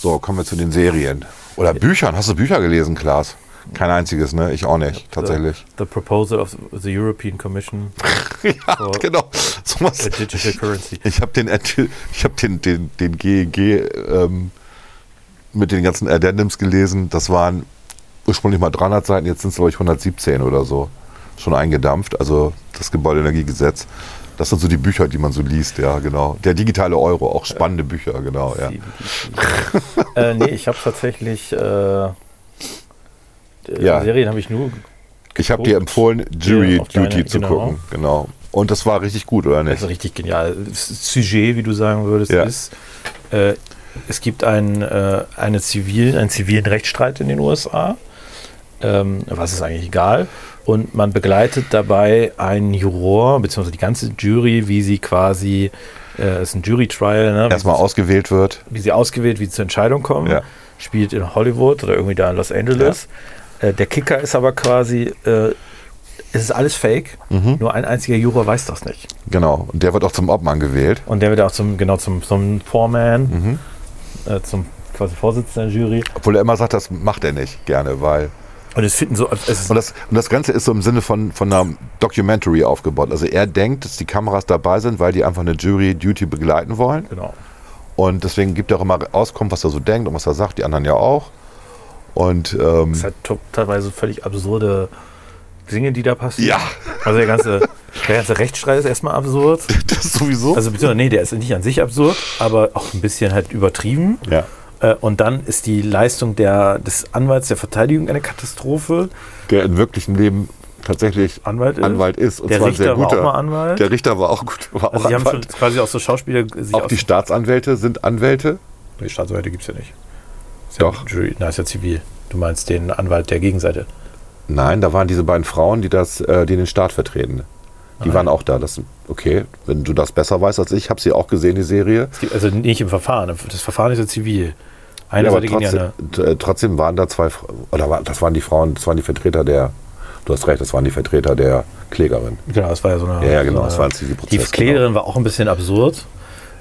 [SPEAKER 3] So, kommen wir zu den Serien. Oder Büchern. Hast du Bücher gelesen, Klaas? Kein einziges, ne? Ich auch nicht, tatsächlich.
[SPEAKER 5] The, the Proposal of the European Commission
[SPEAKER 3] *laughs* Ja,
[SPEAKER 5] So.
[SPEAKER 3] genau. So was.
[SPEAKER 5] for Digital Oh. Currency.
[SPEAKER 3] Ich habe den, Arti- ich hab den, den, den GEG ähm, mit den ganzen Addendums gelesen. Das waren ursprünglich mal 300 Seiten, jetzt sind es, glaube ich, 117 oder so. Schon eingedampft. Also das Gebäudeenergiegesetz. Das sind so die Bücher, die man so liest, ja, genau. Der digitale Euro, auch spannende Bücher, genau, ja.
[SPEAKER 5] äh, nee, ich habe tatsächlich. Äh, ja.
[SPEAKER 3] Ja.
[SPEAKER 5] Serien habe ich nur.
[SPEAKER 3] Ich habe dir empfohlen, Jury
[SPEAKER 5] Ja, auf deine-
[SPEAKER 3] Duty zu
[SPEAKER 5] genau.
[SPEAKER 3] gucken, genau. Und das war richtig gut, oder
[SPEAKER 5] Das
[SPEAKER 3] nicht?
[SPEAKER 5] ist also richtig genial. Das Sujet, wie du sagen würdest,
[SPEAKER 3] Ja.
[SPEAKER 5] ist. Äh, es gibt einen, äh, eine zivil, einen zivilen Rechtsstreit in den USA. ähm, was ist eigentlich egal. Und man begleitet dabei einen Juror, beziehungsweise die ganze Jury, wie sie quasi, äh, es ist ein Jury-Trial, ne?
[SPEAKER 3] Erstmal ausgewählt wird.
[SPEAKER 5] wie sie ausgewählt, wie sie zur Entscheidung kommen.
[SPEAKER 3] Ja.
[SPEAKER 5] Spielt in Hollywood oder irgendwie da in Los Angeles. Äh, der Kicker ist aber quasi, äh, es ist alles fake, nur ein einziger Juror weiß das nicht.
[SPEAKER 3] Genau. Und der wird auch zum Obmann gewählt.
[SPEAKER 5] Und der wird auch zum, genau, zum, zum Foreman, äh, zum quasi Vorsitzenden der Jury.
[SPEAKER 3] Obwohl er immer sagt, das macht er nicht gerne, weil.
[SPEAKER 5] Und es finden so, es ist
[SPEAKER 3] Und das, und das Ganze ist so im Sinne von, von einer Documentary aufgebaut. Also er denkt, dass die Kameras dabei sind, weil die einfach eine Jury-Duty begleiten wollen.
[SPEAKER 5] genau.
[SPEAKER 3] Und deswegen gibt er auch immer Auskunft, was er so denkt und was er sagt, die anderen ja auch. Und ähm,
[SPEAKER 5] Es hat to- teilweise völlig absurde Dinge, die da passieren.
[SPEAKER 3] ja, *laughs*
[SPEAKER 5] Also der ganze, der ganze Rechtsstreit ist erstmal absurd.
[SPEAKER 3] das sowieso.
[SPEAKER 5] Also beziehungsweise, nee, der ist nicht an sich absurd, aber auch ein bisschen halt übertrieben.
[SPEAKER 3] ja.
[SPEAKER 5] Äh, Und dann ist die Leistung der, des Anwalts der Verteidigung eine Katastrophe.
[SPEAKER 3] Der im wirklichen Leben tatsächlich
[SPEAKER 5] Anwalt ist.
[SPEAKER 3] Anwalt ist. Und
[SPEAKER 5] Der
[SPEAKER 3] zwar ein
[SPEAKER 5] Richter
[SPEAKER 3] sehr
[SPEAKER 5] war auch
[SPEAKER 3] guter.
[SPEAKER 5] mal Anwalt.
[SPEAKER 3] Der Richter war auch gut. War
[SPEAKER 5] Also
[SPEAKER 3] auch
[SPEAKER 5] die haben schon
[SPEAKER 3] Anwalt.
[SPEAKER 5] quasi auch so Schauspieler sich
[SPEAKER 3] Auch die
[SPEAKER 5] aus-
[SPEAKER 3] Staatsanwälte sind Anwälte.
[SPEAKER 5] Nee, Staatsanwälte gibt es ja nicht. Ist
[SPEAKER 3] Doch.
[SPEAKER 5] Ja Jury, na, ist ja zivil. Du meinst den Anwalt der Gegenseite.
[SPEAKER 3] Nein, da waren diese beiden Frauen, die das, äh, die den Staat vertreten.
[SPEAKER 5] Ah,
[SPEAKER 3] Die waren auch da. Das, okay, wenn du das besser weißt als ich, habe sie auch gesehen, die Serie.
[SPEAKER 5] Es gibt- Also nicht im Verfahren. Das Verfahren ist ja zivil. Eine
[SPEAKER 3] Ja, aber
[SPEAKER 5] Seite gegen die
[SPEAKER 3] trotzdem,
[SPEAKER 5] andere.
[SPEAKER 3] t- äh, trotzdem waren da zwei, Fra- oder war, das waren die Frauen, das waren die Vertreter der, du hast recht, das waren die Vertreter der Klägerin.
[SPEAKER 5] Genau, das war ja so eine.
[SPEAKER 3] Ja, ja, genau, das
[SPEAKER 5] so
[SPEAKER 3] war
[SPEAKER 5] eine,
[SPEAKER 3] ein Zivilprozess,
[SPEAKER 5] Die
[SPEAKER 3] genau.
[SPEAKER 5] Klägerin war auch ein bisschen absurd.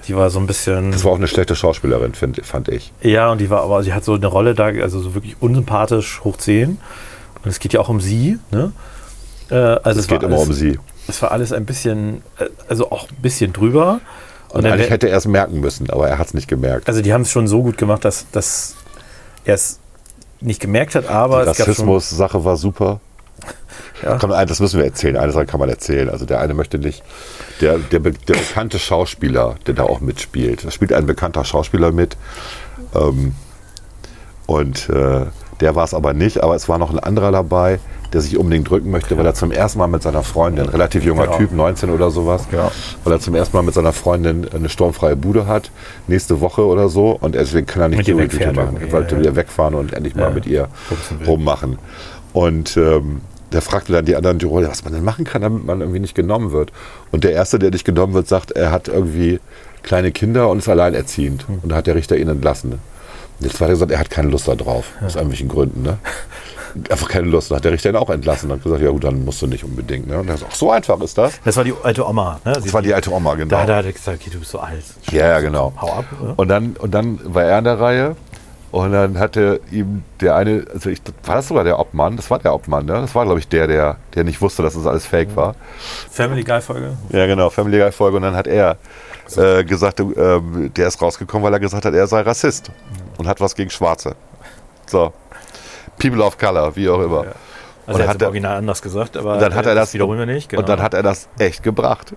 [SPEAKER 5] Die war so ein bisschen.
[SPEAKER 3] Das war auch eine schlechte Schauspielerin, find, fand ich.
[SPEAKER 5] Ja, und die war aber, sie hat so eine Rolle da, also so wirklich unsympathisch hoch 10. Und es geht ja auch um sie, ne? Äh, also es,
[SPEAKER 3] Es geht
[SPEAKER 5] war
[SPEAKER 3] immer
[SPEAKER 5] alles,
[SPEAKER 3] um sie.
[SPEAKER 5] Es war alles ein bisschen, äh, also auch ein bisschen drüber.
[SPEAKER 3] Und,
[SPEAKER 5] dann
[SPEAKER 3] eigentlich
[SPEAKER 5] wär-
[SPEAKER 3] hätte er es merken müssen, aber er hat es nicht gemerkt.
[SPEAKER 5] also die haben es schon so gut gemacht, dass, dass er es nicht gemerkt hat, aber es gab schon,
[SPEAKER 3] Rassismus-Sache war super.
[SPEAKER 5] *laughs* Ja.
[SPEAKER 3] Komm, ein- das müssen wir erzählen. Eine Sache kann man erzählen. Also der eine möchte nicht. Der, der, be- der bekannte Schauspieler, der da auch mitspielt, da spielt ein bekannter Schauspieler mit. Ähm, und äh, der war es aber nicht. Aber es war noch ein anderer dabei, der sich unbedingt drücken möchte, weil er zum ersten Mal mit seiner Freundin, relativ junger
[SPEAKER 5] Genau.
[SPEAKER 3] Typ, 19 oder sowas,
[SPEAKER 5] Ja.
[SPEAKER 3] weil er zum ersten Mal mit seiner Freundin eine sturmfreie Bude hat, nächste Woche oder so. Und deswegen kann er nicht
[SPEAKER 5] Mit ihr
[SPEAKER 3] Jury
[SPEAKER 5] wegfährt
[SPEAKER 3] machen.
[SPEAKER 5] irgendwie,
[SPEAKER 3] Er wollte
[SPEAKER 5] ja, ja.
[SPEAKER 3] wieder wegfahren und endlich mal
[SPEAKER 5] Ja.
[SPEAKER 3] mit ihr
[SPEAKER 5] Pupsen will.
[SPEAKER 3] rummachen. Und ähm, der fragte dann die anderen Tiroler, was man denn machen kann, damit man irgendwie nicht genommen wird. Und der Erste, der nicht genommen wird, sagt, er hat irgendwie kleine Kinder und ist alleinerziehend.
[SPEAKER 5] Hm.
[SPEAKER 3] Und da hat der Richter ihn entlassen. Und der Zweite gesagt, er hat keine Lust darauf. Aus irgendwelchen Gründen.
[SPEAKER 5] *laughs*
[SPEAKER 3] Ne? Einfach keine Lust. Und hat der Richter ihn auch entlassen. Und hat gesagt, ja gut, dann musst du nicht unbedingt. Ne? Und er sagt, ach, so einfach ist das.
[SPEAKER 5] das war die alte Oma, ne?
[SPEAKER 3] Das war die alte Oma, genau.
[SPEAKER 5] da, da hat er halt gesagt, okay, du bist so alt.
[SPEAKER 3] Ja, ja, genau.
[SPEAKER 5] Hau ab, ne?
[SPEAKER 3] Und dann, und dann war er in der Reihe und dann hatte ihm der eine, also ich, war das sogar der Obmann? Das war der Obmann, ne? Das war, glaube ich, der, der, der nicht wusste, dass das alles
[SPEAKER 5] Mhm.
[SPEAKER 3] fake war.
[SPEAKER 5] Family Guy Folge.
[SPEAKER 3] Ja, genau, Family Guy Folge. Und dann hat er äh, gesagt, ähm, der ist rausgekommen, weil er gesagt hat, er sei Rassist
[SPEAKER 5] Mhm.
[SPEAKER 3] und hat was gegen Schwarze. So. People of Color, wie auch immer.
[SPEAKER 5] Also
[SPEAKER 3] Und
[SPEAKER 5] er hat
[SPEAKER 3] hat
[SPEAKER 5] es im
[SPEAKER 3] er-
[SPEAKER 5] Original anders gesagt, aber
[SPEAKER 3] Und dann hat er das,
[SPEAKER 5] wiederholen wir nicht. genau.
[SPEAKER 3] Und dann hat er das echt gebracht.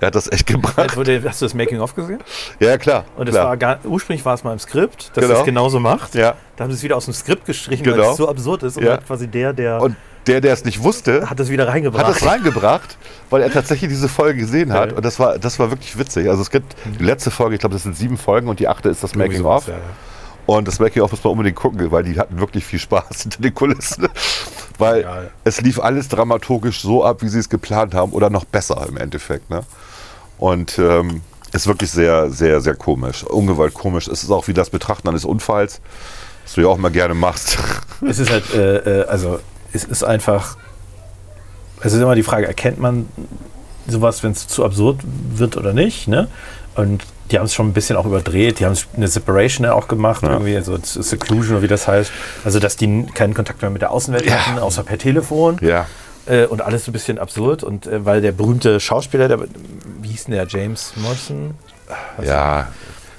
[SPEAKER 3] Er hat das echt
[SPEAKER 5] *laughs*
[SPEAKER 3] gebracht.
[SPEAKER 5] wurde, hast du das Making-of gesehen?
[SPEAKER 3] Ja, klar.
[SPEAKER 5] Und es
[SPEAKER 3] klar.
[SPEAKER 5] war gar, ursprünglich war es mal im Skript, dass
[SPEAKER 3] Genau.
[SPEAKER 5] er es genauso macht.
[SPEAKER 3] Ja.
[SPEAKER 5] Da haben sie es wieder aus dem Skript gestrichen, weil
[SPEAKER 3] Genau.
[SPEAKER 5] es so absurd ist. Und
[SPEAKER 3] Ja.
[SPEAKER 5] hat quasi der, der
[SPEAKER 3] Und der, der es nicht wusste,
[SPEAKER 5] hat es wieder reingebracht.
[SPEAKER 3] hat es reingebracht, weil er tatsächlich diese Folge gesehen hat. Und das war, das war wirklich witzig. Also es gibt die letzte Folge, ich glaube, das sind sieben Folgen und die achte ist das Making of. Und das Making of muss man unbedingt gucken, weil die hatten wirklich viel Spaß *laughs* hinter den Kulissen. Weil es lief alles dramaturgisch so ab, wie sie es geplant haben, oder noch besser im Endeffekt. Ne? Und ähm, ist wirklich sehr, sehr, sehr komisch. Ungewollt komisch. Es ist auch wie das Betrachten eines Unfalls, was du ja auch mal gerne machst.
[SPEAKER 5] Es ist halt, äh, äh, also es ist einfach, es ist immer die Frage, erkennt man sowas, wenn es zu absurd wird oder nicht, ne? Und die haben es schon ein bisschen auch überdreht, die haben eine Separation ja auch gemacht, irgendwie, also Seclusion oder wie das heißt. Also, dass die keinen Kontakt mehr mit der Außenwelt hatten, außer per Telefon.
[SPEAKER 3] *laughs* Ja.
[SPEAKER 5] Äh, und alles so ein bisschen absurd. Und äh, weil der berühmte Schauspieler, der, wie hieß denn der, James Morrison?
[SPEAKER 3] Ja,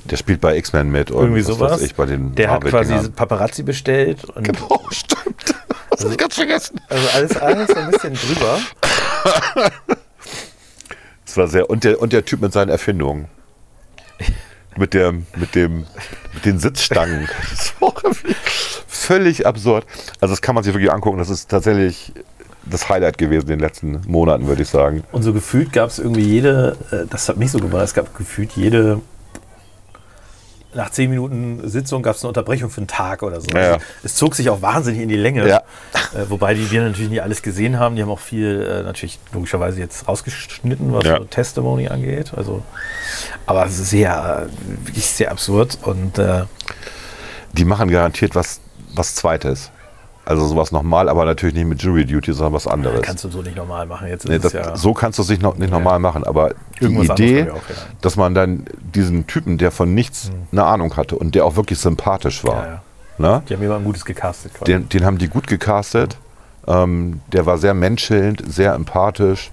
[SPEAKER 3] der spielt bei X-Men mit und
[SPEAKER 5] Irgendwie
[SPEAKER 3] was
[SPEAKER 5] sowas.
[SPEAKER 3] weiß ich bei den
[SPEAKER 5] der hat quasi diese
[SPEAKER 3] Marvel-Dingern.
[SPEAKER 5] Paparazzi bestellt und
[SPEAKER 3] *laughs* Oh, stimmt. Das hab ich ganz vergessen.
[SPEAKER 5] also alles, alles so ein
[SPEAKER 3] *laughs*
[SPEAKER 5] bisschen drüber.
[SPEAKER 3] Das war sehr und der und der Typ mit seinen Erfindungen. *laughs* Mit der mit dem mit den Sitzstangen. *laughs* Das war auch irgendwie völlig absurd. Also das kann man sich wirklich angucken, das ist tatsächlich das Highlight gewesen in den letzten Monaten, würde ich sagen.
[SPEAKER 5] Und so gefühlt gab es irgendwie jede, äh, das hat mich so gemacht, es gab gefühlt jede nach zehn Minuten Sitzung gab es eine Unterbrechung für einen Tag oder so.
[SPEAKER 3] Ja, ja.
[SPEAKER 5] Also, es zog sich auch wahnsinnig in die Länge.
[SPEAKER 3] Ja.
[SPEAKER 5] Äh, wobei die wir natürlich nicht alles gesehen haben. Die haben auch viel äh, natürlich logischerweise jetzt rausgeschnitten, was
[SPEAKER 3] Ja.
[SPEAKER 5] so Testimony angeht. Also, aber es ist sehr, äh, wirklich sehr absurd und äh,
[SPEAKER 3] Die machen garantiert was, was Zweites. Also sowas nochmal, aber natürlich nicht mit Jury Duty, sondern was anderes.
[SPEAKER 5] kannst du so nicht normal machen. Jetzt ist
[SPEAKER 3] nee,
[SPEAKER 5] es
[SPEAKER 3] das,
[SPEAKER 5] ja
[SPEAKER 3] So kannst du es nicht, noch, nicht normal machen, aber die
[SPEAKER 5] anderes
[SPEAKER 3] Idee,
[SPEAKER 5] haben wir auch, ja. Hm.
[SPEAKER 3] dass man dann diesen Typen, der von nichts eine Ahnung hatte und der auch wirklich sympathisch war,
[SPEAKER 5] Ja, ja.
[SPEAKER 3] Ne?
[SPEAKER 5] Die haben jemanden Gutes gecastet quasi.
[SPEAKER 3] Den, den haben die gut gecastet. Ähm, der war sehr menschelnd, sehr empathisch,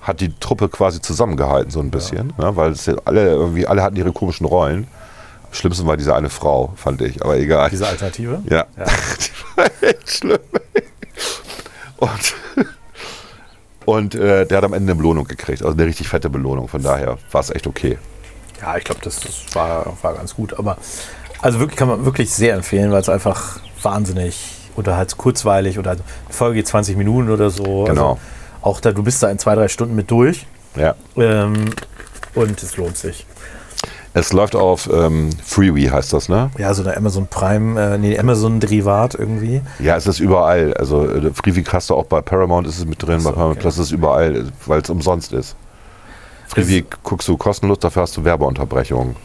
[SPEAKER 3] hat die Truppe quasi zusammengehalten, so ein bisschen. Ne? Weil es ja alle, irgendwie, alle hatten ihre komischen Rollen. Am schlimmsten war diese eine Frau, fand ich, aber egal.
[SPEAKER 5] Diese Alternative?
[SPEAKER 3] ja. die war echt schlimm. Und, und äh, der hat am Ende eine Belohnung gekriegt, also eine richtig fette Belohnung. Von daher war es echt okay.
[SPEAKER 5] Ja, ich glaube, das, das war, war ganz gut. Aber also wirklich kann man wirklich sehr empfehlen, weil es einfach wahnsinnig oder halt kurzweilig oder die Folge geht 20 Minuten oder so.
[SPEAKER 3] Genau.
[SPEAKER 5] Also auch da, du bist da in zwei, drei Stunden mit durch.
[SPEAKER 3] Ja.
[SPEAKER 5] Ähm, und es lohnt sich.
[SPEAKER 3] Es läuft auf ähm, Freeway, heißt das, ne?
[SPEAKER 5] Ja, so eine Amazon Prime, äh, nee, Amazon Derivat irgendwie.
[SPEAKER 3] Ja, es ist überall. Also äh, Freevik hast du auch bei Paramount ist es mit drin, bei Paramount Plus ist es überall, äh, weil es umsonst ist. Freevik guckst du kostenlos, dafür hast du Werbeunterbrechungen.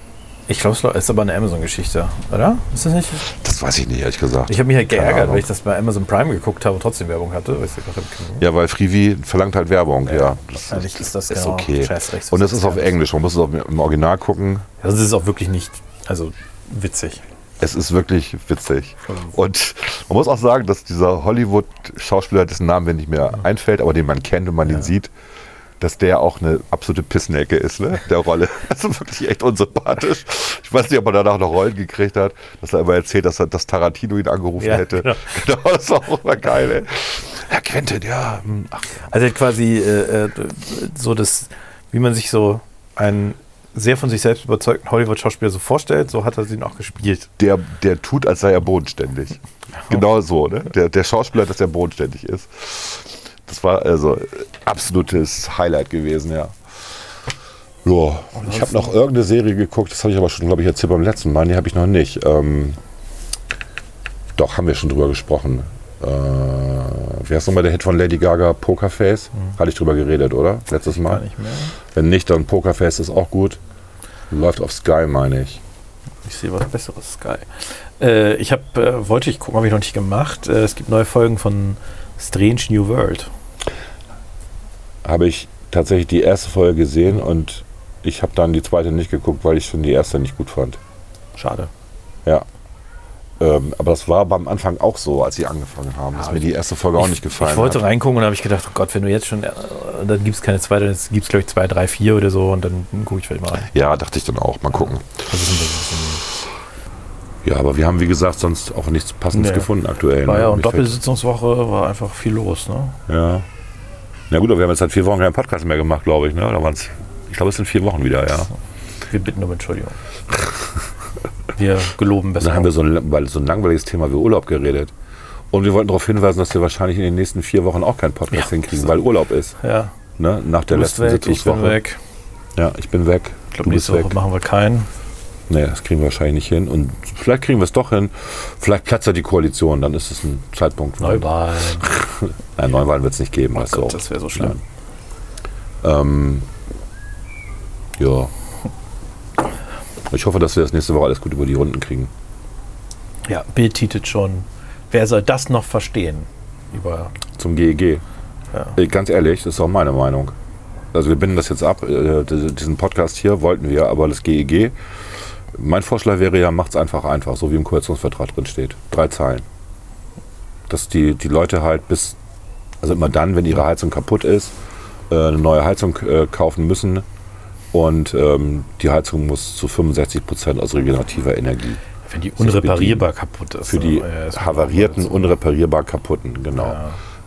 [SPEAKER 5] Ich glaube, es ist aber eine Amazon-Geschichte, oder? Ist das nicht?
[SPEAKER 3] Das weiß ich nicht, ehrlich gesagt.
[SPEAKER 5] Ich habe mich halt
[SPEAKER 3] Keine
[SPEAKER 5] geärgert,
[SPEAKER 3] Ahnung.
[SPEAKER 5] weil ich das bei Amazon Prime geguckt habe und trotzdem Werbung hatte. Weil ich so gedacht hab,
[SPEAKER 3] ja, weil Freevee verlangt halt Werbung, ja. Das
[SPEAKER 5] wahrscheinlich ist das
[SPEAKER 3] ist
[SPEAKER 5] genau
[SPEAKER 3] okay.
[SPEAKER 5] Geschäftsrecht.
[SPEAKER 3] Und es ist auf Englisch, man muss es auf, im Original gucken.
[SPEAKER 5] Also es ist auch wirklich nicht, also witzig.
[SPEAKER 3] Es ist wirklich witzig.
[SPEAKER 5] Genau.
[SPEAKER 3] Und man muss auch sagen, dass dieser Hollywood-Schauspieler, dessen Namen mir nicht mehr einfällt, aber den man kennt und man ihn sieht, dass der auch eine absolute Pissnecke ist, ne? der Rolle. *laughs* Also wirklich echt unsympathisch. Ich weiß nicht, ob er danach noch Rollen gekriegt hat, dass er immer erzählt, dass, er, dass Tarantino ihn angerufen
[SPEAKER 5] Ja,
[SPEAKER 3] hätte. *laughs* Genau.
[SPEAKER 5] genau.
[SPEAKER 3] das war auch immer geil, ey. Herr Quentin, ja. hm, Ach,
[SPEAKER 5] Also er hat quasi äh, äh, so das, wie man sich so einen sehr von sich selbst überzeugten Hollywood-Schauspieler so vorstellt, so hat er ihn auch gespielt.
[SPEAKER 3] der, der tut, als sei er *laughs* bodenständig. Genau so, ne? Der, der Schauspieler, dass er bodenständig ist. Das war also absolutes Highlight gewesen, ja. Ja, ich habe noch irgendeine Serie geguckt, das habe ich aber schon, glaube ich, erzählt beim letzten Mal. Die habe ich noch nicht. Ähm, doch, haben wir schon drüber gesprochen. Äh, wie heißt nochmal der Hit von Lady Gaga, Pokerface? Hatte ich drüber geredet, oder? Letztes Mal?
[SPEAKER 5] Nicht mehr.
[SPEAKER 3] Wenn nicht, dann Pokerface ist auch gut. Läuft auf Sky, meine ich.
[SPEAKER 5] Ich sehe was Besseres, Sky. Äh, ich habe, äh, wollte ich gucken, habe ich noch nicht gemacht. Äh, es gibt neue Folgen von Strange New World.
[SPEAKER 3] habe ich tatsächlich die erste Folge gesehen und ich habe dann die zweite nicht geguckt, weil ich schon die erste nicht gut fand.
[SPEAKER 5] Schade.
[SPEAKER 3] Ähm, aber das war beim Anfang auch so, als sie angefangen haben, dass mir die erste Folge auch nicht gefallen
[SPEAKER 5] Ich wollte
[SPEAKER 3] hat.
[SPEAKER 5] reingucken und habe ich gedacht, oh Gott, wenn du jetzt schon, äh, dann gibt es keine zweite, dann gibt es glaube ich zwei, drei, vier oder so und dann gucke ich vielleicht mal rein.
[SPEAKER 3] Ja, dachte ich dann auch. Mal gucken. Ja, aber wir haben, wie gesagt, sonst auch nichts Passendes
[SPEAKER 5] Nee.
[SPEAKER 3] gefunden aktuell.
[SPEAKER 5] War
[SPEAKER 3] ne?
[SPEAKER 5] ja und
[SPEAKER 3] Mich fällt-
[SPEAKER 5] Doppelsitzungswoche war einfach viel los, ne?
[SPEAKER 3] Ja. Na gut, aber wir haben jetzt seit vier Wochen keinen Podcast mehr gemacht, glaube ich. Ne? Oder waren's, ich glaube, es sind vier Wochen wieder, ja.
[SPEAKER 5] Wir bitten um
[SPEAKER 3] *laughs*
[SPEAKER 5] Entschuldigung. Wir geloben besser.
[SPEAKER 3] Dann Also haben wir so ein, weil so ein langweiliges Thema wie Urlaub geredet. Und wir wollten darauf hinweisen, dass wir wahrscheinlich in den nächsten vier Wochen auch keinen Podcast hinkriegen, weil Urlaub ist.
[SPEAKER 5] ja,
[SPEAKER 3] Ne? Nach der
[SPEAKER 5] du bist
[SPEAKER 3] letzten
[SPEAKER 5] weg, ich
[SPEAKER 3] Sitzungswoche.
[SPEAKER 5] bin weg.
[SPEAKER 3] Ja, ich bin weg.
[SPEAKER 5] Ich glaube, nächste Woche machen wir keinen.
[SPEAKER 3] Nee, das kriegen wir wahrscheinlich nicht hin. Und vielleicht kriegen wir es doch hin. Vielleicht platzt ja die Koalition, dann ist es ein Zeitpunkt.
[SPEAKER 5] Neuwahlen.
[SPEAKER 3] Nein, Neuwahlen wird es nicht geben. weißt du auch.
[SPEAKER 5] Oh Gott, das wäre so schlimm.
[SPEAKER 3] Ja. Ähm, ja. Ich hoffe, dass wir das nächste Woche alles gut über die Runden kriegen.
[SPEAKER 5] Ja, Bild titelt schon. Wer soll das noch verstehen? Über
[SPEAKER 3] Zum GEG.
[SPEAKER 5] Ja.
[SPEAKER 3] Äh, Ganz ehrlich, das ist auch meine Meinung. Also wir binden das jetzt ab. Äh, diese- Diesen Podcast hier wollten wir, aber das GEG. Mein Vorschlag wäre ja, macht's einfach einfach, so wie im Koalitionsvertrag drin steht. Drei Zeilen. Dass die, die Leute halt bis, also immer dann, wenn ihre Heizung kaputt ist, äh, eine neue Heizung äh, kaufen müssen. Und ähm, die Heizung muss zu 65 Prozent aus regenerativer Energie.
[SPEAKER 5] wenn die unreparierbar kaputt ist.
[SPEAKER 3] Für
[SPEAKER 5] ne?
[SPEAKER 3] die
[SPEAKER 5] Ja, ist-
[SPEAKER 3] havarierten, unreparierbar kaputten, genau.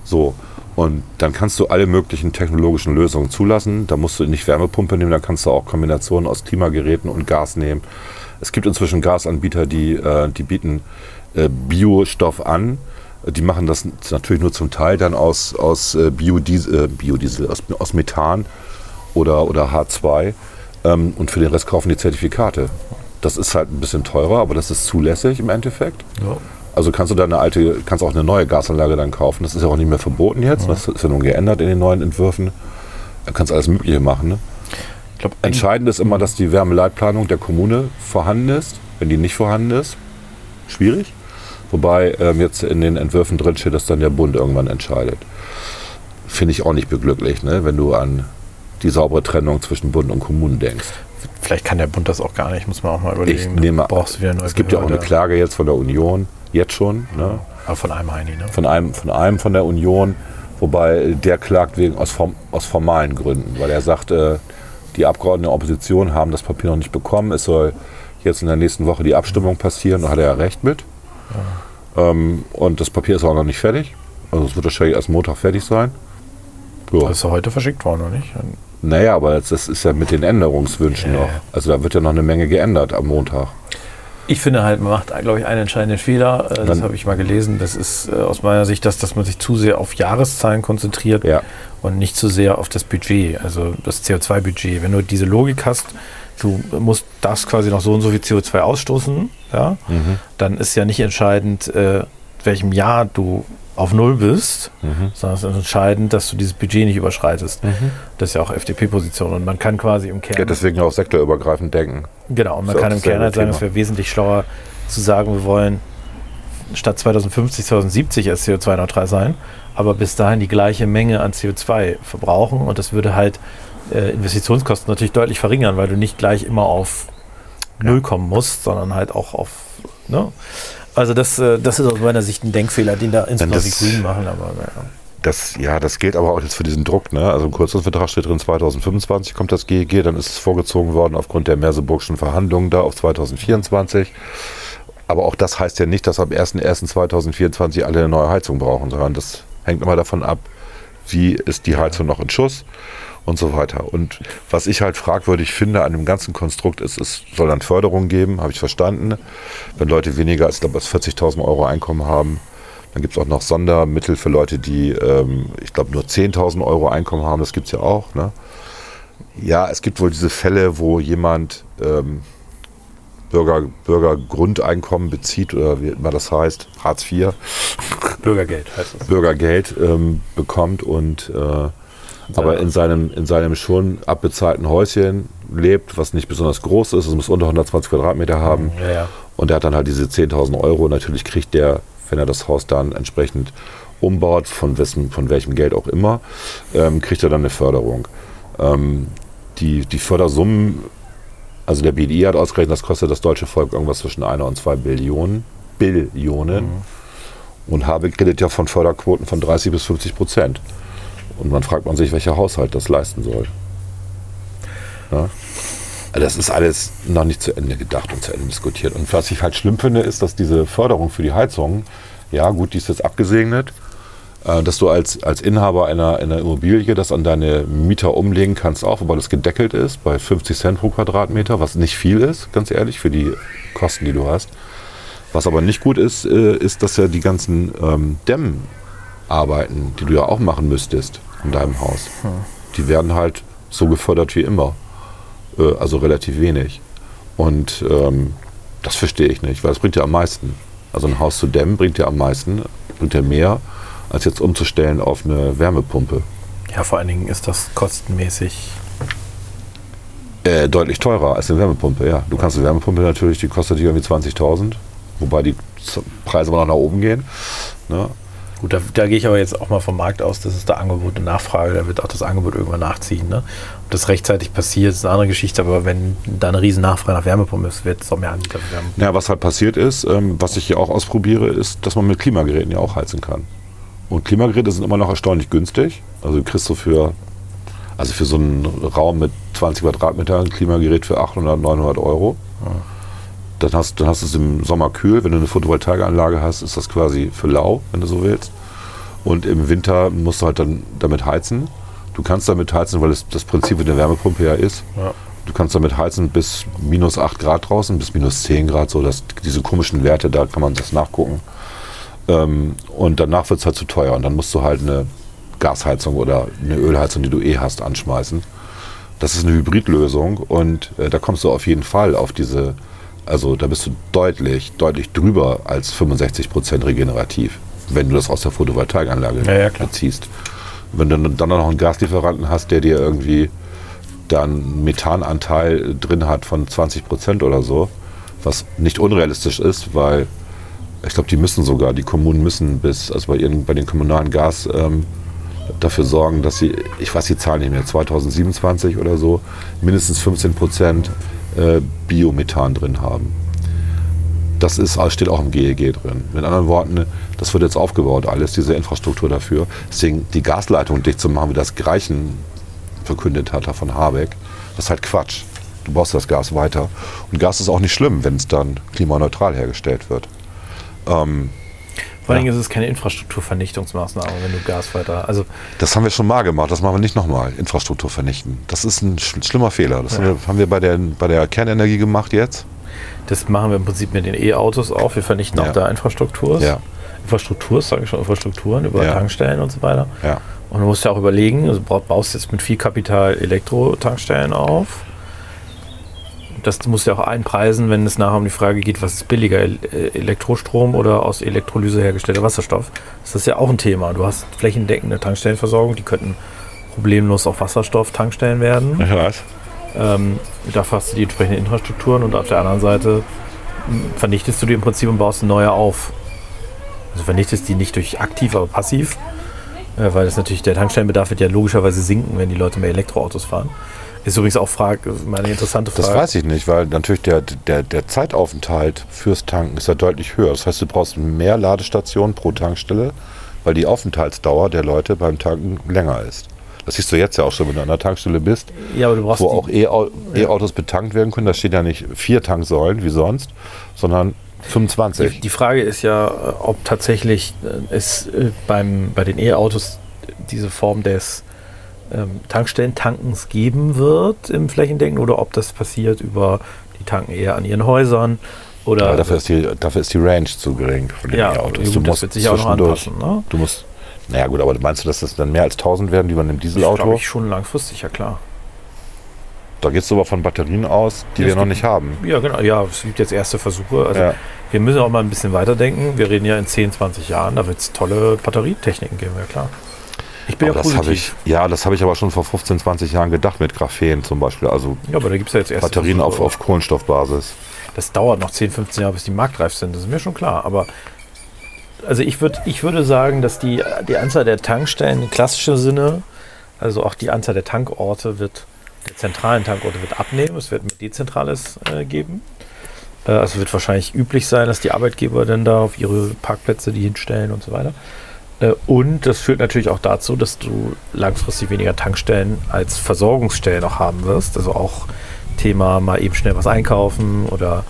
[SPEAKER 3] So. Und dann kannst du alle möglichen technologischen Lösungen zulassen. Da musst du nicht Wärmepumpe nehmen, da kannst du auch Kombinationen aus Klimageräten und Gas nehmen. Es gibt inzwischen Gasanbieter, die, äh, die bieten äh, Biostoff an. Die machen das natürlich nur zum Teil dann aus, aus äh, Biodiesel, äh, Biodiesel aus, aus Methan oder, oder H2. Ähm, und für den Rest kaufen die Zertifikate. Das ist halt ein bisschen teurer, aber das ist zulässig im Endeffekt.
[SPEAKER 5] Ja.
[SPEAKER 3] Also kannst du da eine alte, kannst auch eine neue Gasanlage dann kaufen. Das ist ja auch nicht mehr verboten jetzt. Das ist ja nun geändert in den neuen Entwürfen. Da kannst du alles Mögliche machen. Ne?
[SPEAKER 5] Ich glaube,
[SPEAKER 3] Entscheidend ist immer, dass die Wärmeleitplanung der Kommune vorhanden ist. Wenn die nicht vorhanden ist, schwierig. Wobei ähm, jetzt in den Entwürfen drin steht, dass dann der Bund irgendwann entscheidet. Finde ich auch nicht beglücklich, ne? wenn du an die saubere Trennung zwischen Bund und Kommunen denkst.
[SPEAKER 5] vielleicht kann der Bund das auch gar nicht, muss man auch mal
[SPEAKER 3] Ich
[SPEAKER 5] überlegen.
[SPEAKER 3] nehme,
[SPEAKER 5] brauchst du wieder eine neue
[SPEAKER 3] es gibt ja auch eine
[SPEAKER 5] Behörde.
[SPEAKER 3] Klage jetzt von der Union, jetzt schon, ne?
[SPEAKER 5] Aber von einem Heini, ne?
[SPEAKER 3] von, einem, von einem von der Union, wobei der klagt wegen aus, form, aus formalen Gründen, weil er sagt, äh, die Abgeordneten der Opposition haben das Papier noch nicht bekommen, es soll jetzt in der nächsten Woche die Abstimmung passieren, da hat er ja recht mit. Ähm, und das Papier ist auch noch nicht fertig, also es wird wahrscheinlich erst Montag fertig sein. Ja.
[SPEAKER 5] Das ist ja heute verschickt worden, oder nicht?
[SPEAKER 3] Naja, aber jetzt- das ist ja mit den Änderungswünschen
[SPEAKER 5] Ja,
[SPEAKER 3] noch.
[SPEAKER 5] ja.
[SPEAKER 3] Also da wird ja noch eine Menge geändert am Montag.
[SPEAKER 5] Ich finde halt, man macht, glaube ich, einen entscheidenden Fehler. Äh, Das
[SPEAKER 3] Dann-
[SPEAKER 5] habe ich mal gelesen. Das ist äh, aus meiner Sicht das, dass man sich zu sehr auf Jahreszahlen konzentriert
[SPEAKER 3] Ja.
[SPEAKER 5] und nicht zu sehr auf das Budget, also das CO2-Budget. Wenn du diese Logik hast, du musst das quasi noch so und so viel CO2 ausstoßen, ja, dann ist ja nicht entscheidend, äh, welchem Jahr du auf Null bist, sondern es ist entscheidend, dass du dieses Budget nicht überschreitest. Das ist ja auch FDP-Position und man kann quasi im Kern
[SPEAKER 3] Ja, deswegen auch sektorübergreifend denken.
[SPEAKER 5] Genau, und man
[SPEAKER 3] Ist auch
[SPEAKER 5] kann im
[SPEAKER 3] dasselbe
[SPEAKER 5] Kern halt sagen,
[SPEAKER 3] Thema.
[SPEAKER 5] es wäre wesentlich schlauer zu sagen, wir wollen statt 2050, 2070 erst CO2-neutral sein, aber bis dahin die gleiche Menge an CO2 verbrauchen und das würde halt äh, Investitionskosten natürlich deutlich verringern, weil du nicht gleich immer auf Null kommen musst, sondern halt auch auf. Ne? Also das, äh, das ist aus meiner Sicht ein Denkfehler, den da insbesondere die
[SPEAKER 3] das-
[SPEAKER 5] Grünen machen, aber naja.
[SPEAKER 3] Das, ja, das gilt aber auch jetzt für diesen Druck. Ne? Also im Kurzfristvertrag steht drin, 2025 kommt das GEG, dann ist es vorgezogen worden aufgrund der merseburgschen Verhandlungen da auf 2024. Aber auch das heißt ja nicht, dass am 1.1.2024 alle eine neue Heizung brauchen, sondern das hängt immer davon ab, wie ist die Heizung noch in Schuss und so weiter. Und was ich halt fragwürdig finde an dem ganzen Konstrukt ist, es soll dann Förderung geben, habe ich verstanden. Wenn Leute weniger als, ich glaube, als 40.000 Euro Einkommen haben, dann gibt es auch noch Sondermittel für Leute, die, ähm, ich glaube, nur 10.000 Euro Einkommen haben. Das gibt es ja auch. Ne? Ja, es gibt wohl diese Fälle, wo jemand ähm, Bürger, Bürgergrundeinkommen bezieht oder wie immer das heißt, Hartz IV,
[SPEAKER 5] Bürgergeld heißt das.
[SPEAKER 3] Bürgergeld ähm, bekommt und äh, aber in seinem, in seinem schon abbezahlten Häuschen lebt, was nicht besonders groß ist. Es muss unter 120 Quadratmeter haben.
[SPEAKER 5] Ja, ja.
[SPEAKER 3] Und er hat dann halt diese 10.000 Euro. Natürlich kriegt der, wenn er das Haus dann entsprechend umbaut, von, wessen, von welchem Geld auch immer, ähm, kriegt er dann eine Förderung. Ähm, die, die Fördersummen, also der BDI hat ausgerechnet, das kostet das deutsche Volk irgendwas zwischen einer und zwei Billionen. Billionen. Und Habeck redet ja von Förderquoten von 30 bis 50 Prozent. Und man fragt man sich, welcher Haushalt das leisten soll. Ja? Also Das ist alles noch nicht zu Ende gedacht und zu Ende diskutiert. Und was ich halt schlimm finde, ist, dass diese Förderung für die Heizung, ja gut, die ist jetzt abgesegnet, äh, dass du als, als Inhaber einer, einer Immobilie das an deine Mieter umlegen kannst auch, wobei das gedeckelt ist bei 50 Cent pro Quadratmeter, was nicht viel ist, ganz ehrlich, für die Kosten, die du hast. Was aber nicht gut ist, äh, ist, dass ja die ganzen ähm, Dämmarbeiten, die du ja auch machen müsstest in deinem Haus, die werden halt so gefördert wie immer. Äh, also relativ wenig. Und ähm, das verstehe ich nicht, weil das bringt ja am meisten. Also ein Haus zu dämmen bringt ja am meisten, bringt ja mehr, als jetzt umzustellen auf eine Wärmepumpe.
[SPEAKER 5] Ja, vor allen Dingen ist das kostenmäßig.
[SPEAKER 3] Äh, deutlich teurer als eine Wärmepumpe, ja. Du kannst eine Wärmepumpe natürlich, die kostet hier irgendwie 20.000, wobei die Z- Preise aber noch nach oben gehen. Ne?
[SPEAKER 5] Gut, da, da gehe ich aber jetzt auch mal vom Markt aus, das ist da Angebot und Nachfrage, da wird auch das Angebot irgendwann nachziehen. Ne? Ob das rechtzeitig passiert, ist eine andere Geschichte, aber wenn da eine riesen Nachfrage nach Wärmepumpen ist, wird es doch mehr Anbieter für Wärmepumpen.
[SPEAKER 3] Ja, was halt passiert ist, ähm, was ich hier auch ausprobiere, ist, dass man mit Klimageräten ja auch heizen kann. Und Klimageräte sind immer noch erstaunlich günstig. Also du kriegst so für, also für so einen Raum mit 20 Quadratmeter ein Klimagerät für 800, 900 Euro. Dann hast, dann hast du es im Sommer kühl. Wenn du eine Photovoltaikanlage hast, ist das quasi für lau, wenn du so willst. Und im Winter musst du halt dann damit heizen. Du kannst damit heizen, weil es das Prinzip mit der Wärmepumpe ja ist. Du kannst damit heizen bis minus 8 Grad draußen, bis minus 10 Grad, so dass diese komischen Werte, da kann man das nachgucken. Ähm, und danach wird es halt zu teuer und dann musst du halt eine Gasheizung oder eine Ölheizung, die du eh hast, anschmeißen. Das ist eine Hybridlösung und äh, da kommst du auf jeden Fall auf diese Also da bist du deutlich, deutlich drüber als 65% regenerativ, wenn du das aus der Photovoltaikanlage
[SPEAKER 13] Ja, ja, klar.
[SPEAKER 3] beziehst. Wenn du dann noch einen Gaslieferanten hast, der dir irgendwie dann einen Methananteil drin hat von 20% oder so, was nicht unrealistisch ist, weil ich glaube, die müssen sogar, die Kommunen müssen bis, also bei, ihren, bei den kommunalen Gas ähm, dafür sorgen, dass sie, ich weiß die Zahl nicht mehr, 2027 oder so, mindestens 15 Prozent äh, Biomethan drin haben. Das ist, alles steht auch im GEG drin. Mit anderen Worten, das wird jetzt aufgebaut, alles, diese Infrastruktur dafür. Deswegen die Gasleitung dicht zu machen, wie das Greichen verkündet hat, Herr von Habeck, das ist halt Quatsch. Du brauchst das Gas weiter. Und Gas ist auch nicht schlimm, wenn es dann klimaneutral hergestellt wird. Ähm,
[SPEAKER 5] Vor allen Dingen ist es keine Infrastrukturvernichtungsmaßnahme, wenn du Gas weiter. Also
[SPEAKER 3] Das haben wir schon mal gemacht, das machen wir nicht nochmal. Infrastruktur vernichten. Das ist ein schl schlimmer Fehler. Das haben wir, haben wir bei, der, bei der Kernenergie gemacht jetzt.
[SPEAKER 5] das machen wir im Prinzip mit den E-Autos auch. Wir vernichten
[SPEAKER 3] Ja.
[SPEAKER 5] auch da Infrastruktur.
[SPEAKER 3] Ja.
[SPEAKER 5] Infrastruktur, sage ich schon, Infrastrukturen über
[SPEAKER 3] Ja.
[SPEAKER 5] Tankstellen und so weiter.
[SPEAKER 3] Ja.
[SPEAKER 5] Und du musst ja auch überlegen, also bra- baust jetzt mit viel Kapital Elektro-Tankstellen auf. Das musst du ja auch einpreisen, wenn es nachher um die Frage geht, was ist billiger, El- äh, Elektrostrom oder aus Elektrolyse hergestellter Wasserstoff. Das ist ja auch ein Thema. Du hast flächendeckende Tankstellenversorgung, die könnten problemlos auch Wasserstoff-Tankstellen werden.
[SPEAKER 3] Ich weiß.
[SPEAKER 5] Ähm, dafür hast du die entsprechenden Infrastrukturen und auf der anderen Seite m, vernichtest du die im Prinzip und baust eine neue auf. Also vernichtest die nicht durch aktiv, aber passiv, äh, weil das natürlich der Tankstellenbedarf wird ja logischerweise sinken, wenn die Leute mehr Elektroautos fahren. Ist übrigens auch Frage, meine interessante Frage.
[SPEAKER 3] Das weiß ich nicht, weil natürlich der, der, der Zeitaufenthalt fürs Tanken ist ja deutlich höher. Das heißt, du brauchst mehr Ladestationen pro Tankstelle, weil die Aufenthaltsdauer der Leute beim Tanken länger ist. Das siehst du jetzt ja auch schon, wenn du an der Tankstelle bist,
[SPEAKER 5] ja, aber du brauchst
[SPEAKER 3] wo
[SPEAKER 5] die-
[SPEAKER 3] auch E-Au- E-Autos betankt werden können. Da stehen ja nicht vier Tanksäulen wie sonst, sondern 25.
[SPEAKER 5] Die, die Frage ist ja, äh, ob tatsächlich äh, es äh, beim, bei den E-Autos diese Form des ähm, Tankstellentankens geben wird im Flächendenken oder ob das passiert über die tanken eher an ihren Häusern oder
[SPEAKER 3] Aber dafür ist, die, dafür ist die Range zu gering von den
[SPEAKER 5] ja,
[SPEAKER 3] E-Autos.
[SPEAKER 5] gut,
[SPEAKER 3] Du
[SPEAKER 5] das
[SPEAKER 3] musst
[SPEAKER 5] wird sich auch noch
[SPEAKER 3] zwischendurch-
[SPEAKER 5] anpassen. Ne?
[SPEAKER 3] Du musst, naja gut, aber meinst du, dass das dann mehr als 1000 werden, die man im
[SPEAKER 5] Das glaube
[SPEAKER 3] Dieselauto?
[SPEAKER 5] ich schon langfristig, ja klar.
[SPEAKER 3] Da gehst du aber von Batterien aus, die
[SPEAKER 5] Ja,
[SPEAKER 3] wir
[SPEAKER 5] es
[SPEAKER 3] noch
[SPEAKER 5] gibt-
[SPEAKER 3] nicht haben.
[SPEAKER 5] Ja, genau. Ja, es gibt jetzt erste Versuche. Also
[SPEAKER 3] Ja.
[SPEAKER 5] wir müssen auch mal ein bisschen weiterdenken. Wir reden ja in 10, 20 Jahren, da wird es tolle Batterietechniken geben, ja klar. Ich bin
[SPEAKER 3] Aber
[SPEAKER 5] ja
[SPEAKER 3] das habe
[SPEAKER 5] positiv.
[SPEAKER 3] ich, ja, das habe ich aber schon vor 15, 20 Jahren gedacht mit Graphen zum Beispiel. Also
[SPEAKER 5] Ja, aber da gibt es ja jetzt erste
[SPEAKER 3] Batterien auf,
[SPEAKER 5] Versuche.
[SPEAKER 3] auf Kohlenstoffbasis.
[SPEAKER 5] Das dauert noch 10, 15 Jahre, bis die marktreif sind, das ist mir schon klar. Aber also ich, würd, ich würde sagen, dass die, die Anzahl der Tankstellen im klassischen Sinne, also auch die Anzahl der Tankorte wird, der zentralen Tankorte wird abnehmen, es wird ein dezentrales äh, geben. Äh, also wird wahrscheinlich üblich sein, dass die Arbeitgeber dann da auf ihre Parkplätze die hinstellen und so weiter. Äh, Und das führt natürlich auch dazu, dass du langfristig weniger Tankstellen als Versorgungsstellen auch haben wirst. Also auch Thema mal eben schnell was einkaufen oder,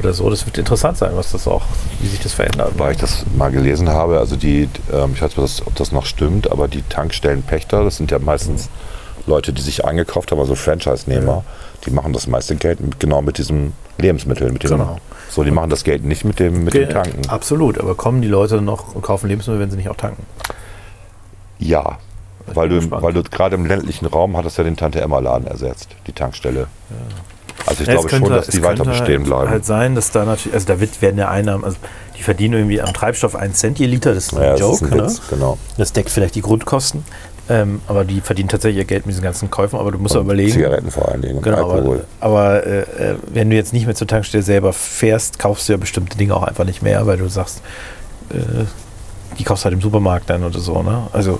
[SPEAKER 5] oder so. Das wird interessant sein, was das auch, wie sich das verändert.
[SPEAKER 3] Weil ich das mal gelesen habe, also die, ähm, ich weiß nicht, ob das- ob das noch stimmt, aber die Tankstellenpächter, das sind ja meistens Leute, die sich eingekauft haben, also Franchise-Nehmer, die machen das meiste Geld mit, genau mit diesem Lebensmittel. Mit dem,
[SPEAKER 5] Genau. Ah.
[SPEAKER 3] So, die machen das Geld nicht mit dem, mit dem Tanken.
[SPEAKER 5] Äh, Absolut, aber kommen die Leute noch und kaufen Lebensmittel, wenn sie nicht auch tanken?
[SPEAKER 3] Ja, weil
[SPEAKER 5] bin
[SPEAKER 3] du,
[SPEAKER 5] gespannt.
[SPEAKER 3] weil du gerade im ländlichen Raum hattest ja den Tante-Emma-Laden ersetzt, die Tankstelle. Also ich
[SPEAKER 5] Ja, es
[SPEAKER 3] glaube schon, dass
[SPEAKER 5] es
[SPEAKER 3] die weiter
[SPEAKER 5] könnte
[SPEAKER 3] bestehen bleiben.
[SPEAKER 5] Halt sein, dass da natürlich, also da wird, werden ja Einnahmen, also die verdienen irgendwie am Treibstoff einen Cent je Liter, das ist ein
[SPEAKER 3] Ja, das
[SPEAKER 5] Joke,
[SPEAKER 3] ist ein
[SPEAKER 5] ne?
[SPEAKER 3] Witz, genau.
[SPEAKER 5] Das deckt vielleicht die Grundkosten, ähm, aber die verdienen tatsächlich ihr Geld mit diesen ganzen Käufen. Aber du musst ja überlegen.
[SPEAKER 3] Zigaretten vor allen Dingen, und
[SPEAKER 5] Genau, aber,
[SPEAKER 3] Alkohol.
[SPEAKER 5] aber äh, äh, wenn du jetzt nicht mehr zur Tankstelle selber fährst, kaufst du ja bestimmte Dinge auch einfach nicht mehr, weil du sagst, äh, die kaufst du halt im Supermarkt dann oder so. Ne? Also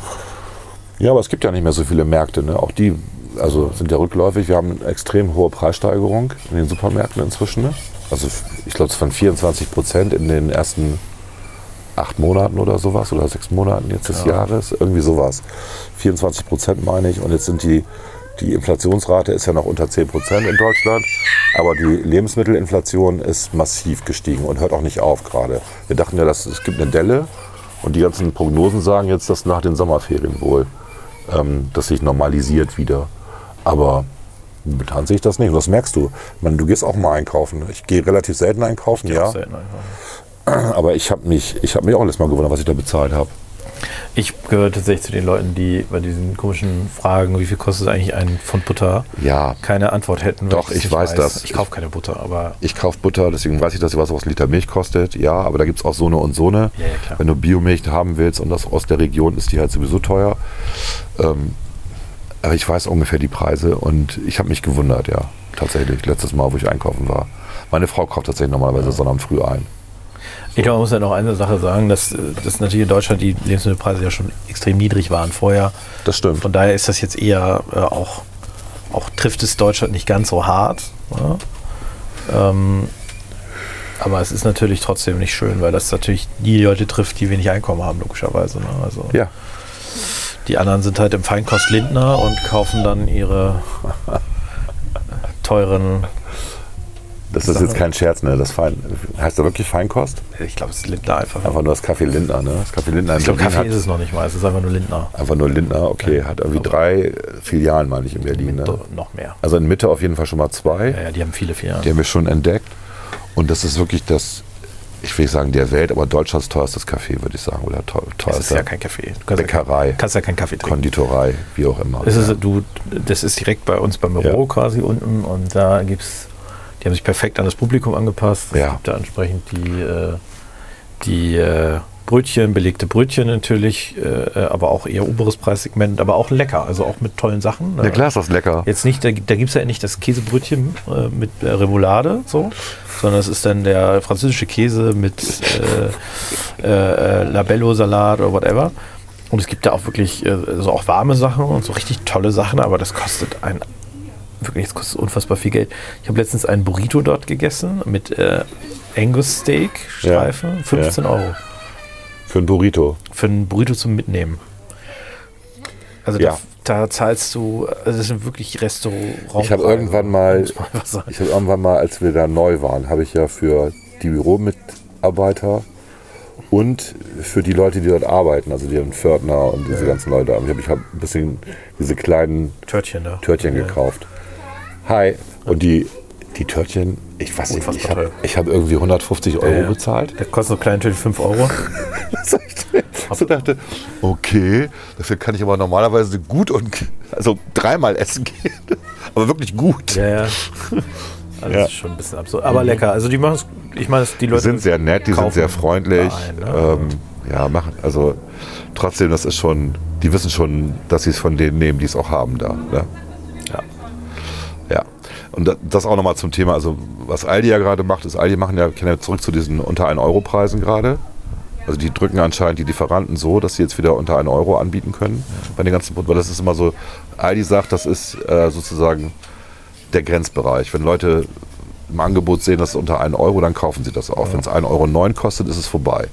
[SPEAKER 3] Ja, aber es gibt ja nicht mehr so viele Märkte. Ne? Auch die also sind ja rückläufig. Wir haben eine extrem hohe Preissteigerung in den Supermärkten inzwischen. Ne? Also f- ich glaube, es waren 24 Prozent in den ersten acht Monaten oder sowas oder sechs Monaten jetzt des Jahres. Irgendwie sowas. 24 Prozent meine ich. Und jetzt sind die, die Inflationsrate ist ja noch unter 10 Prozent in Deutschland. Aber die Lebensmittelinflation ist massiv gestiegen und hört auch nicht auf gerade. Wir dachten ja, dass, es gibt eine Delle. Und die ganzen Prognosen sagen jetzt, dass nach den Sommerferien wohl ähm, das sich normalisiert wieder. Aber momentan sehe ich das nicht. Und das merkst du. Ich meine, du gehst auch mal einkaufen. Ich gehe relativ selten einkaufen, ja.
[SPEAKER 5] selten halt einfach.
[SPEAKER 3] Aber ich habe mich, ich habe mich auch letztes Mal gewundert, was ich da bezahlt habe.
[SPEAKER 5] Ich gehöre tatsächlich zu den Leuten, die bei diesen komischen Fragen, wie viel kostet eigentlich ein Pfund Butter,
[SPEAKER 3] Ja,
[SPEAKER 5] keine Antwort hätten. weil
[SPEAKER 3] Doch,
[SPEAKER 5] das
[SPEAKER 3] ich
[SPEAKER 5] nicht
[SPEAKER 3] weiß das.
[SPEAKER 5] Ich kaufe keine Butter, aber
[SPEAKER 3] ich kaufe Butter, deswegen weiß ich, dass was aus Liter Milch kostet. Ja, aber da gibt es auch so eine und so eine.
[SPEAKER 5] ja, ja, klar.
[SPEAKER 3] Wenn du Biomilch haben willst und das aus der Region ist die halt sowieso teuer. Ähm, aber ich weiß ungefähr die Preise und ich habe mich gewundert, ja, tatsächlich. Letztes Mal, wo ich einkaufen war. Meine Frau kauft tatsächlich normalerweise Sonnabend früh ein.
[SPEAKER 5] Ich glaube, man muss ja noch eine Sache sagen, dass, äh, dass natürlich in Deutschland die Lebensmittelpreise ja schon extrem niedrig waren vorher.
[SPEAKER 3] Das stimmt.
[SPEAKER 5] Von daher ist das jetzt eher äh, auch, auch trifft es Deutschland nicht ganz so hart. Ne? Ähm, aber es ist natürlich trotzdem nicht schön, weil das natürlich die Leute trifft, die wenig Einkommen haben, logischerweise. Ne? Also
[SPEAKER 3] Ja.
[SPEAKER 5] Die anderen sind halt im Feinkost Lindner und kaufen dann *laughs* ihre teuren,
[SPEAKER 3] Das ist jetzt kein Scherz, ne? Das Fein, heißt da wirklich Feinkost?
[SPEAKER 5] ich glaube, es ist Lindner einfach.
[SPEAKER 3] Einfach nur das Kaffee Lindner, ne? Das Kaffee Lindner in
[SPEAKER 5] Ich glaube,
[SPEAKER 3] Berlin
[SPEAKER 5] Kaffee
[SPEAKER 3] hat
[SPEAKER 5] ist es noch nicht mal, es ist einfach nur Lindner.
[SPEAKER 3] einfach nur Lindner, okay, hat irgendwie drei äh, Filialen, meine ich, in Berlin. Ne?
[SPEAKER 5] Do- Noch mehr.
[SPEAKER 3] Also in Mitte auf jeden Fall schon mal zwei.
[SPEAKER 5] Ja, ja, die haben viele, viele.
[SPEAKER 3] Die haben wir schon entdeckt. Und das ist wirklich das, ich will nicht sagen der Welt, aber Deutschlands teuerstes Café, würde ich sagen. Oder teu-
[SPEAKER 5] Das ist ja
[SPEAKER 3] teuerste
[SPEAKER 5] kein Kaffee. Du kannst
[SPEAKER 3] Bäckerei,
[SPEAKER 5] Ja, kannst ja keinen Kaffee trinken.
[SPEAKER 3] Konditorei, wie auch immer.
[SPEAKER 5] Das Genau, ist, du, das ist direkt bei uns beim Büro
[SPEAKER 3] Ja.
[SPEAKER 5] quasi unten und da gibt's, die haben sich perfekt an das Publikum angepasst. Es
[SPEAKER 3] Ja.
[SPEAKER 5] gibt da entsprechend die, äh, die äh, Brötchen, belegte Brötchen natürlich, äh, aber auch eher oberes Preissegment, aber auch lecker, also auch mit tollen Sachen. ne?
[SPEAKER 3] ja klar ist das lecker.
[SPEAKER 5] Jetzt nicht, da, da gibt es ja nicht das Käsebrötchen äh, mit äh, Remoulade, so, sondern es ist dann der französische Käse mit äh, äh, äh, Labello-Salat oder whatever. Und es gibt da auch wirklich äh, so auch warme Sachen und so richtig tolle Sachen, aber das kostet ein wirklich, das kostet unfassbar viel Geld. Ich habe letztens einen Burrito dort gegessen mit äh, Angus-Steak-Streifen, 15 Euro
[SPEAKER 3] Für ein Burrito.
[SPEAKER 5] für einen Burrito zum Mitnehmen. Also
[SPEAKER 3] Ja.
[SPEAKER 5] da, da zahlst du, also das sind wirklich Restaurants.
[SPEAKER 3] Ich habe irgendwann mal,
[SPEAKER 5] was sagen.
[SPEAKER 3] ich habe irgendwann mal, als wir da neu waren, habe ich ja für die Büromitarbeiter und für die Leute, die dort arbeiten, also deren Fördner und diese ganzen Leute, habe ich, ich hab ein bisschen diese kleinen
[SPEAKER 5] Törtchen da.
[SPEAKER 3] Törtchen
[SPEAKER 5] Ja.
[SPEAKER 3] gekauft. Hi. Und die, die Törtchen, ich weiß nicht, ich
[SPEAKER 5] Unfassbar
[SPEAKER 3] habe
[SPEAKER 5] teuer.
[SPEAKER 3] ich hab irgendwie 150 Euro
[SPEAKER 5] ja. *laughs*
[SPEAKER 3] bezahlt.
[SPEAKER 5] Der kostet so kleine Tüte
[SPEAKER 3] *laughs*
[SPEAKER 5] 5 Euro.
[SPEAKER 3] Ich dachte, okay, dafür kann ich aber normalerweise gut und also dreimal essen gehen. *laughs* Aber wirklich gut.
[SPEAKER 5] ja, ja. Also
[SPEAKER 3] Ja.
[SPEAKER 5] Das ist schon ein bisschen absurd. Aber lecker. Also die machen es, ich meine, es- die
[SPEAKER 3] Die
[SPEAKER 5] Leute.
[SPEAKER 3] sind sehr nett, die sind
[SPEAKER 5] kaufen
[SPEAKER 3] sehr freundlich.
[SPEAKER 5] da ein,
[SPEAKER 3] ähm, ja, machen. Also trotzdem, das ist schon, die wissen schon, dass sie es von denen nehmen, die es auch haben da. Ne?
[SPEAKER 5] Ja.
[SPEAKER 3] Ja. Und da- das auch nochmal zum Thema, also was Aldi ja gerade macht, ist Aldi machen ja, kehren ja zurück zu diesen unter 1 Euro Preisen gerade. Also die drücken anscheinend die Lieferanten so, dass sie jetzt wieder unter 1 Euro anbieten können bei den ganzen Produkten. Weil das ist immer so, Aldi sagt, das ist äh, sozusagen der Grenzbereich. Wenn Leute im Angebot sehen, das ist unter 1 Euro, dann kaufen sie das auch. Wenn es 1,09 Euro kostet, ist es vorbei.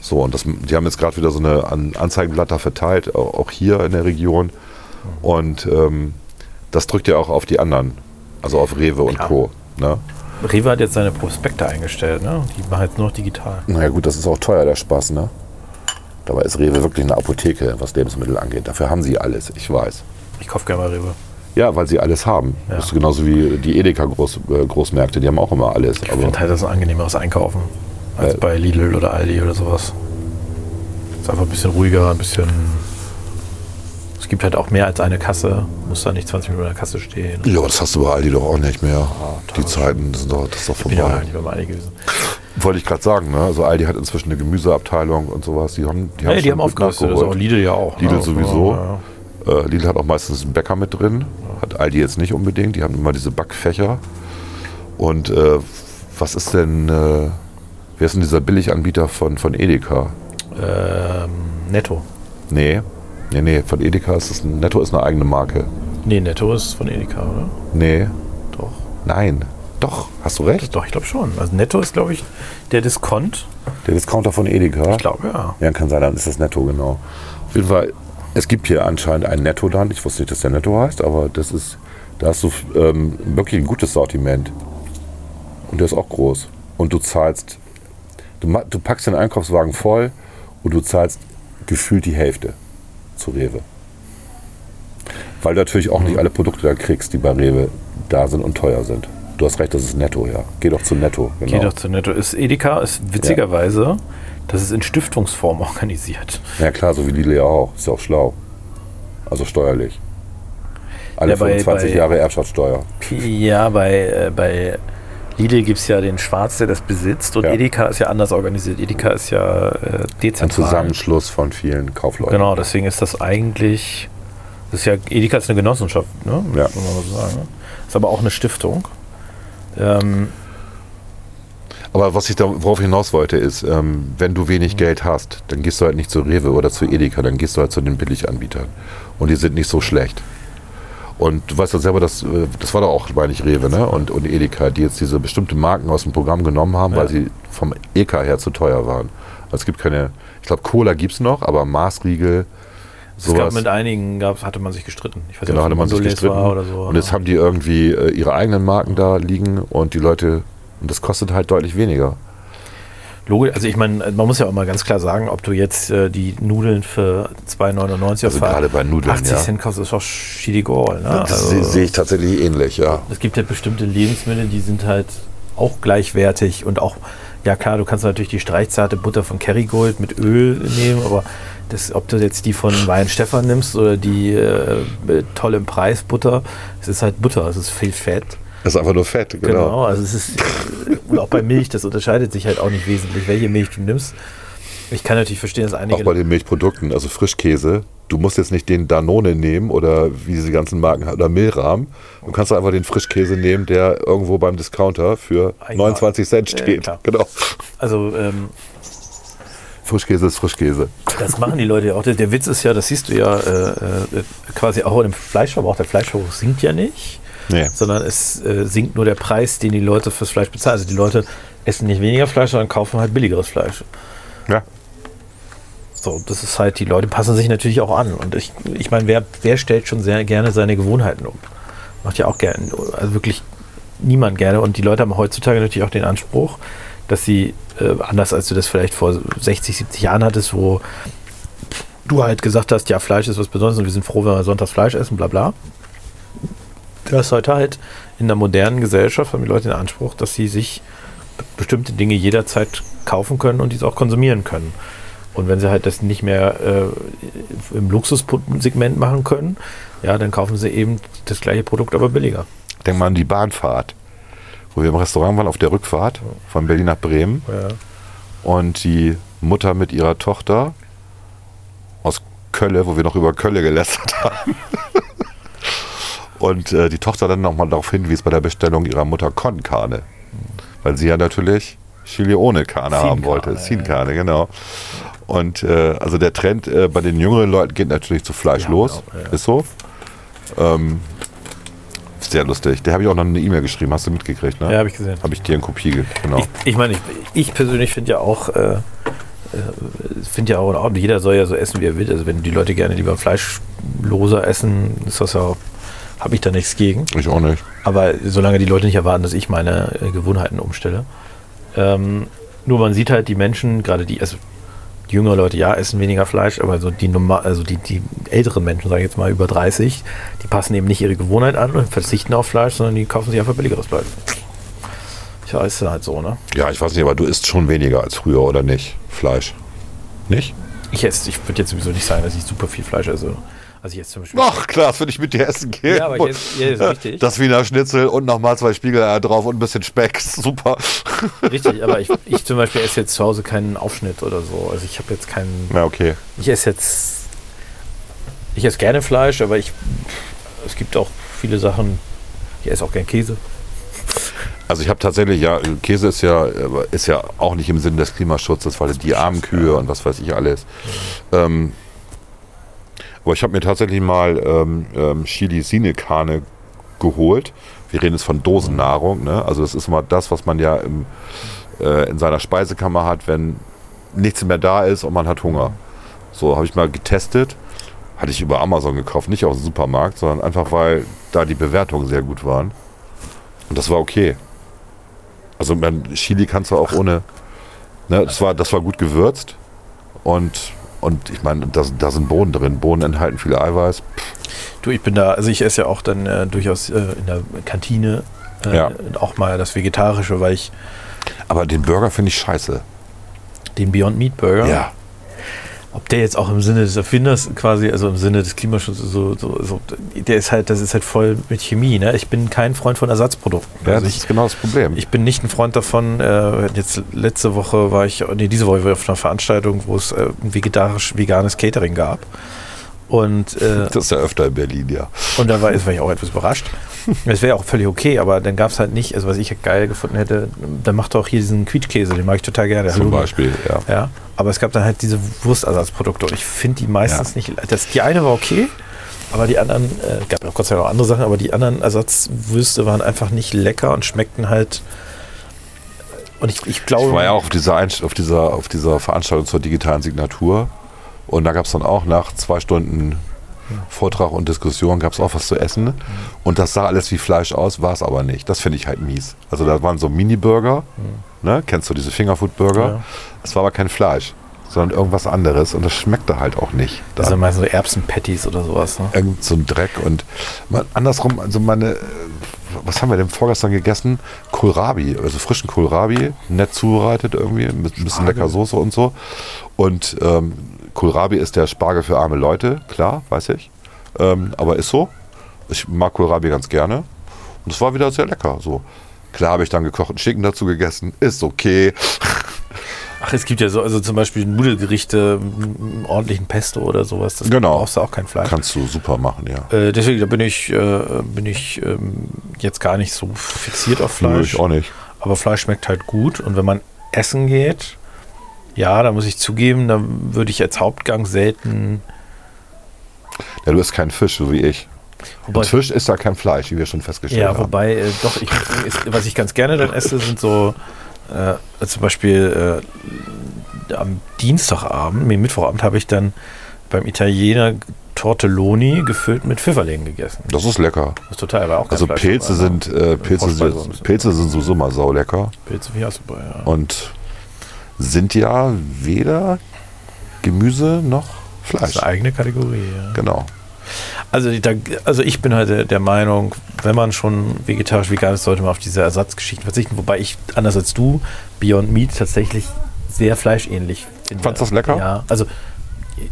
[SPEAKER 3] So, und das, die haben jetzt gerade wieder so eine An- Anzeigenblätter verteilt, au- auch hier in der Region. Und ähm, das drückt ja auch auf die anderen, also auf Rewe und
[SPEAKER 5] Klar.
[SPEAKER 3] Co. Ne?
[SPEAKER 5] Rewe hat jetzt seine Prospekte eingestellt, ne? Die machen jetzt nur noch digital.
[SPEAKER 3] Naja gut, das ist auch teuer, der Spaß, ne? Dabei ist Rewe wirklich eine Apotheke, was Lebensmittel angeht. Dafür haben sie alles, ich weiß.
[SPEAKER 5] Ich kaufe gerne mal Rewe.
[SPEAKER 3] Ja, weil sie alles haben.
[SPEAKER 5] Ja.
[SPEAKER 3] Das ist genauso wie die Edeka-Großmärkte, die haben auch immer alles.
[SPEAKER 5] Ich finde halt das ist ein angenehmeres Einkaufen als
[SPEAKER 3] Äh.
[SPEAKER 5] bei Lidl oder Aldi oder sowas. Ist einfach ein bisschen ruhiger, ein bisschen. Es gibt halt auch mehr als eine Kasse. Muss da nicht 20 Minuten an der Kasse stehen.
[SPEAKER 3] ja, das hast du bei Aldi doch auch nicht mehr. die Zeiten sind doch, das ist doch
[SPEAKER 5] Bin Ah, ja auch
[SPEAKER 3] vorbei.
[SPEAKER 5] nicht beim Aldi gewesen.
[SPEAKER 3] Wollte ich gerade sagen, ne? Also Aldi hat inzwischen eine Gemüseabteilung und sowas. Die haben, die
[SPEAKER 5] Ja, die
[SPEAKER 3] schon
[SPEAKER 5] haben
[SPEAKER 3] gut
[SPEAKER 5] aufgerüstet. Das ist auch
[SPEAKER 3] nachgeholt.
[SPEAKER 5] Lidl ja auch.
[SPEAKER 3] Lidl
[SPEAKER 5] ne?
[SPEAKER 3] sowieso.
[SPEAKER 5] Ja,
[SPEAKER 3] Äh, Lidl hat auch meistens einen Bäcker mit drin. Hat Aldi jetzt nicht unbedingt. Die haben immer diese Backfächer. Und äh, was ist denn, äh, wer ist denn dieser Billiganbieter von, von Edeka?
[SPEAKER 5] ja. Ähm, Netto.
[SPEAKER 3] Nee, nee, nee, von Edeka ist es ein, Netto ist eine eigene Marke.
[SPEAKER 5] Nee, Netto ist von Edeka, oder?
[SPEAKER 3] Nee,
[SPEAKER 5] Doch.
[SPEAKER 3] nein, doch, hast du recht.
[SPEAKER 5] Doch, ich glaube schon. Also Netto ist, glaube ich, der Diskont.
[SPEAKER 3] Der Discounter von Edeka.
[SPEAKER 5] Ich glaube, ja.
[SPEAKER 3] Ja, kann sein, dann ist das Netto, genau. Auf jeden Fall, es gibt hier anscheinend einen Netto dann. Ich wusste nicht, dass der Netto heißt, aber das ist, da hast du ähm, wirklich ein gutes Sortiment. Und der ist auch groß. Und du zahlst, du, ma- du packst den Einkaufswagen voll und du zahlst gefühlt die Hälfte zu Rewe. Weil du natürlich auch nicht alle Produkte da kriegst, die bei Rewe da sind und teuer sind. Du hast recht, das ist Netto, ja. Geh doch zu Netto, genau.
[SPEAKER 5] Geh doch zu Netto. Ist Edeka ist witzigerweise
[SPEAKER 14] Das ist in
[SPEAKER 5] *laughs*
[SPEAKER 14] Stiftungsform organisiert.
[SPEAKER 15] Ja klar, so wie Lidl ja auch. Ist ja auch schlau. Also steuerlich. Alle
[SPEAKER 14] Ja, bei-
[SPEAKER 15] 25
[SPEAKER 14] bei-
[SPEAKER 15] Jahre Erbschaftssteuer.
[SPEAKER 14] Ja, bei, äh, bei Lidl gibt es ja den Schwarz, der das besitzt und
[SPEAKER 15] Ja.
[SPEAKER 14] Edeka ist ja anders organisiert. Edeka ist ja äh,
[SPEAKER 15] Ein
[SPEAKER 14] dezentral.
[SPEAKER 15] Zusammenschluss von vielen Kaufleuten.
[SPEAKER 14] Genau, deswegen ist das eigentlich. Das ist ja, Edeka ist eine Genossenschaft, ne?
[SPEAKER 15] Ja.
[SPEAKER 14] Muss man so sagen. ne? Ist aber auch eine Stiftung. Ähm,
[SPEAKER 3] Aber was ich da, worauf ich hinaus wollte, ist, ähm, wenn du
[SPEAKER 5] Mhm.
[SPEAKER 3] wenig Geld hast, dann gehst du halt nicht zu Rewe oder zu Edeka, dann gehst du halt zu den Billiganbietern. Und die sind nicht so schlecht. Und du weißt ja selber, das, äh, das war doch auch, meine ich, Rewe ne? und, und Edeka, die jetzt diese bestimmte Marken aus dem Programm genommen haben, weil sie vom EK her zu teuer waren. Also es gibt keine, ich glaube, Cola gibt es noch, aber Maßriegel,
[SPEAKER 5] Es gab
[SPEAKER 3] sowas.
[SPEAKER 5] mit einigen, gab's, hatte man sich gestritten. Ich weiß
[SPEAKER 3] Genau,
[SPEAKER 5] ob
[SPEAKER 3] hatte man sich
[SPEAKER 5] Mondelez
[SPEAKER 3] gestritten.
[SPEAKER 5] war oder so.
[SPEAKER 3] Und jetzt haben die irgendwie äh, ihre eigenen Marken da liegen und die Leute, und das kostet halt deutlich weniger.
[SPEAKER 5] Logisch, also ich meine, man muss ja auch mal ganz klar sagen, ob du jetzt äh, die Nudeln für 2,99
[SPEAKER 3] Also gerade bei Nudeln,
[SPEAKER 5] 80
[SPEAKER 3] ja.
[SPEAKER 5] Cent kaufst, ist auch shitty goal, ne?
[SPEAKER 3] Das
[SPEAKER 5] Also,
[SPEAKER 3] se- sehe ich tatsächlich ähnlich, ja.
[SPEAKER 5] es gibt ja bestimmte Lebensmittel, die sind halt auch gleichwertig und auch, ja klar, du kannst natürlich die streichzarte Butter von Kerrygold mit Öl nehmen, aber das, ob du jetzt die von Weinstefan nimmst oder die äh, äh, toll im Preis Butter, es ist halt Butter, es ist viel Fett.
[SPEAKER 3] Das ist einfach nur Fett, genau.
[SPEAKER 5] Genau, also es ist, und auch bei Milch, das unterscheidet sich halt auch nicht wesentlich, welche Milch du nimmst. Ich kann natürlich verstehen, dass
[SPEAKER 3] Auch bei
[SPEAKER 5] einige.
[SPEAKER 3] den Milchprodukten, also Frischkäse. Du musst jetzt nicht den Danone nehmen oder wie diese ganzen Marken halt, oder Mehlrahmen. Du kannst einfach den Frischkäse nehmen, der irgendwo beim Discounter für
[SPEAKER 5] Egal.
[SPEAKER 3] 29 Cent
[SPEAKER 5] Ja,
[SPEAKER 3] steht.
[SPEAKER 5] klar.
[SPEAKER 3] genau.
[SPEAKER 5] Also, ähm,
[SPEAKER 3] Frischkäse ist Frischkäse.
[SPEAKER 5] das machen die Leute ja auch. Der, der Witz ist ja, das siehst du ja äh, äh, quasi auch im Fleischverbrauch. Der Fleischverbrauch sinkt ja nicht,
[SPEAKER 3] Nee.
[SPEAKER 5] sondern es äh, sinkt nur der Preis, den die Leute fürs Fleisch bezahlen. Also, die Leute essen nicht weniger Fleisch, sondern kaufen halt billigeres Fleisch.
[SPEAKER 3] Ja.
[SPEAKER 5] So, das ist halt, die Leute passen sich natürlich auch an. Und ich, ich meine, wer, wer stellt schon sehr gerne seine Gewohnheiten um? Macht ja auch gerne, also wirklich niemand gerne. Und die Leute haben heutzutage natürlich auch den Anspruch, dass sie, äh, anders als du das vielleicht vor 60, 70 Jahren hattest, wo du halt gesagt hast, ja, Fleisch ist was Besonderes und wir sind froh, wenn wir sonntags Fleisch essen, bla bla. Das ist heute halt in der modernen Gesellschaft, haben die Leute den Anspruch, dass sie sich bestimmte Dinge jederzeit kaufen können und diese auch konsumieren können. Und wenn sie halt das nicht mehr äh, im Luxussegment machen können, ja, dann kaufen sie eben das gleiche Produkt, aber billiger.
[SPEAKER 3] Denk mal an die Bahnfahrt, wo wir im Restaurant waren auf der Rückfahrt von Berlin nach Bremen. Und die Mutter mit ihrer Tochter aus Kölle, wo wir noch über Kölle gelästert *laughs* haben. Und äh, die Tochter dann nochmal darauf hinwies bei der Bestellung ihrer Mutter Con-Karne. Weil sie ja natürlich Chili ohne Karne haben wollte. Zinkarne, genau. Und äh, also der Trend äh, bei den jüngeren Leuten geht natürlich zu Fleisch los.
[SPEAKER 5] genau,
[SPEAKER 3] Ist so. Ähm, sehr lustig. Der habe ich auch noch eine E-Mail geschrieben. Hast du mitgekriegt, ne?
[SPEAKER 5] Ja, habe ich gesehen.
[SPEAKER 3] Habe ich dir in Kopie gegeben. Genau.
[SPEAKER 5] Ich, ich meine, ich, ich persönlich finde ja auch, äh, äh, finde ja auch in Ordnung, jeder soll ja so essen, wie er will. Also wenn die Leute gerne lieber fleischloser essen, ist das ja, habe ich da nichts gegen.
[SPEAKER 3] Ich auch nicht.
[SPEAKER 5] Aber solange die Leute nicht erwarten, dass ich meine äh, Gewohnheiten umstelle. Ähm, nur man sieht halt die Menschen, gerade die, also die jüngere Leute, ja, essen weniger Fleisch, aber so die Nummer, also die, die älteren Menschen, sage ich jetzt mal über 30, die passen eben nicht ihre Gewohnheit an und verzichten auf Fleisch, sondern die kaufen sich einfach billigeres Fleisch. Tja, ist dann halt so, ne?
[SPEAKER 3] Ja, ich weiß nicht, aber du isst schon weniger als früher, oder nicht? Fleisch. Nicht?
[SPEAKER 5] Ich esse, ich würde jetzt sowieso nicht sagen, dass ich super viel Fleisch esse. Also jetzt zum Beispiel.
[SPEAKER 3] *laughs* Ach, klar, das würde ich mit dir essen gehen.
[SPEAKER 5] Ja, aber ich esse- ja, ist richtig.
[SPEAKER 3] Das Wiener Schnitzel und nochmal zwei Spiegeleier drauf und ein bisschen Speck. *laughs* Super.
[SPEAKER 5] Richtig, aber ich, ich zum Beispiel esse jetzt zu Hause keinen Aufschnitt oder so. Also ich habe jetzt keinen.
[SPEAKER 3] Na, okay.
[SPEAKER 5] Ich esse jetzt. Ich esse gerne Fleisch, aber ich. Es gibt auch viele Sachen. Ich esse auch gern Käse.
[SPEAKER 3] Also ich habe tatsächlich, ja, Käse ist ja, äh, ist ja auch nicht im Sinne des Klimaschutzes, weil die armen Kühe und was weiß ich alles. Ähm, aber ich habe mir tatsächlich mal ähm, ähm, Chili-Sine-Karne geholt. Wir reden jetzt von Dosennahrung. Ne? Also das ist immer das, was man ja im, äh, in seiner Speisekammer hat, wenn nichts mehr da ist und man hat Hunger. So habe ich mal getestet. Hatte ich über Amazon gekauft, nicht aus dem Supermarkt, sondern einfach, weil da die Bewertungen sehr gut waren. Und das war okay. Also man, Chili kannst du auch ohne. Ne, das, war, das war gut gewürzt. Und, und ich meine, da, da sind Bohnen drin. Bohnen enthalten viel Eiweiß.
[SPEAKER 5] Du, ich bin da, also ich esse ja auch dann äh, durchaus äh, in der Kantine äh,
[SPEAKER 3] Ja.
[SPEAKER 5] auch mal das Vegetarische, weil ich
[SPEAKER 3] Aber den Burger finde ich scheiße.
[SPEAKER 5] den Beyond Meat Burger.
[SPEAKER 16] Ja.
[SPEAKER 5] Ob der jetzt auch im Sinne des Erfinders quasi, also im Sinne des Klimaschutzes, so, so, so der ist halt, das ist halt voll mit Chemie. Ne? Ich bin kein Freund von Ersatzprodukten.
[SPEAKER 3] Ja,
[SPEAKER 5] also
[SPEAKER 3] das
[SPEAKER 5] ich,
[SPEAKER 3] ist genau das Problem.
[SPEAKER 5] ich bin nicht ein Freund davon. Äh, wir hatten jetzt letzte Woche war ich, nee, diese Woche war ich auf einer Veranstaltung, wo es äh, ein vegetarisch-veganes Catering gab.
[SPEAKER 3] *laughs*
[SPEAKER 5] Und äh,
[SPEAKER 3] das ist ja öfter in Berlin, ja.
[SPEAKER 5] und da war, das war ich auch etwas überrascht. Es wäre auch völlig okay, aber dann gab es halt nicht, also was ich geil gefunden hätte, dann macht doch hier diesen Quietschkäse, den mag ich total gerne.
[SPEAKER 3] Zum Beispiel, ja.
[SPEAKER 5] Ja, aber es gab dann halt diese Wurstersatzprodukte und ich finde die meistens nicht. Das, die eine war okay, aber die anderen, äh, gab ja auch Gott sei Dank auch andere Sachen, aber die anderen Ersatzwürste waren einfach nicht lecker und schmeckten halt. Und ich, ich glaube.
[SPEAKER 3] Ich war ja auch auf dieser, Einst auf dieser, auf dieser Veranstaltung zur digitalen Signatur. Und da gab es dann auch nach zwei Stunden Vortrag und Diskussion gab es auch was zu essen. Und das sah alles wie Fleisch aus, war es aber nicht. Das finde ich halt mies. Also da waren so Mini-Burger, ne? kennst du diese Fingerfood-Burger? Es war aber kein Fleisch, sondern irgendwas anderes. Und das schmeckte halt auch nicht. Da
[SPEAKER 5] das sind meistens so Erbsenpatties oder sowas. Ne?
[SPEAKER 3] irgend so ein Dreck. Und man, andersrum, also meine, äh, was haben wir denn vorgestern gegessen? Kohlrabi, also frischen Kohlrabi, nett zubereitet irgendwie, mit ein bisschen lecker Soße und so. Und ähm, Kohlrabi ist der Spargel für arme Leute, klar, weiß ich. Ähm, aber ist so. Ich mag Kohlrabi ganz gerne. Und es war wieder sehr lecker. So. Klar habe ich dann gekochten Chicken dazu gegessen. Ist okay.
[SPEAKER 5] Ach, es gibt ja so, also zum Beispiel Nudelgerichte, m- m- ordentlichen Pesto oder sowas. Das
[SPEAKER 3] Genau.
[SPEAKER 5] brauchst du auch kein Fleisch.
[SPEAKER 3] Kannst du super machen, ja.
[SPEAKER 5] Äh, deswegen da bin ich, äh, bin ich ähm, jetzt gar nicht so fixiert auf
[SPEAKER 3] Nö,
[SPEAKER 5] Fleisch.
[SPEAKER 3] ich auch nicht.
[SPEAKER 5] Aber Fleisch schmeckt halt gut. Und wenn man essen geht, ja, da muss ich zugeben, da würde ich als Hauptgang selten.
[SPEAKER 3] Ja, du isst kein Fisch, so wie ich.
[SPEAKER 5] Wobei,
[SPEAKER 3] Und Fisch ist ja kein Fleisch, wie wir schon festgestellt
[SPEAKER 5] ja,
[SPEAKER 3] haben.
[SPEAKER 5] wobei, äh, doch, ich, ist, was ich ganz gerne dann esse, sind so äh, zum Beispiel äh, am Dienstagabend, nee, Mittwochabend habe ich dann beim Italiener Tortelloni gefüllt mit Pfifferlingen gegessen.
[SPEAKER 3] Das ist lecker.
[SPEAKER 5] Das ist total, aber auch kein
[SPEAKER 3] Also
[SPEAKER 5] Fleisch
[SPEAKER 3] Pilze
[SPEAKER 5] dabei, ne?
[SPEAKER 3] sind, äh, Pilze,
[SPEAKER 5] Vorspeise so ein bisschen.
[SPEAKER 3] sind, Pilze sind sowieso mal saulecker
[SPEAKER 5] Pilze wie auch super, ja.
[SPEAKER 3] und sind ja weder Gemüse noch
[SPEAKER 5] Ah,
[SPEAKER 3] Fleisch.
[SPEAKER 5] eigene Kategorie, ja.
[SPEAKER 3] Genau.
[SPEAKER 5] Also, die- da, also ich bin halt der, der Meinung, wenn man schon vegetarisch vegan ist, sollte man auf diese Ersatzgeschichten verzichten. Wobei ich, anders als du, Beyond Meat tatsächlich sehr fleischähnlich finde.
[SPEAKER 3] Fandst du das lecker?
[SPEAKER 5] Ja, also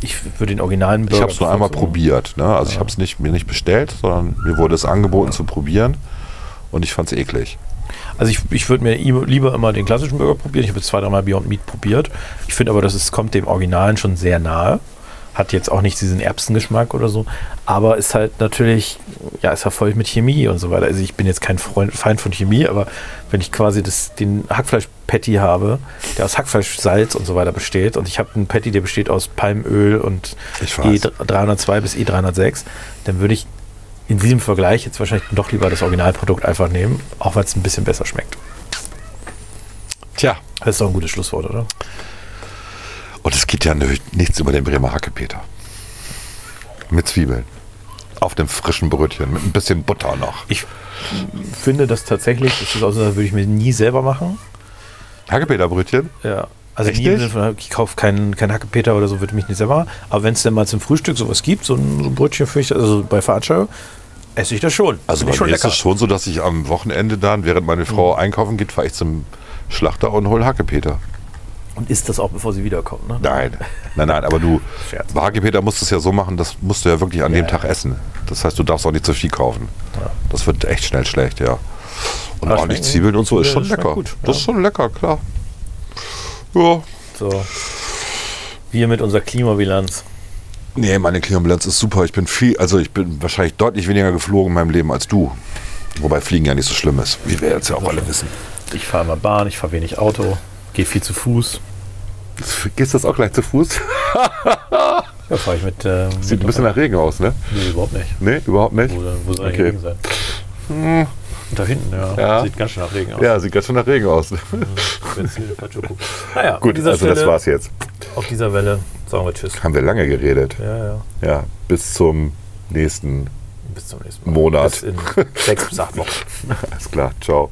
[SPEAKER 5] ich würde den originalen
[SPEAKER 3] Ich habe es nur einmal
[SPEAKER 5] bevorzugen.
[SPEAKER 3] probiert. Ne? Also ich habe es nicht, mir nicht bestellt, sondern mir wurde es angeboten zu probieren und ich fand es eklig.
[SPEAKER 5] Also ich, ich würde mir i- lieber immer den klassischen Burger probieren. Ich habe jetzt zwei, dreimal Beyond Meat probiert. Ich finde aber, das ist, kommt dem Originalen schon sehr nahe. Hat jetzt auch nicht diesen Erbsengeschmack oder so. Aber ist halt natürlich, ja, ist ja voll mit Chemie und so weiter. Also ich bin jetzt kein Freund, Feind von Chemie, aber wenn ich quasi das, den Hackfleisch-Patty habe, der aus Hackfleisch, Salz und so weiter besteht und ich habe einen Patty, der besteht aus Palmöl und
[SPEAKER 3] Ich weiß.
[SPEAKER 5] E302 bis E306, dann würde ich in diesem Vergleich jetzt wahrscheinlich doch lieber das Originalprodukt einfach nehmen, auch weil es ein bisschen besser schmeckt.
[SPEAKER 3] Tja,
[SPEAKER 5] Das ist doch ein gutes Schlusswort, oder?
[SPEAKER 3] und es geht ja nö- nichts über den Bremer Hackepeter. Mit Zwiebeln. Auf dem frischen Brötchen, mit ein bisschen Butter noch.
[SPEAKER 5] Ich finde das tatsächlich, das ist auch so, das würde ich mir nie selber machen.
[SPEAKER 3] Hackepeterbrötchen?
[SPEAKER 5] Ja. Also
[SPEAKER 3] Echt
[SPEAKER 5] nie im
[SPEAKER 3] nicht?
[SPEAKER 5] Sinne von, ich kaufe keinen kein Hackepeter oder so, würde mich nicht selber machen. Aber wenn es denn mal zum Frühstück sowas gibt, so ein, so ein Brötchen für ich, also bei Veranstaltung, esse ich das schon.
[SPEAKER 3] Also
[SPEAKER 5] Finde
[SPEAKER 3] bei
[SPEAKER 5] ich
[SPEAKER 3] mir ist es schon Hm. so, dass ich am Wochenende dann, während meine Frau einkaufen geht, fahre ich zum Schlachter und hole Hackepeter.
[SPEAKER 5] Und isst das auch, bevor sie wiederkommt. Ne?
[SPEAKER 3] Nein, nein, nein, aber du,
[SPEAKER 5] Scherz.
[SPEAKER 3] bei Hackepeter musst du es ja so machen, das musst du ja wirklich an dem Tag essen. Das heißt, du darfst auch nicht zu viel kaufen. Das wird echt schnell schlecht, ja. Und
[SPEAKER 5] Aber
[SPEAKER 3] ordentlich
[SPEAKER 5] schmecken-
[SPEAKER 3] Zwiebeln und so ist
[SPEAKER 5] Ja,
[SPEAKER 3] schon
[SPEAKER 5] das schmeckt
[SPEAKER 3] lecker.
[SPEAKER 5] gut,
[SPEAKER 3] Das ist schon lecker, klar. Ja.
[SPEAKER 5] So. Wir mit unserer Klimabilanz.
[SPEAKER 3] Nee, meine Klimabilanz ist super. Ich bin viel, also ich bin wahrscheinlich deutlich weniger geflogen in meinem Leben als du. Wobei Fliegen ja nicht so schlimm ist, wie wir jetzt ja auch alle wissen.
[SPEAKER 5] Ich fahre mal Bahn, ich fahre wenig Auto, gehe viel zu Fuß.
[SPEAKER 3] Gehst du das auch gleich zu Fuß?
[SPEAKER 5] Ja, fahre ich mit. Ähm,
[SPEAKER 3] Sieht ein
[SPEAKER 5] mit
[SPEAKER 3] bisschen nach Regen aus, ne?
[SPEAKER 5] nee, überhaupt nicht.
[SPEAKER 3] Nee, überhaupt nicht.
[SPEAKER 5] Wo, wo soll
[SPEAKER 3] Okay.
[SPEAKER 5] okay. sein? Da hinten, ja.
[SPEAKER 3] Ja.
[SPEAKER 5] Sieht ganz schön nach Regen aus.
[SPEAKER 3] Ja, sieht ganz schön nach Regen
[SPEAKER 5] *laughs*
[SPEAKER 3] aus.
[SPEAKER 5] Wenn's hier Pacho guckt. Naja, auf
[SPEAKER 3] Gut,
[SPEAKER 5] dieser,
[SPEAKER 3] also
[SPEAKER 5] Stelle,
[SPEAKER 3] das war's jetzt.
[SPEAKER 5] auf dieser Welle sagen wir Tschüss.
[SPEAKER 3] Haben wir lange geredet.
[SPEAKER 5] Ja, ja.
[SPEAKER 3] Ja, bis zum nächsten
[SPEAKER 5] Bis zum nächsten Mal.
[SPEAKER 3] Monat.
[SPEAKER 5] Bis in sechs bis acht Wochen.
[SPEAKER 3] Alles klar, ciao.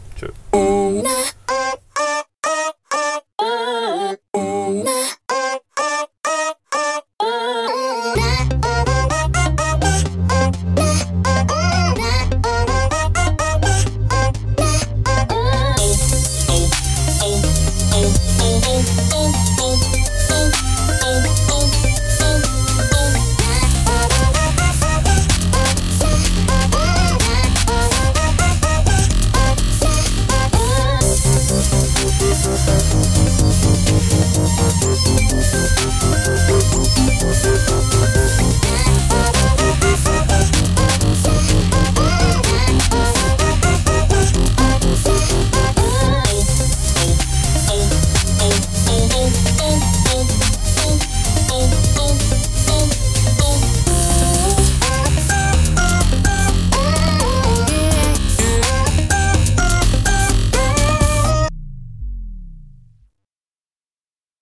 [SPEAKER 17] Ohne